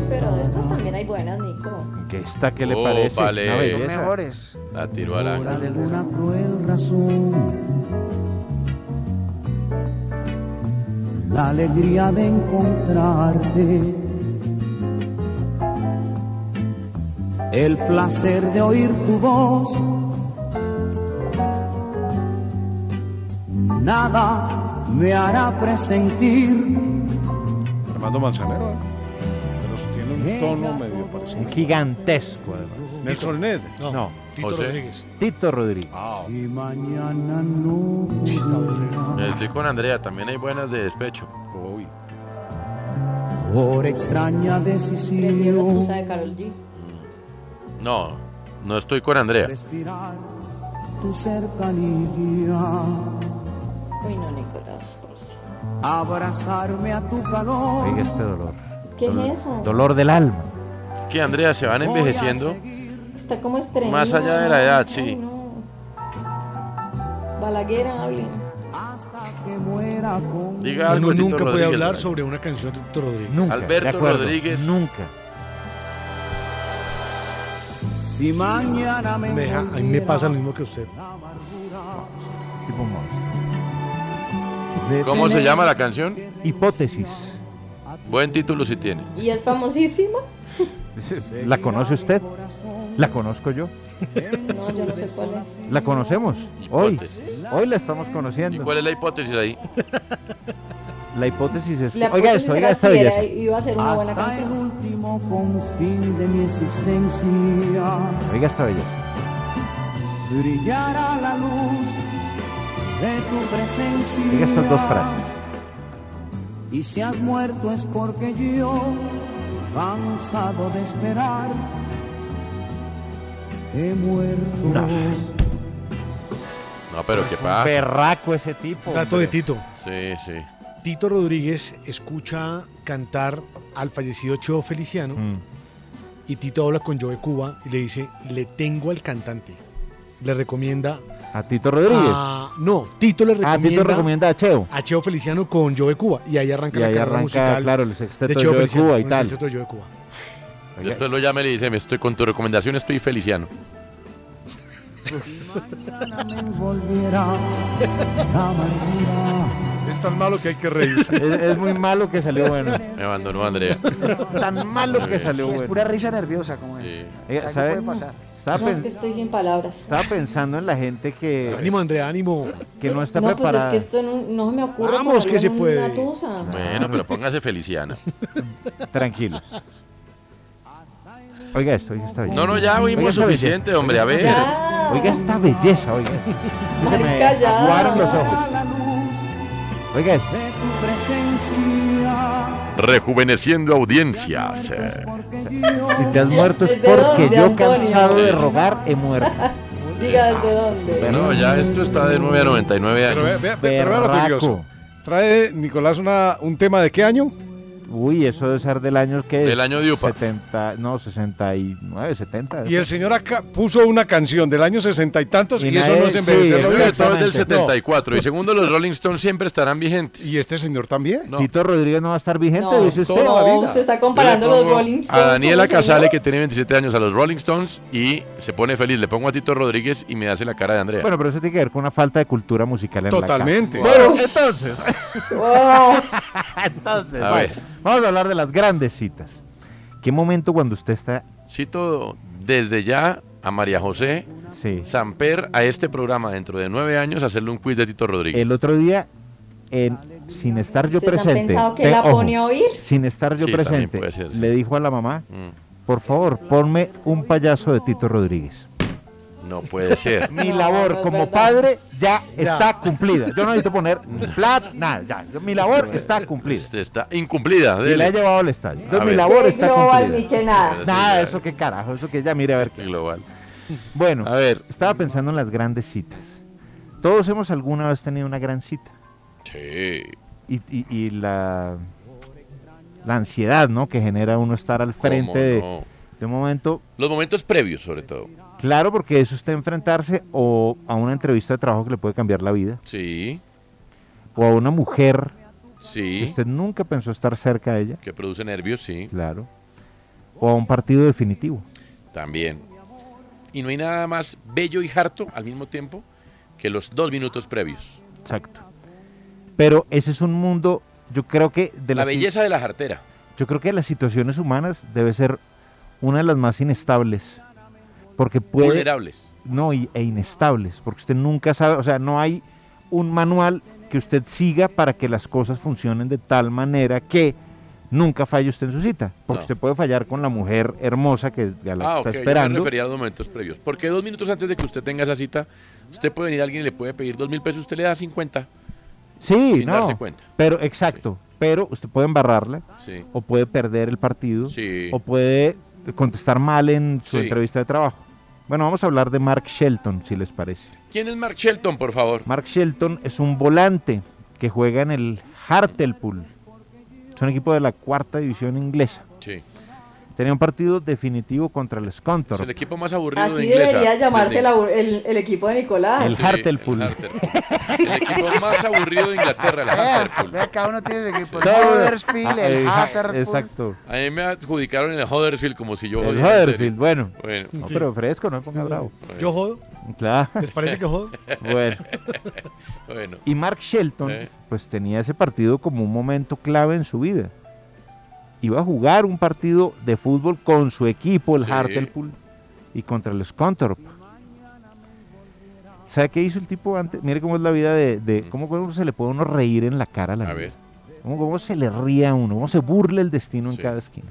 S10: Pero de estas también hay buenas, Nico.
S3: Que esta que le
S2: Oh,
S3: parece
S2: vale.
S3: una
S2: Son
S3: belleza.
S7: mejores.
S2: La tiró al ángulo.
S7: alguna cruel razón.
S15: la alegría de encontrarte, el placer de oír tu voz. Nada me hará presentir
S5: Armando Manzanero. ¿eh? Pero tiene un tono medio parecido.
S3: Un gigantesco, además.
S5: Nelson Ned. Ah. No.
S3: Tito José. Rodríguez. Tito Rodríguez.
S15: si mañana no
S2: Estoy con Andrea, también hay buenas de despecho.
S15: por extraña
S10: Prefiero la
S15: decisión
S10: tusa de Karol G.
S2: No, no estoy con Andrea.
S15: tu cercanía.
S10: Uy, no, Nicolás. por si-
S15: abrazarme a tu calor.
S3: Oiga este dolor.
S10: ¿Qué es
S3: Dolor-
S10: eso?
S3: Dolor del alma.
S2: Es que Andrea se van envejeciendo
S10: Está como estreñido.
S2: más allá de la edad, sí.
S10: Balaguer, ah, hable.
S2: Diga algo de Tito
S8: Uno nunca puede
S2: Rodríguez,
S8: hablar
S2: ¿no?
S8: sobre una canción de Tito Rodríguez.
S3: Nunca.
S2: Alberto
S3: de acuerdo,
S2: Rodríguez.
S3: Nunca.
S15: Si mañana me
S8: Deja, a mí me pasa lo mismo que usted.
S3: Tipo monstruo.
S2: ¿Cómo se llama la canción?
S3: Hipótesis.
S2: Buen título si tiene.
S10: Y es famosísima. <laughs>
S3: ¿La conoce usted? ¿La conozco yo?
S10: No, yo no sé cuál es.
S3: ¿La conocemos? Hoy. Hoy la estamos conociendo.
S2: ¿Y cuál es la hipótesis ahí?
S3: <laughs> La hipótesis es...
S10: La
S3: que- oiga
S10: hipótesis
S3: esto, oiga
S10: era
S3: esta
S10: si era-
S3: belleza.
S10: iba a ser una buena
S15: Hasta el
S10: canción.
S15: último confín de mi existencia
S3: Oiga esta belleza.
S15: brillará la luz de tu presencia.
S3: Oiga estas dos frases.
S15: Y si has muerto es porque yo, cansado de esperar, he muerto.
S2: No, pero ¿qué pasa?
S3: Berraco ese tipo.
S8: Dato de Tito.
S2: Sí, sí.
S8: Tito Rodríguez escucha cantar al fallecido Cheo Feliciano y Tito habla con Joe Cuba y le dice, le tengo al cantante. Le recomienda...
S3: A Tito Rodríguez.
S2: Ah.
S8: a- no, Tito le
S3: Ah,
S8: recomienda...
S3: Tito recomienda a Cheo.
S8: A Cheo Feliciano con Joe Cuba y ahí arranca
S3: Y
S8: la
S3: ahí
S8: carrera
S3: arranca,
S8: musical.
S3: claro, el sexteto de
S8: Cheo
S3: Joe
S8: Feliciano,
S3: Cuba y
S8: el
S3: tal.
S8: sexteto de Joe Cuba.
S2: Después lo llama y le dice, "Me estoy con tu recomendación estoy feliciano.
S15: Volverá la amargura.
S5: Es tan malo que hay que reírse.
S3: es, es muy malo que salió bueno.
S2: <laughs> Me abandonó Andrea.
S3: Tan malo que salió
S7: Sí, es
S3: bueno.
S7: pura risa nerviosa, como es.
S3: Oiga,
S7: Algo
S3: ¿sabe?
S7: puede pasar.
S3: Estaba,
S10: No, es
S3: pen-
S10: que estoy sin palabras.
S3: estaba pensando en la gente que...
S8: Ánimo, Andrea, ánimo.
S3: Que no está
S10: No, pues es
S3: preparada.
S10: que esto no, no se me ocurre.
S8: Vamos,
S10: ponerlo
S8: que se
S10: en
S8: puede.
S10: Una tusa.
S2: Bueno, pero póngase feliciana.
S3: <laughs> Tranquilos. Oiga esto, oiga esta belleza.
S2: No, no, ya oímos
S3: Oiga esta
S2: suficiente,
S3: belleza,
S2: hombre, a
S3: oiga esta
S2: ver.
S3: belleza. Oiga esta belleza, oiga. Se me
S10: Marica, ya.
S3: aguaron los ojos.
S15: La luz
S3: Oiga esto.
S15: de tu presencia.
S2: Rejuveneciendo audiencias.
S3: Si te has muerto es
S10: ¿Desde
S3: porque
S10: dónde,
S3: yo
S10: Antonio?
S3: cansado de rogar he muerto.
S10: Diga, ¿de dónde?
S2: No, ya esto está de 9 a 99
S5: Pero vea,
S2: años.
S5: vea, pero vea lo
S3: Berraco.
S5: curioso. Trae Nicolás una, un tema de qué año?
S3: Uy, eso debe ser del año que
S2: Del año de Upa.
S3: 70, no, 69, 70.
S5: Y el señor acá puso una canción del año sesenta y tantos y,
S3: Y
S5: eso
S3: nadie-
S5: no es
S3: sí,
S5: envejecerlo
S2: Creo
S5: bien.
S2: que todo es del
S5: No.
S2: 74 y segundo los Rolling Stones siempre estarán vigentes.
S5: Y este señor también.
S2: No.
S3: Tito Rodríguez no va a estar vigente,
S10: No,
S3: dice usted.
S5: toda la
S10: No,
S5: vida.
S10: usted está
S2: Yo le
S10: comparando los
S2: pongo
S10: Rolling Stones.
S2: A
S10: con
S2: Daniela
S10: el señor.
S2: Casale, que tiene 27 años, a los Rolling Stones y se pone feliz. Le pongo a Tito Rodríguez y me hace la cara de Andrea.
S3: Bueno, pero eso tiene que ver con una falta de cultura musical en
S5: Totalmente.
S3: la casa. Bueno, entonces,
S10: Wow.
S3: <laughs> entonces
S2: A
S3: vamos,
S2: ver.
S3: vamos a hablar de las grandes citas. ¿Qué momento cuando usted está
S2: Cito desde ya a María José Samper a este programa dentro de nueve años hacerle un quiz de Tito Rodríguez.
S3: El otro día, en- sin estar yo
S10: ¿Ustedes han
S3: presente.
S10: pensado que
S3: pe-
S10: la pone a oír?
S3: Sin estar yo
S2: Sí, Mm. también
S3: presente,
S2: puede ser,
S3: le dijo a la mamá: Por favor, ponme un payaso de Tito Rodríguez.
S2: No puede ser.
S3: Eh. <laughs> Mi labor como padre ya, está cumplida. Yo no necesito poner
S2: <laughs>
S3: plat, nada, ya. Yo- Mi labor está cumplida.
S2: Este Está incumplida.
S3: Y la
S2: dele.
S3: he llevado al estadio. Entonces,
S2: A
S3: mi
S2: ver.
S3: labor
S2: Que
S3: está
S10: global,
S3: cumplida.
S10: ni que nada. Pero sí,
S3: Nada,
S10: ya.
S3: eso qué carajo, eso que ya mire a ver qué.
S2: Global.
S3: Bueno, a ver. estaba pensando en las grandes citas. Todos hemos alguna vez tenido una gran cita.
S2: Sí.
S3: Y, y- y la, la ansiedad, ¿no? Que genera uno estar al frente de-
S2: no?
S3: de un momento
S2: Los momentos previos, sobre todo.
S3: Claro, porque es usted enfrentarse o a una entrevista de trabajo que le puede cambiar la vida,
S2: Sí,
S3: o a una mujer que
S2: sí.
S3: usted nunca pensó estar cerca de ella,
S2: Que produce nervios, sí.
S3: claro, o a un partido definitivo.
S2: También. Y no hay nada más bello y harto al mismo tiempo que los dos minutos previos.
S3: Exacto. Pero ese es un mundo, yo creo que de
S2: la
S3: las-
S2: belleza de la jartera.
S3: Yo creo que de las situaciones humanas debe ser una de las más inestables, porque puede
S2: Vulnerables.
S3: no y- e inestables, porque usted nunca sabe, o sea, no hay un manual que usted siga para que las cosas funcionen de tal manera que nunca falle usted en su cita, porque
S2: No.
S3: usted puede fallar con la mujer hermosa que a la
S2: Ah,
S3: que
S2: ok.
S3: está
S2: Yo me
S3: esperando.
S2: refería a los momentos previos. Porque dos minutos antes de que usted tenga esa cita, usted puede venir a alguien y le puede pedir dos mil pesos, usted le da 50.
S3: Sí,
S2: sin
S3: no.
S2: darse cuenta.
S3: Pero exacto, pero usted puede embarrarla
S2: Sí.
S3: o puede perder el partido
S2: Sí.
S3: o puede contestar mal en su
S2: Sí.
S3: entrevista de trabajo. Bueno, vamos a hablar de Mark Shelton, si les parece.
S2: ¿Quién es Mark Shelton, por favor?
S3: Mark Shelton es un volante que juega en el Hartlepool. Es un equipo de la cuarta división inglesa.
S2: Sí.
S3: Tenía un partido definitivo contra el
S2: Es el
S3: Scunthorpe.
S2: equipo más aburrido de
S10: Así
S2: inglesa.
S10: debería llamarse
S2: Sí.
S10: la- el, el equipo de Nicolás.
S3: El Hartlepool.
S2: El Hartlepool. El equipo más aburrido de Inglaterra, el Hartlepool.
S7: Vea, cada uno tiene su equipo. El
S2: Sí.
S7: Huddersfield, el
S3: Ah,
S7: Hartlepool.
S3: Exacto.
S2: A mí me adjudicaron el Huddersfield como si yo
S3: El
S2: jodiera, en serio.
S3: Huddersfield, bueno.
S2: Bueno.
S3: No, pero fresco, no me ponga bravo.
S8: ¿Yo jodo?
S3: Claro.
S8: ¿Les parece que jodo?
S3: <laughs> Bueno.
S2: <laughs> Bueno.
S3: Y Mark Shelton,
S2: Eh.
S3: pues tenía ese partido como un momento clave en su vida. Iba a jugar un partido de fútbol con su equipo, el
S2: Sí.
S3: Hartlepool, y contra el Scunthorpe. ¿Sabe qué hizo el tipo antes? Mire cómo es la vida de... de- cómo, cómo se le puede uno reír en la cara a la
S2: Mm. A
S3: vida.
S2: ver.
S3: ¿Cómo, cómo se le ríe a uno? ¿Cómo se burla el destino
S2: Sí.
S3: en cada esquina?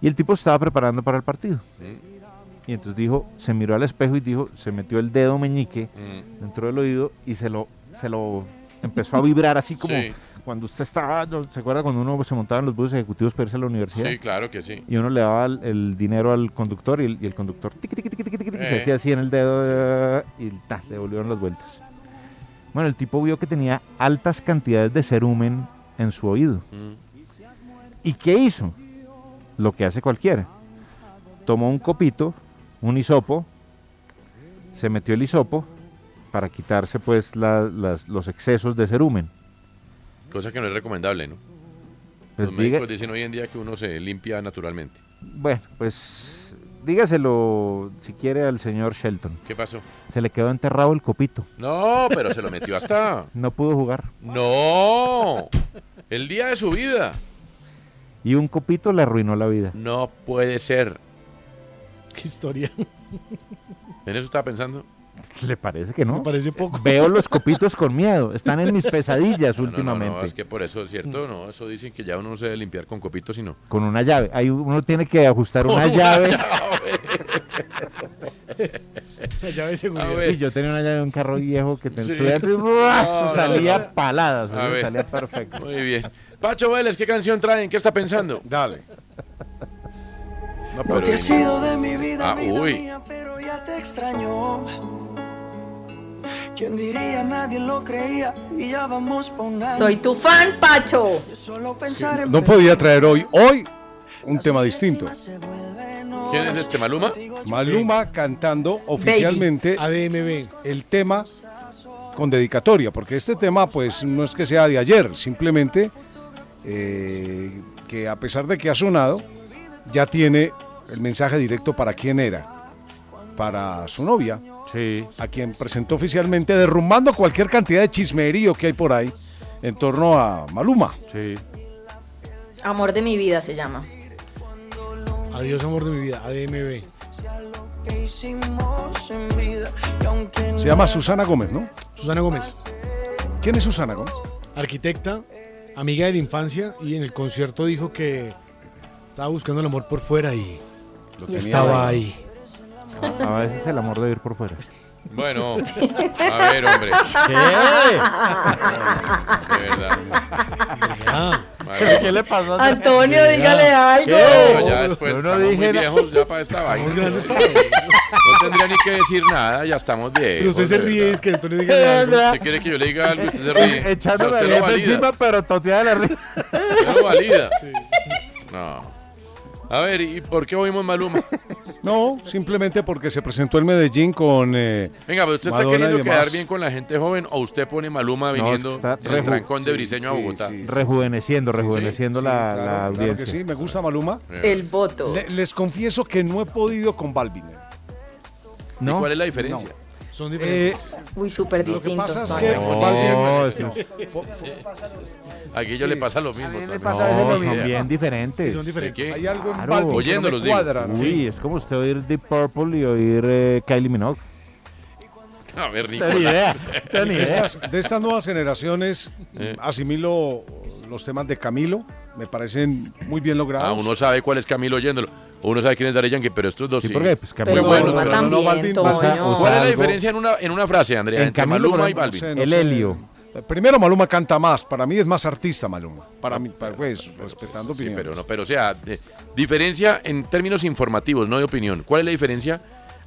S3: Y el tipo se estaba preparando para el partido.
S2: Mm,
S3: Y entonces dijo, se miró al espejo y dijo, se metió el dedo meñique
S2: Mm.
S3: dentro del oído y se lo, se lo empezó a vibrar así como
S2: Sí.
S3: cuando usted estaba, ¿no? ¿se acuerda cuando uno se montaba en los buses ejecutivos para irse a la universidad?
S2: Sí, claro que sí.
S3: Y uno le daba el, el dinero al conductor y el, y el conductor tiqui, tiqui, tiqui, tiqui, tiqui, y se
S2: Eh.
S3: hacía así en el dedo eh, y ta, le volvieron las vueltas. Bueno, el tipo vio que tenía altas cantidades de cerumen en su oído.
S2: Mm.
S3: ¿Y qué hizo? Lo que hace cualquiera. Tomó un copito, un hisopo, se metió el hisopo para quitarse pues la- las- los excesos de cerumen.
S2: Cosa que no es recomendable, ¿no?
S3: Pues
S2: Los
S3: diga-
S2: médicos dicen hoy en día que uno se limpia naturalmente.
S3: bueno, pues dígaselo si quiere al señor Shelton.
S2: ¿Qué pasó?
S3: Se le quedó enterrado el copito.
S2: No, pero se lo metió hasta.
S3: <laughs> No pudo jugar.
S2: ¡No! El día de su vida.
S3: Y un copito le arruinó la vida.
S2: No puede ser.
S8: ¿Qué historia?
S2: ¿En eso estaba pensando?
S3: <laughs> ¿Le parece que no?
S8: Me parece poco.
S3: Veo
S8: <laughs>
S3: los copitos con miedo. Están en mis pesadillas
S2: <laughs> No, no, no,
S3: últimamente.
S2: No, es que por eso es cierto, no. Eso dicen que ya uno no se debe limpiar con copitos,
S8: <laughs>
S2: sino.
S3: Con una llave. Ahí uno tiene que ajustar una,
S2: Con una
S3: llave.
S2: <laughs>
S8: La llave de seguridad.
S3: Y yo tenía una llave de un carro viejo que te
S2: Sí.
S3: tú ya
S2: <laughs>
S3: te-
S2: No,
S3: eso
S2: no,
S3: salía
S2: no.
S3: paladas.
S2: A
S3: eso
S2: ver.
S3: salía perfecto.
S2: Muy bien. Pacho Vélez, ¿qué canción traen? ¿Qué está pensando?
S5: Dale.
S2: No,
S15: No te
S2: pero-
S15: has sido de mi vida,
S2: Ah,
S15: vida
S2: uy.
S15: mía, pero ya te extrañó. ¿Quién diría? Nadie lo creía y ya vamos por nada.
S10: Soy tu fan, Pacho.
S15: Solo pensar en
S5: No podía traer hoy, hoy, un tema distinto.
S2: ¿Quién es este Maluma?
S5: Maluma cantando oficialmente el tema con dedicatoria, porque este tema pues no es que sea de ayer, simplemente eh, que a pesar de que ha sonado, ya tiene el mensaje directo para quién era, para su novia, a quien presentó oficialmente, derrumbando cualquier cantidad de chismerío que hay por ahí en torno a Maluma.
S10: Amor de mi vida se llama.
S8: Adiós, amor de mi vida, ADMB.
S14: que hicimos en vida. Y aunque
S5: Se llama Susana Gómez, ¿no?
S8: Susana Gómez.
S5: ¿Quién es Susana Gómez?
S8: Arquitecta, amiga de la infancia y en el concierto dijo que estaba buscando el amor por fuera y
S5: Lo
S2: tenía
S8: estaba
S2: ahí.
S8: ahí.
S3: Eh, A veces el amor debe ir por fuera.
S2: Bueno, a ver,
S3: <laughs>
S2: hombre.
S3: ¿Qué?
S2: De verdad. Ah,
S3: ¿Pero <laughs> qué le pasó?
S10: Antonio, dígale algo.
S2: No, ya después
S3: Yo no
S2: estamos
S3: dije
S2: muy
S3: nada.
S2: viejos ya para esta vaina. <laughs> No tendría ni que decir nada, ya estamos viejos.
S8: Pero usted se
S2: de
S8: ríe,
S2: verdad.
S8: es que
S2: <laughs>
S8: Antonio diga algo.
S2: ¿Usted quiere que yo le diga algo? y Usted se ríe.
S3: <laughs>
S2: Ya
S3: Echándome la
S2: usted lo
S3: jefa
S2: valida.
S3: encima, pero toteada la risa.
S2: Usted lo
S3: <laughs>
S2: valida. No.
S5: A ver, ¿y por qué oímos Maluma? No, simplemente porque se presentó en Medellín con. eh,
S2: Venga, pero usted está
S5: Madonna y
S2: queriendo
S5: demás.
S2: quedar bien con la gente joven o usted pone Maluma
S3: No, es que
S2: viniendo
S3: está
S2: del
S3: reju-
S2: trancón de
S3: sí,
S2: Briseño a
S3: sí,
S2: Bogotá.
S3: sí, sí. Rejuveneciendo, rejuveneciendo la- la
S5: claro
S3: audiencia.
S5: que sí, me gusta Maluma.
S2: Eh.
S10: El voto.
S5: Le- les confieso que no he podido con Balvin.
S3: ¿No? Eh,
S2: ¿Cuál es la diferencia?
S8: Son
S5: diferentes.
S10: Uy, súper
S5: Lo que
S10: distintos.
S5: pasa es
S2: No,
S5: que eh,
S2: no,
S5: Balvin-
S2: no.
S5: Po- po-
S2: Aquí yo le pasa lo mismo. también.
S3: No, son bien diferentes.
S2: ¿De qué?
S5: Hay algo en
S3: Claro.
S5: Balvin
S2: Oyéndolos,
S5: que no me
S2: digo.
S5: cuadra. ¿no?
S3: Uy, es como usted oír Deep Purple y oír eh, Kylie Minogue.
S2: A ver,
S5: Ni
S2: Nicolás.
S5: idea,
S3: <laughs> tengo ni
S5: De
S3: idea.
S5: estas, de estas nuevas generaciones,
S2: Eh.
S5: asimilo los temas de Camilo, me parecen muy bien
S2: Ah,
S5: logrados.
S2: uno sabe cuál es Camilo oyéndolo. Uno sabe quién es Daddy Yankee, pero estos dos sí.
S3: Sí, porque, pues, Camilo-
S2: Muy
S3: Pero
S2: buenos,
S3: Maluma
S2: pero no, no,
S3: también,
S2: Balvin,
S3: Toño.
S2: Balvin.
S3: Usa- usa
S2: ¿Cuál es la
S3: algo-
S2: diferencia en una, en una frase, Andrea,
S3: En
S2: entre
S3: Camilo,
S2: Maluma
S3: por
S2: y
S3: ejemplo,
S2: Balvin?
S3: no sé, no El sé. Helio.
S5: Primero, Maluma canta más. Para mí es más artista Maluma. Para mí, para- pues, respetando
S2: Sí,
S5: opinión.
S2: pero no, pero o sea, de- diferencia en términos informativos, no de opinión. ¿Cuál es la diferencia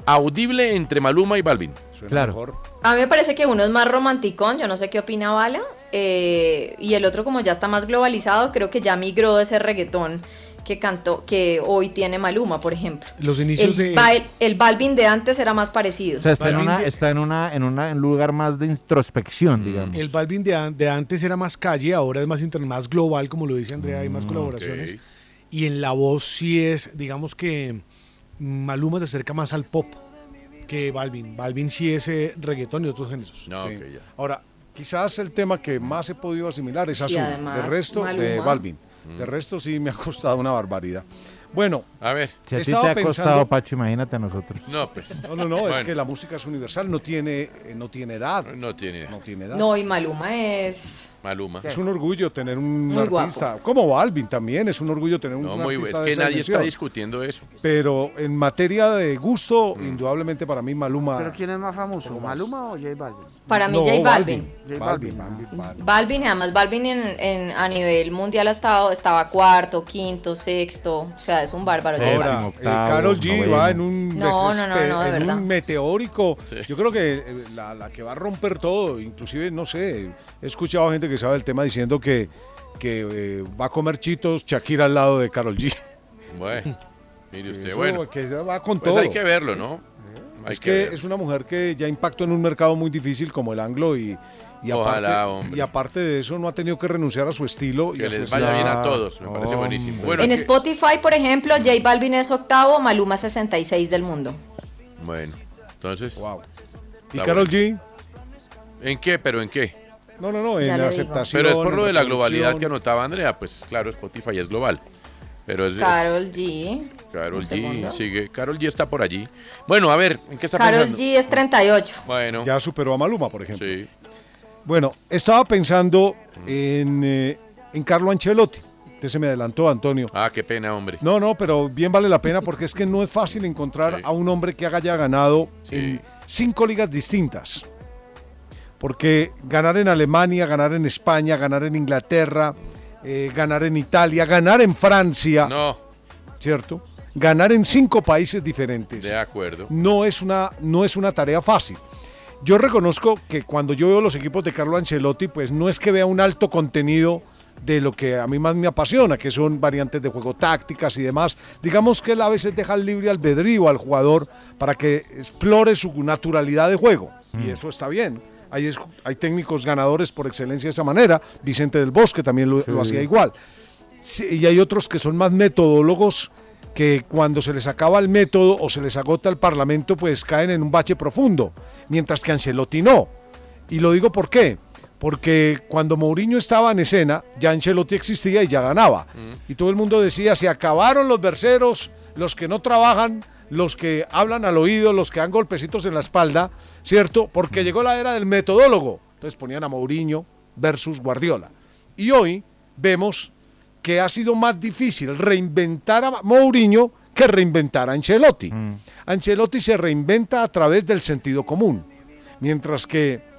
S2: audible entre Maluma y Balvin?
S3: Claro.
S10: A mí me parece que uno es más romanticón, yo no sé qué opina Bala, eh, y el otro como ya está más globalizado, creo que ya migró de ese reggaetón que cantó, que hoy tiene Maluma, por ejemplo.
S8: Los
S10: El,
S8: inicios de.
S10: ba- el Balvin de antes era más parecido.
S3: O sea, está, en, una, está en, una, en, una, en un lugar más de introspección, digamos.
S8: El Balvin de, an- de antes era más calle, ahora es más, inter- más global, como lo dice Andrea, hay más colaboraciones.
S2: Mm, ok.
S8: Y en la voz sí es, digamos que Maluma se acerca más al pop que Balvin. Balvin sí es eh, reggaetón y otros géneros.
S2: No,
S5: Sí.
S2: ok, ya.
S5: Ahora, quizás el tema que más he podido asimilar es
S8: Sí,
S5: Azul.
S8: además,
S5: de resto, de
S8: Maluma.
S5: Balvin.
S2: Mm.
S5: De resto, sí me ha costado una barbaridad. Bueno,
S2: a ver,
S3: Si a ti te
S5: estaba
S3: ha costado,
S5: pensando-
S3: Pacho, imagínate a nosotros.
S2: No, pues.
S5: No, no, no, es
S2: Bueno.
S5: que la música es universal, no tiene, eh, no tiene edad.
S2: No tiene edad.
S5: No tiene edad.
S10: No, y Maluma es...
S2: Maluma.
S5: Es un orgullo tener un
S10: Muy guapo.
S5: artista, como Balvin también, es un orgullo tener un
S2: No, muy es
S5: artista de
S2: que
S5: esa
S2: nadie está
S5: dimensión.
S2: discutiendo eso.
S5: Pero en materia de gusto,
S2: Mm.
S5: indudablemente para mí Maluma. eh,
S7: ¿Pero quién es más famoso, Maluma o J Balvin?
S10: Para mí
S5: No,
S10: J Balvin.
S5: Balvin, Balvin, Balvin, Balvin.
S10: Balvin, además Balvin en, en- a nivel mundial ha estado, estaba cuarto, quinto, sexto, o sea, es un bárbaro. J
S5: Ahora,
S10: Balvin.
S5: eh, Carol G
S3: noveno.
S5: va en un,
S10: No, no, no,
S5: desesper-
S10: no, de
S5: en un
S10: verdad.
S5: meteórico. Yo creo que eh, la, la que va a romper todo, inclusive, no sé, he escuchado gente que sabe el tema diciendo que, que eh, va a comer chitos Shakira al lado de Carol G.
S3: <laughs>
S2: Bueno, mire usted,
S5: Eso,
S2: bueno.
S5: que ya va con
S2: pues
S5: todo.
S2: hay que verlo, ¿no? Hay
S5: es que,
S2: verlo.
S5: es una mujer que ya impactó en un mercado muy difícil como el anglo y, y,
S2: Ojalá,
S5: aparte,
S2: hombre.
S5: y aparte de eso no ha tenido que renunciar a su estilo. y
S2: Que
S5: a su
S2: les vaya bien a
S5: esencia.
S2: todos, me parece buenísimo. Bueno,
S10: En
S2: que-
S10: Spotify, por ejemplo, J Balvin es octavo, Maluma 66 del mundo.
S2: bueno, entonces. Wow.
S5: ¿Y Karol G?
S2: ¿En qué? ¿Pero en qué?
S5: No, no, no,
S10: Ya
S5: en
S10: le
S5: la
S10: digo.
S5: aceptación.
S2: Pero es por
S5: en
S2: lo de la
S5: reproducción.
S2: globalidad que anotaba Andrea. Pues claro, Spotify es global. Pero es. es-
S10: Carol G.
S2: Karol
S10: Un
S2: G
S10: segundo.
S2: sigue. Karol G está por allí. Bueno, a ver, ¿en qué está
S10: Carol
S2: pensando?
S10: G es 38.
S2: Bueno.
S5: Ya superó a Maluma, por ejemplo.
S2: Sí.
S5: Bueno, estaba pensando
S2: Mm.
S5: en, eh, en Carlo Ancelotti. Usted se me adelantó, Antonio.
S2: Ah, qué pena, hombre.
S5: No, no, pero bien vale la pena porque es que no es fácil encontrar a un hombre que haya ganado en cinco ligas distintas. Porque ganar en Alemania, ganar en España, ganar en Inglaterra, eh, ganar en Italia, ganar en Francia.
S2: No.
S5: ¿Cierto? Ganar en cinco países diferentes.
S2: De acuerdo.
S5: No es una, no es una tarea fácil. Yo reconozco que cuando yo veo los equipos de Carlo Ancelotti, pues no es que vea un alto contenido de lo que a mí más me apasiona, que son variantes de juego, tácticas y demás. Digamos que él a veces deja libre albedrío al jugador para que explore su naturalidad de juego. Y eso está bien. Hay, es- hay técnicos ganadores por excelencia de esa manera. Vicente del Bosque también lo- lo
S3: Sí.
S5: hacía igual. Sí, y hay otros que son más metodólogos que cuando se les acaba el método o se les agota el parlamento, pues caen en un bache profundo, mientras que Ancelotti no. Y lo digo por qué, Porque cuando Mourinho estaba en escena, ya Ancelotti existía y ya ganaba.
S3: Mm.
S5: Y todo el mundo decía, se acabaron los berceros, los que no trabajan, los que hablan al oído, los que dan golpecitos en la espalda, ¿cierto? Porque llegó la era del metodólogo. Entonces ponían a Mourinho versus Guardiola. Y hoy vemos que ha sido más difícil reinventar a Mourinho que reinventar a Ancelotti. Ancelotti se reinventa a través del sentido común, mientras que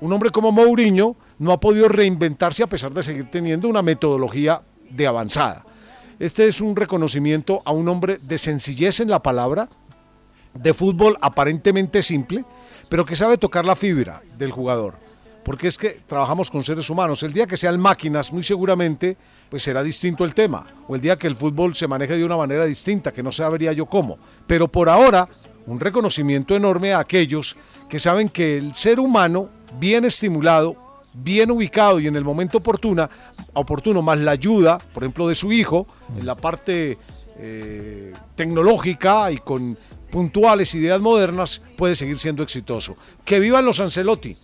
S5: un hombre como Mourinho no ha podido reinventarse a pesar de seguir teniendo una metodología de avanzada. Este es un reconocimiento a un hombre de sencillez en la palabra, de fútbol aparentemente simple, pero que sabe tocar la fibra del jugador. Porque es que trabajamos con seres humanos. El día que sean máquinas, muy seguramente, pues será distinto el tema. O el día que el fútbol se maneje de una manera distinta, que no sabría yo cómo. Pero por ahora, un reconocimiento enorme a aquellos que saben que el ser humano, bien estimulado, bien ubicado y en el momento oportuna, oportuno, más la ayuda, por ejemplo, de su hijo, en la parte eh, tecnológica y con puntuales ideas modernas, puede seguir siendo exitoso. Que vivan los Ancelotti,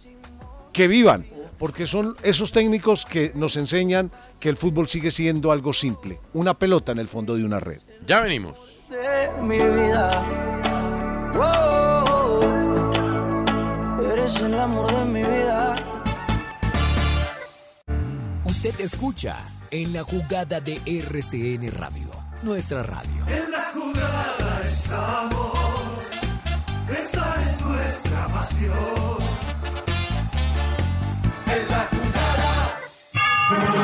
S5: que vivan, porque son esos técnicos que nos enseñan que el fútbol sigue siendo algo simple, una pelota en el fondo de una red.
S2: Ya venimos.
S15: de mi vida. Wow, eres el amor de mi vida.
S13: Usted escucha en la jugada de RCN Radio, nuestra radio.
S15: En la jugada estamos, esa es nuestra pasión. En la jugada.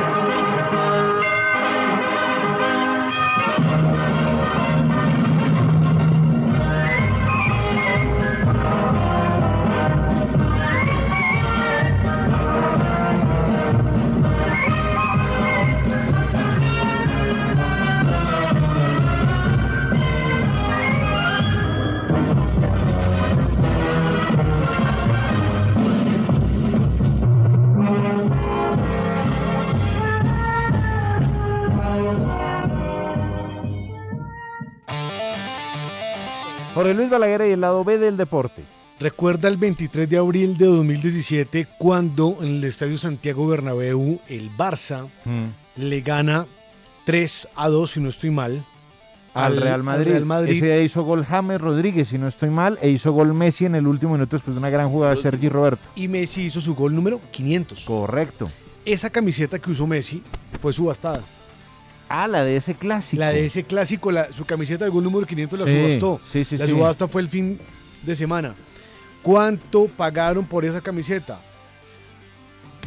S3: Jorge Luis Balaguer y el lado B del deporte.
S8: Recuerda el 23 de abril de 2017 cuando en el Estadio Santiago Bernabéu el Barça
S3: Mm.
S5: Mm.
S8: le gana 3 a 2, si no estoy mal,
S3: Al, Real Madrid.
S8: Real Madrid.
S3: Ese día hizo gol James Rodríguez, si no estoy mal, e hizo gol Messi en el último minuto después de una gran jugada de Sergi Roberto.
S8: Y Messi hizo su gol número 500.
S3: Correcto.
S8: Esa camiseta que usó Messi fue subastada.
S3: Ah, la de ese clásico.
S8: La de ese clásico, la- su camiseta del gol número 500 la
S3: Sí,
S8: subastó.
S3: sí, sí,
S8: la
S3: sí.
S8: subasta fue el fin de semana. ¿Cuánto pagaron por esa camiseta?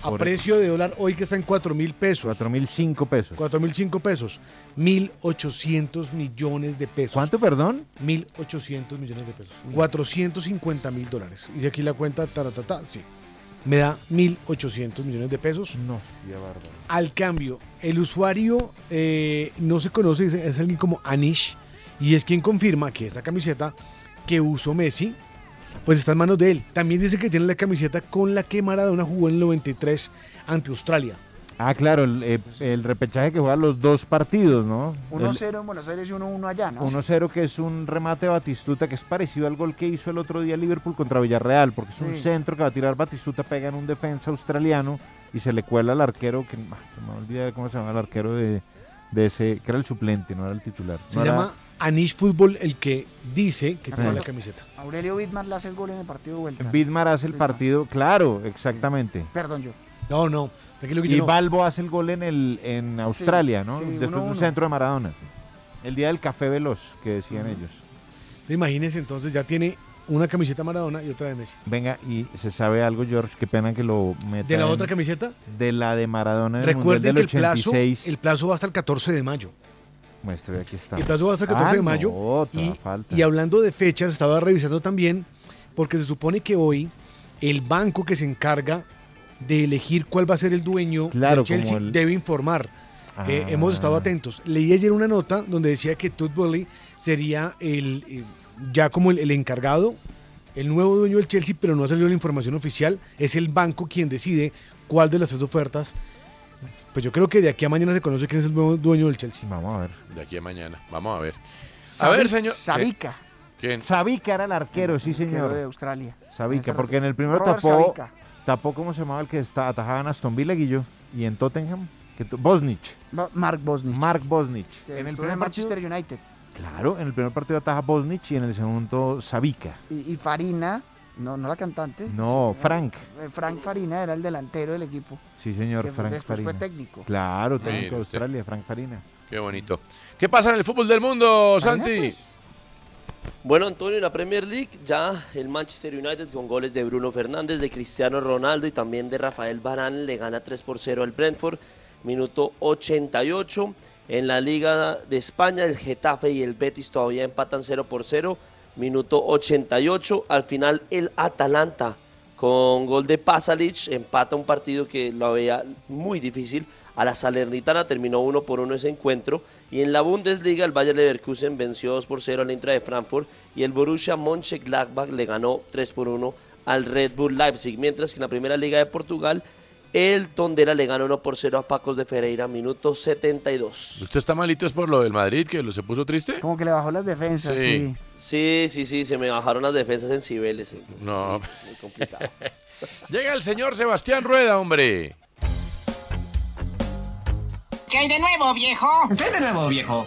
S8: A
S3: Por-
S8: precio de dólar hoy que está en 4 mil pesos.
S3: 4 mil 5 pesos.
S8: 4 mil 5 pesos. 1.800 millones de pesos.
S3: ¿Cuánto, perdón?
S8: 1.800 millones de pesos. 450 mil dólares. Y aquí la cuenta, ta, ta, ta, ta, sí. Me da 1.800 millones de pesos.
S3: No,
S8: Al cambio, el usuario eh, no se conoce, es- es alguien como Anish, y es quien confirma que esta camiseta que usó Messi, pues está en manos de él. También dice que tiene la camiseta con la que Maradona jugó en el 93 ante Australia.
S3: Ah, claro, el, eh, el repechaje que juega los dos partidos, ¿no? El-
S7: 1-0 en Buenos Aires y 1-1 allá, ¿no?
S3: 1-0 que es un remate de Batistuta que es parecido al gol que hizo el otro día Liverpool contra Villarreal, porque es un
S7: Sí.
S3: centro que va a tirar Batistuta, pega en un defensa australiano y se le cuela al arquero, que ah, se me olvida cómo se llama el arquero de, de ese, que era el suplente, no era el titular.
S8: Se
S3: No era-
S8: llama Anish Fútbol el que dice que tiene
S3: Sí.
S8: la camiseta.
S7: Aurelio Vidmar le hace el gol en el partido de vuelta.
S3: Vidmar hace el partido, claro, exactamente.
S7: Perdón, yo.
S8: No, no. tranquilo que yo
S3: Y
S8: no.
S3: Balbo hace el gol en, el, en Australia, ¿no?
S8: sí,
S3: Después de un
S8: 1-1.
S3: centro de Maradona. El día del café veloz, que
S8: Mm.
S3: decían ellos.
S8: Te imagines entonces, ya tiene una camiseta Maradona y otra de Messi.
S3: Venga, y se sabe algo, George, qué pena que lo meta.
S8: ¿De la
S3: en-
S8: otra camiseta?
S3: De la de Maradona en el
S8: Recuerden que
S3: Mundial
S8: el
S3: del
S8: plazo,
S3: 86.
S8: el plazo va hasta el 14 de mayo.
S3: Muestre, aquí está.
S8: El plazo va hasta el 14
S3: Ah,
S8: de mayo.
S3: no,
S8: y,
S3: todavía falta.
S8: y hablando de fechas, estaba revisando también, porque se supone que hoy el banco que se encarga de elegir cuál va a ser el dueño
S3: Claro,
S8: de Chelsea
S3: como el-
S8: debe informar. Eh,
S3: Ah.
S8: hemos estado atentos. Leí ayer una nota donde decía que Todd Boehly sería el, eh, ya como el, el encargado, el nuevo dueño del Chelsea, pero no ha salido la información oficial. Es el banco quien decide cuál de las tres ofertas. Pues yo creo que de aquí a mañana se conoce quién es el nuevo dueño del Chelsea.
S3: Vamos a ver.
S2: De aquí a mañana. Vamos a ver. A
S3: Sabi-
S2: ver, señor.
S3: Sabica.
S2: ¿Quién?
S3: Sabica era el arquero, sí,
S7: Quedó de
S3: señor.
S7: Australia.
S3: Sabica, porque en el primero
S7: Robert
S3: tapó
S7: Sabica.
S3: Tapó, ¿cómo se llamaba el que está, atajaba en Aston Villa, Guillo? Y en Tottenham. Que tu- Bosnich.
S7: Mark Bosnich.
S3: Mark Bosnich.
S7: En el primer Manchester United.
S3: Claro, en el primer partido ataja Bosnich y en el segundo Sabica.
S7: Y, y Farina, no, no la cantante.
S3: No, Frank.
S7: Eh, Frank Farina era el delantero del equipo.
S3: Sí, señor,
S7: Que fue-
S3: Frank
S7: después fue
S3: Farina.
S7: técnico.
S3: Claro,
S2: Mire
S3: técnico de
S2: usted.
S3: Australia, Frank Farina.
S2: Qué bonito. ¿Qué pasa en el fútbol del mundo, Santi?
S9: Bueno, Antonio, en la Premier League ya el Manchester United con goles de Bruno Fernández, de Cristiano Ronaldo y también de Rafael Barán le gana 3 por 0 al Brentford, minuto 88. En la Liga de España el Getafe y el Betis todavía empatan 0 por 0, minuto 88. Al final el Atalanta con gol de Pasalic empata un partido que lo había muy difícil. A la Salernitana terminó 1 por 1 ese encuentro. Y en la Bundesliga el Bayer Leverkusen venció 2 por 0 al Intra de Frankfurt y el Borussia Mönchengladbach le ganó 3 por 1 al Red Bull Leipzig. Mientras que en la Primera Liga de Portugal el Tondela le ganó 1 por 0 a Pacos de Ferreira, minuto 72.
S2: ¿Usted está malito es por lo del Madrid que lo se puso triste?
S7: Como que le bajó las defensas, sí.
S9: Sí, sí, sí, se me bajaron las defensas en Cibeles.
S2: No.
S9: muy complicado.
S2: <laughs> Llega el señor Sebastián Rueda, hombre.
S16: ¿Qué hay de nuevo, viejo?
S2: ¿Qué de nuevo, viejo?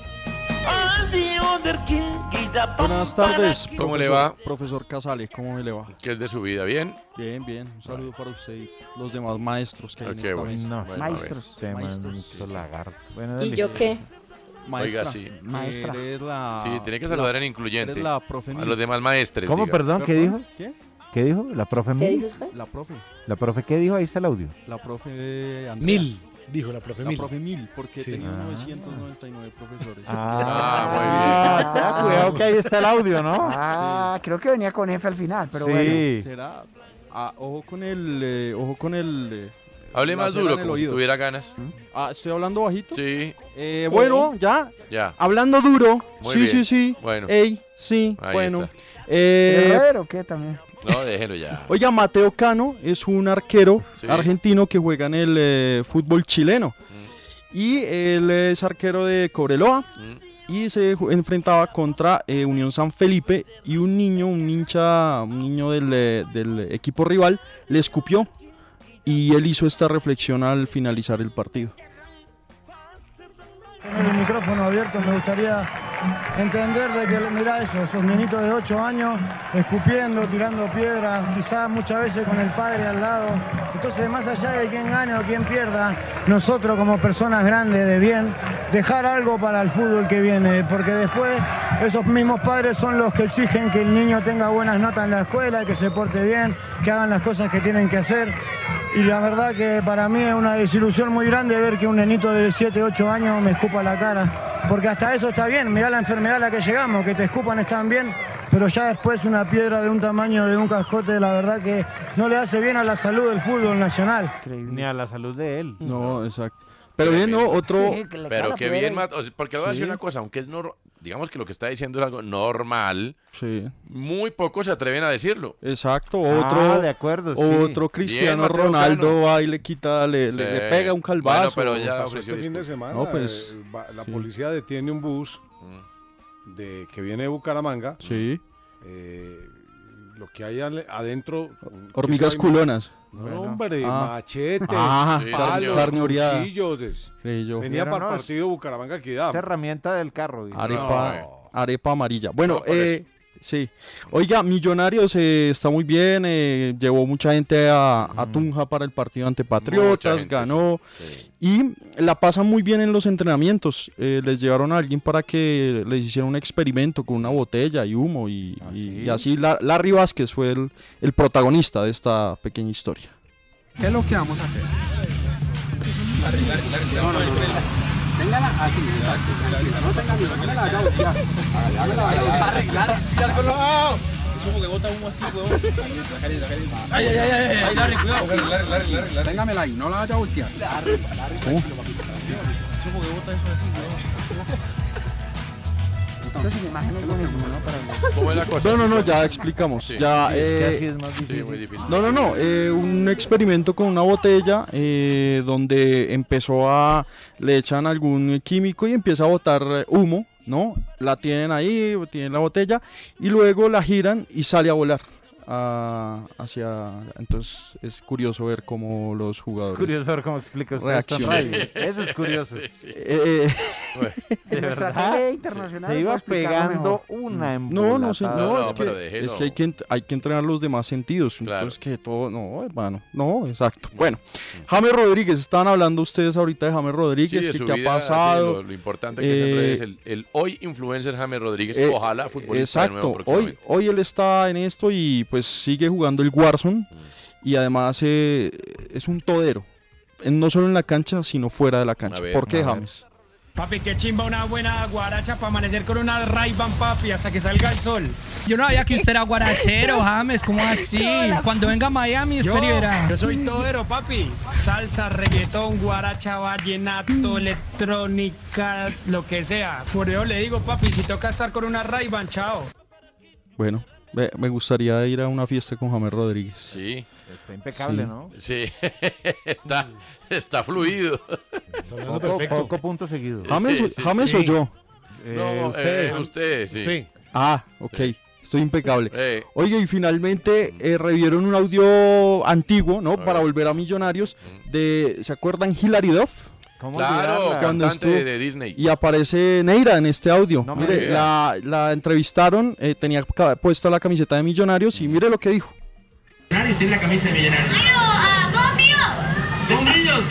S17: Buenas tardes.
S2: ¿Cómo
S17: profesor-
S2: le va?
S17: Profesor Casale, ¿cómo le va?
S2: ¿Qué es de su vida? ¿Bien?
S17: Bien, bien. Un saludo para usted y los demás maestros que hay
S2: Ok,
S17: en esta
S2: bueno.
S17: mesa.
S2: No, bueno,
S3: Maestros. a ver. Te mandó lagarto. Bueno,
S17: ¿Y dale. yo qué?
S2: Oiga,
S17: Maestra.
S2: sí.
S17: Maestra. Eh, Eres la-
S2: Sí, tiene que saludar
S17: la-
S2: en incluyente.
S17: eres la profe
S2: a
S17: mía.
S2: los demás maestres.
S3: ¿Cómo,
S2: diga.
S3: perdón? ¿Qué
S17: ¿Perdón?
S3: dijo?
S17: ¿Qué?
S3: ¿Qué dijo? ¿La profe
S17: ¿Qué
S3: Mil?
S17: dijo usted? La profe.
S3: ¿La profe qué dijo? Ahí está el audio.
S17: La profe Andrea.
S8: Mil, dijo la profe Mil.
S17: La profe Mil, porque
S8: Sí.
S17: tenía
S8: Ah.
S17: 999 profesores.
S3: Ah, ah, cuidado que ahí está el audio, ¿no?
S7: Ah, creo que venía con F al final, pero bueno.
S17: Será. Ah, ojo con el. eh, ojo con el. eh,
S2: Hable
S17: la
S2: más
S17: cera
S2: duro,
S17: en el
S2: como si
S17: oído.
S2: tuviera ganas.
S17: Ah, ¿estoy hablando bajito?
S2: Sí.
S17: Eh, bueno, ya.
S2: Ya.
S17: Hablando duro.
S2: Muy
S17: sí,
S2: bien.
S17: sí, sí.
S2: Bueno.
S17: Ey, sí.
S2: Ahí
S17: bueno.
S2: está.
S17: Eh,
S7: ¿Guerrero o qué también?
S2: No, déjelo ya.
S17: Oiga, Mateo Cano es un arquero
S2: Sí.
S17: argentino que juega en el eh, fútbol chileno.
S2: Mm.
S17: Y él es arquero de Cobreloa. Y se ju- enfrentaba contra eh, Unión San Felipe. Y un niño, un hincha, un niño del, eh, del equipo rival, le escupió. Y él hizo esta reflexión al finalizar el partido.
S4: Tener el micrófono abierto, me gustaría entender de que, mira eso, esos niñitos de 8 años escupiendo, tirando piedras, quizás muchas veces con el padre al lado. Entonces, más allá de quién gane o quién pierda, nosotros como personas grandes de bien, dejar algo para el fútbol que viene, porque después esos mismos padres son los que exigen que el niño tenga buenas notas en la escuela, que se porte bien, que hagan las cosas que tienen que hacer. Y la verdad que para mí es una desilusión muy grande ver que un nenito de 7, 8 años me escupa la cara. Porque hasta eso está bien, mirá la enfermedad a la que llegamos, que te escupan están bien, pero ya después una piedra de un tamaño de un cascote, la verdad que no le hace bien a la salud del fútbol nacional.
S3: Ni a la salud de él.
S17: No, exacto. Pero bien, ¿no? <laughs> Otro.
S2: Pero qué bien, Mat- o sea, porque le voy a decir
S17: Sí.
S2: una cosa, aunque es nor- digamos que lo que está diciendo es algo normal,
S17: Sí.
S2: muy pocos se atreven a decirlo.
S17: Exacto,
S2: Ah,
S17: otro,
S2: de acuerdo, sí.
S17: otro
S2: Bien,
S17: Cristiano
S2: Mateo
S17: Ronaldo
S2: Cano.
S17: va y le quita, le, le-
S2: Sí.
S17: le pega un calvazo.
S2: Bueno, pero ya
S5: Pasó este fin de semana,
S17: No, pues,
S5: eh, va- la
S17: sí.
S5: policía detiene un bus
S2: Mm.
S5: de, que viene de Bucaramanga.
S17: Sí.
S5: Eh, lo que hay ale- adentro. ¿qué
S17: Hormigas
S5: sabe?
S17: culonas.
S5: No,
S17: Bueno.
S5: hombre,
S17: Ah.
S5: machetes,
S17: Ajá. Sí,
S5: palos,
S17: señor. Carne oreada.
S5: cuchillos. es-
S17: Creí yo.
S5: Venía para el
S3: Pero no, es-
S5: partido Bucaramanga-Quidam.
S3: Esta herramienta del carro. digo.
S17: Arepa,
S3: eh.
S5: No.
S17: arepa amarilla. Bueno, eh, sí. Oiga, Millonarios eh, está muy bien. eh, llevó mucha gente a, a Tunja para el partido ante Patriotas.
S2: gente,
S17: ganó. Y la pasan muy bien en los entrenamientos. eh, les llevaron a alguien para que les hiciera un experimento con una botella y humo. Y, y- y así La- Larry Vázquez fue el, el protagonista de esta pequeña historia.
S18: ¿Qué es lo que vamos a hacer?
S19: No, no, no, no. Téngala así, exacto. tranquila, No tenga miedo, no me la vaya a botear. Hágale, hágale, hágale. Arreglar, arreglar con ¡Ah! la- Es como que bota humo así, huevón. Ahí, sácale, sácale. Ay, ay, ay, ay, ay, Larry, cuidado. Larry, Larry, Larry, Larry. Téngamela ahí, no la vaya a voltear.
S17: ¿Cómo?
S19: Es como que bota eso así, huevón.
S7: Estas imágenes buenísimas, ¿no? Para mí.
S2: ¿Cómo es la cosa?
S17: No, no, no, ya explicamos.
S2: Sí.
S17: Ya,
S2: Sí,
S17: eh,
S2: sí, es más difícil. Sí, muy difícil.
S17: No, no, no. eh, un experimento con una botella eh, donde empezó a. Le echan algún químico y empieza a botar eh, humo, ¿no? La tienen ahí, tienen la botella y luego la giran y sale a volar. a- hacia... Entonces es curioso ver cómo los jugadores...
S3: curioso ver cómo explica usted esta
S17: reaccionan.
S3: radio. Eso es curioso.
S17: Eh, eh,
S2: <laughs>
S3: De verdad, se, se iba pegando una en
S17: Mm. No, no, sí, no, es, que, es que hay que ent- hay que entrenar los demás sentidos. Entonces que todo, no, hermano, no, exacto. Bueno, James Rodríguez, estaban hablando ustedes ahorita de James
S2: Sí,
S17: Rodríguez,
S2: de
S17: que
S2: su
S17: qué ha
S2: vida, sí,
S17: pasado.
S2: lo, lo importante que es en
S17: Eh,
S2: redes, el, el hoy influencer James Rodríguez,
S17: eh,
S2: ojalá futbolista
S17: Exacto,
S2: de nuevo
S17: hoy,
S2: próximamente.
S17: hoy él está en esto y pues sigue jugando el Warzone
S20: Mm.
S17: y además eh, es un todero, en- no solo en la cancha, sino fuera de la cancha.
S20: ver,
S17: ¿Por qué,
S20: a ver.
S17: James?
S20: Papi, qué chimba una buena guaracha para amanecer con una ray papi, hasta que salga el sol. Yo no sabía que usted era <laughs> guarachero, James, ¿cómo así?
S1: Hola.
S20: Cuando venga a Miami,
S1: Yo-
S20: espera.
S1: yo soy
S20: todero, papi. Salsa, reggaetón, guaracha, vallenato, electrónica, lo que sea. Por eso le digo, papi, si toca estar con una ray chao.
S17: Bueno, me, me gustaría ir a una fiesta con James Rodríguez.
S2: Sí.
S3: Está
S17: impecable, ¿no?
S2: Sí, <laughs> está, está fluido.
S3: hablando Poco- perfecto. poco punto seguido.
S17: ¿James, o- James o yo?
S2: No, eh, usted, sí.
S17: Ah, ok. Estoy impecable.
S2: Eh.
S17: Oye, y finalmente eh, revieron un audio antiguo, ¿no? Para volver a Millonarios, de, ¿se acuerdan Hilary Duff?
S2: Mm. Claro,
S17: Cuando
S2: cantante
S17: estuvo-
S2: de Disney.
S17: Y aparece Neira en este audio.
S2: No me
S17: mire,
S2: digas.
S17: la, la entrevistaron, eh, tenía ca- puesta la camiseta de Millonarios
S2: Mm.
S17: y mire lo que dijo.
S21: Millonarios tiene la camisa de Millonarios.
S17: Go Millos,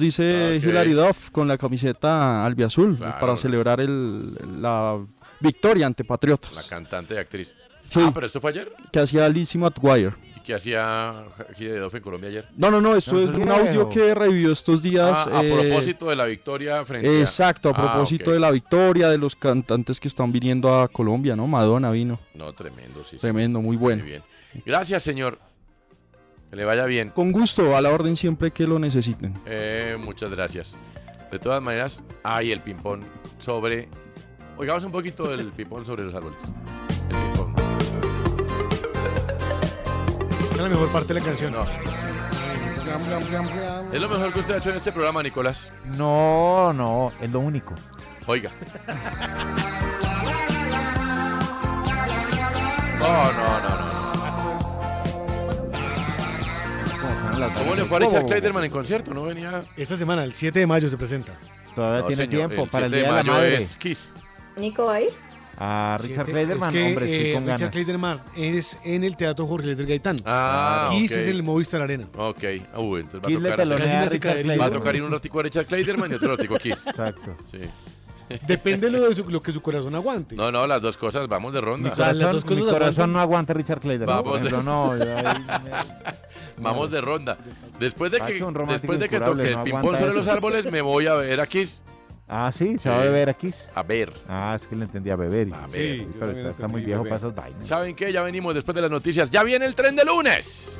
S17: dice
S2: Ah,
S21: Ok.
S17: Hilary Duff con la camiseta albiazul para celebrar el, la victoria ante Patriotas.
S2: La cantante y actriz.
S17: Sí.
S2: Ah, pero esto fue ayer.
S17: Que hacía Lizzie McGuire.
S2: ¿Y qué hacía Giredoff en Colombia ayer?
S17: No, no, no, esto es un audio que revivió estos días.
S2: Ah, a
S17: eh,
S2: propósito de la victoria frente a-
S17: Exacto, a
S2: Ah,
S17: propósito
S2: ok.
S17: de la victoria, de los cantantes que están viniendo a Colombia, ¿no? Madonna vino.
S2: No, tremendo, sí. sí.
S17: Tremendo, muy bueno.
S2: bien. Gracias, señor. Que le vaya bien.
S17: Con gusto, a la orden siempre que lo necesiten.
S2: Eh, muchas gracias. De todas maneras, hay el ping-pong sobre. Oigamos un poquito
S8: <laughs>
S2: del ping-pong sobre los árboles. El ping-pong.
S8: Es la mejor parte de la canción.
S2: Es lo mejor que usted ha hecho en este programa, Nicolás.
S3: No, no, es lo único.
S2: Oiga. No, Oh, no, no, no. ¿Cómo le fue a Richard Kleiderman en concierto? ¿No venía?
S8: Esta semana, el 7 de mayo, se presenta.
S3: Todavía
S2: No,
S3: tiene
S2: señor,
S3: tiempo
S2: el
S3: para el
S2: 7 de
S3: Día de la
S2: mayo
S3: Madre.
S2: es Kiss.
S10: Nico, ¿va a ir?
S3: A
S8: Siete-
S3: Richard Lederman,
S8: es que,
S3: hombre, sí,
S8: eh,
S3: con
S8: Richard
S3: ganas.
S8: Clayderman es en el Teatro Jorge Lester Gaitán.
S2: Ah,
S8: Kiss
S2: ok.
S8: es el Movistar Arena.
S2: Ok, ah, uh, entonces va a
S8: Kiss le
S2: tocar.
S8: talonea
S2: hacer-
S8: a Richard
S2: va a
S8: Clayderman.
S2: tocar ir un ratico a Richard Kleiderman y otro ratico a Kiss.
S3: Exacto.
S2: Sí.
S8: Depende lo de su- lo que su corazón aguante.
S2: No, no, las dos cosas, vamos de ronda.
S3: Mi corazón, mi corazón no aguanta Richard Clayderman.
S2: Vamos
S3: Por
S2: de-
S3: ejemplo, no, yo ahí-
S2: <laughs> Vamos de ronda. Después de que,
S3: Macho, un romántico
S2: después de que
S3: incurable,
S2: toque el
S3: no
S2: ping-pong
S3: aguanta
S2: sobre
S3: eso.
S2: los árboles, me voy a ver a Kiss.
S3: Ah, sí, se va a beber aquí.
S2: A ver.
S3: Ah, es que le entendía beber. A
S2: ver. Sí, yo
S3: pero
S2: también
S3: está, está muy
S2: entendí
S3: viejo
S2: beber.
S3: para esas vainas.
S2: ¿Saben qué? Ya venimos después de las noticias. Ya viene el tren de lunes.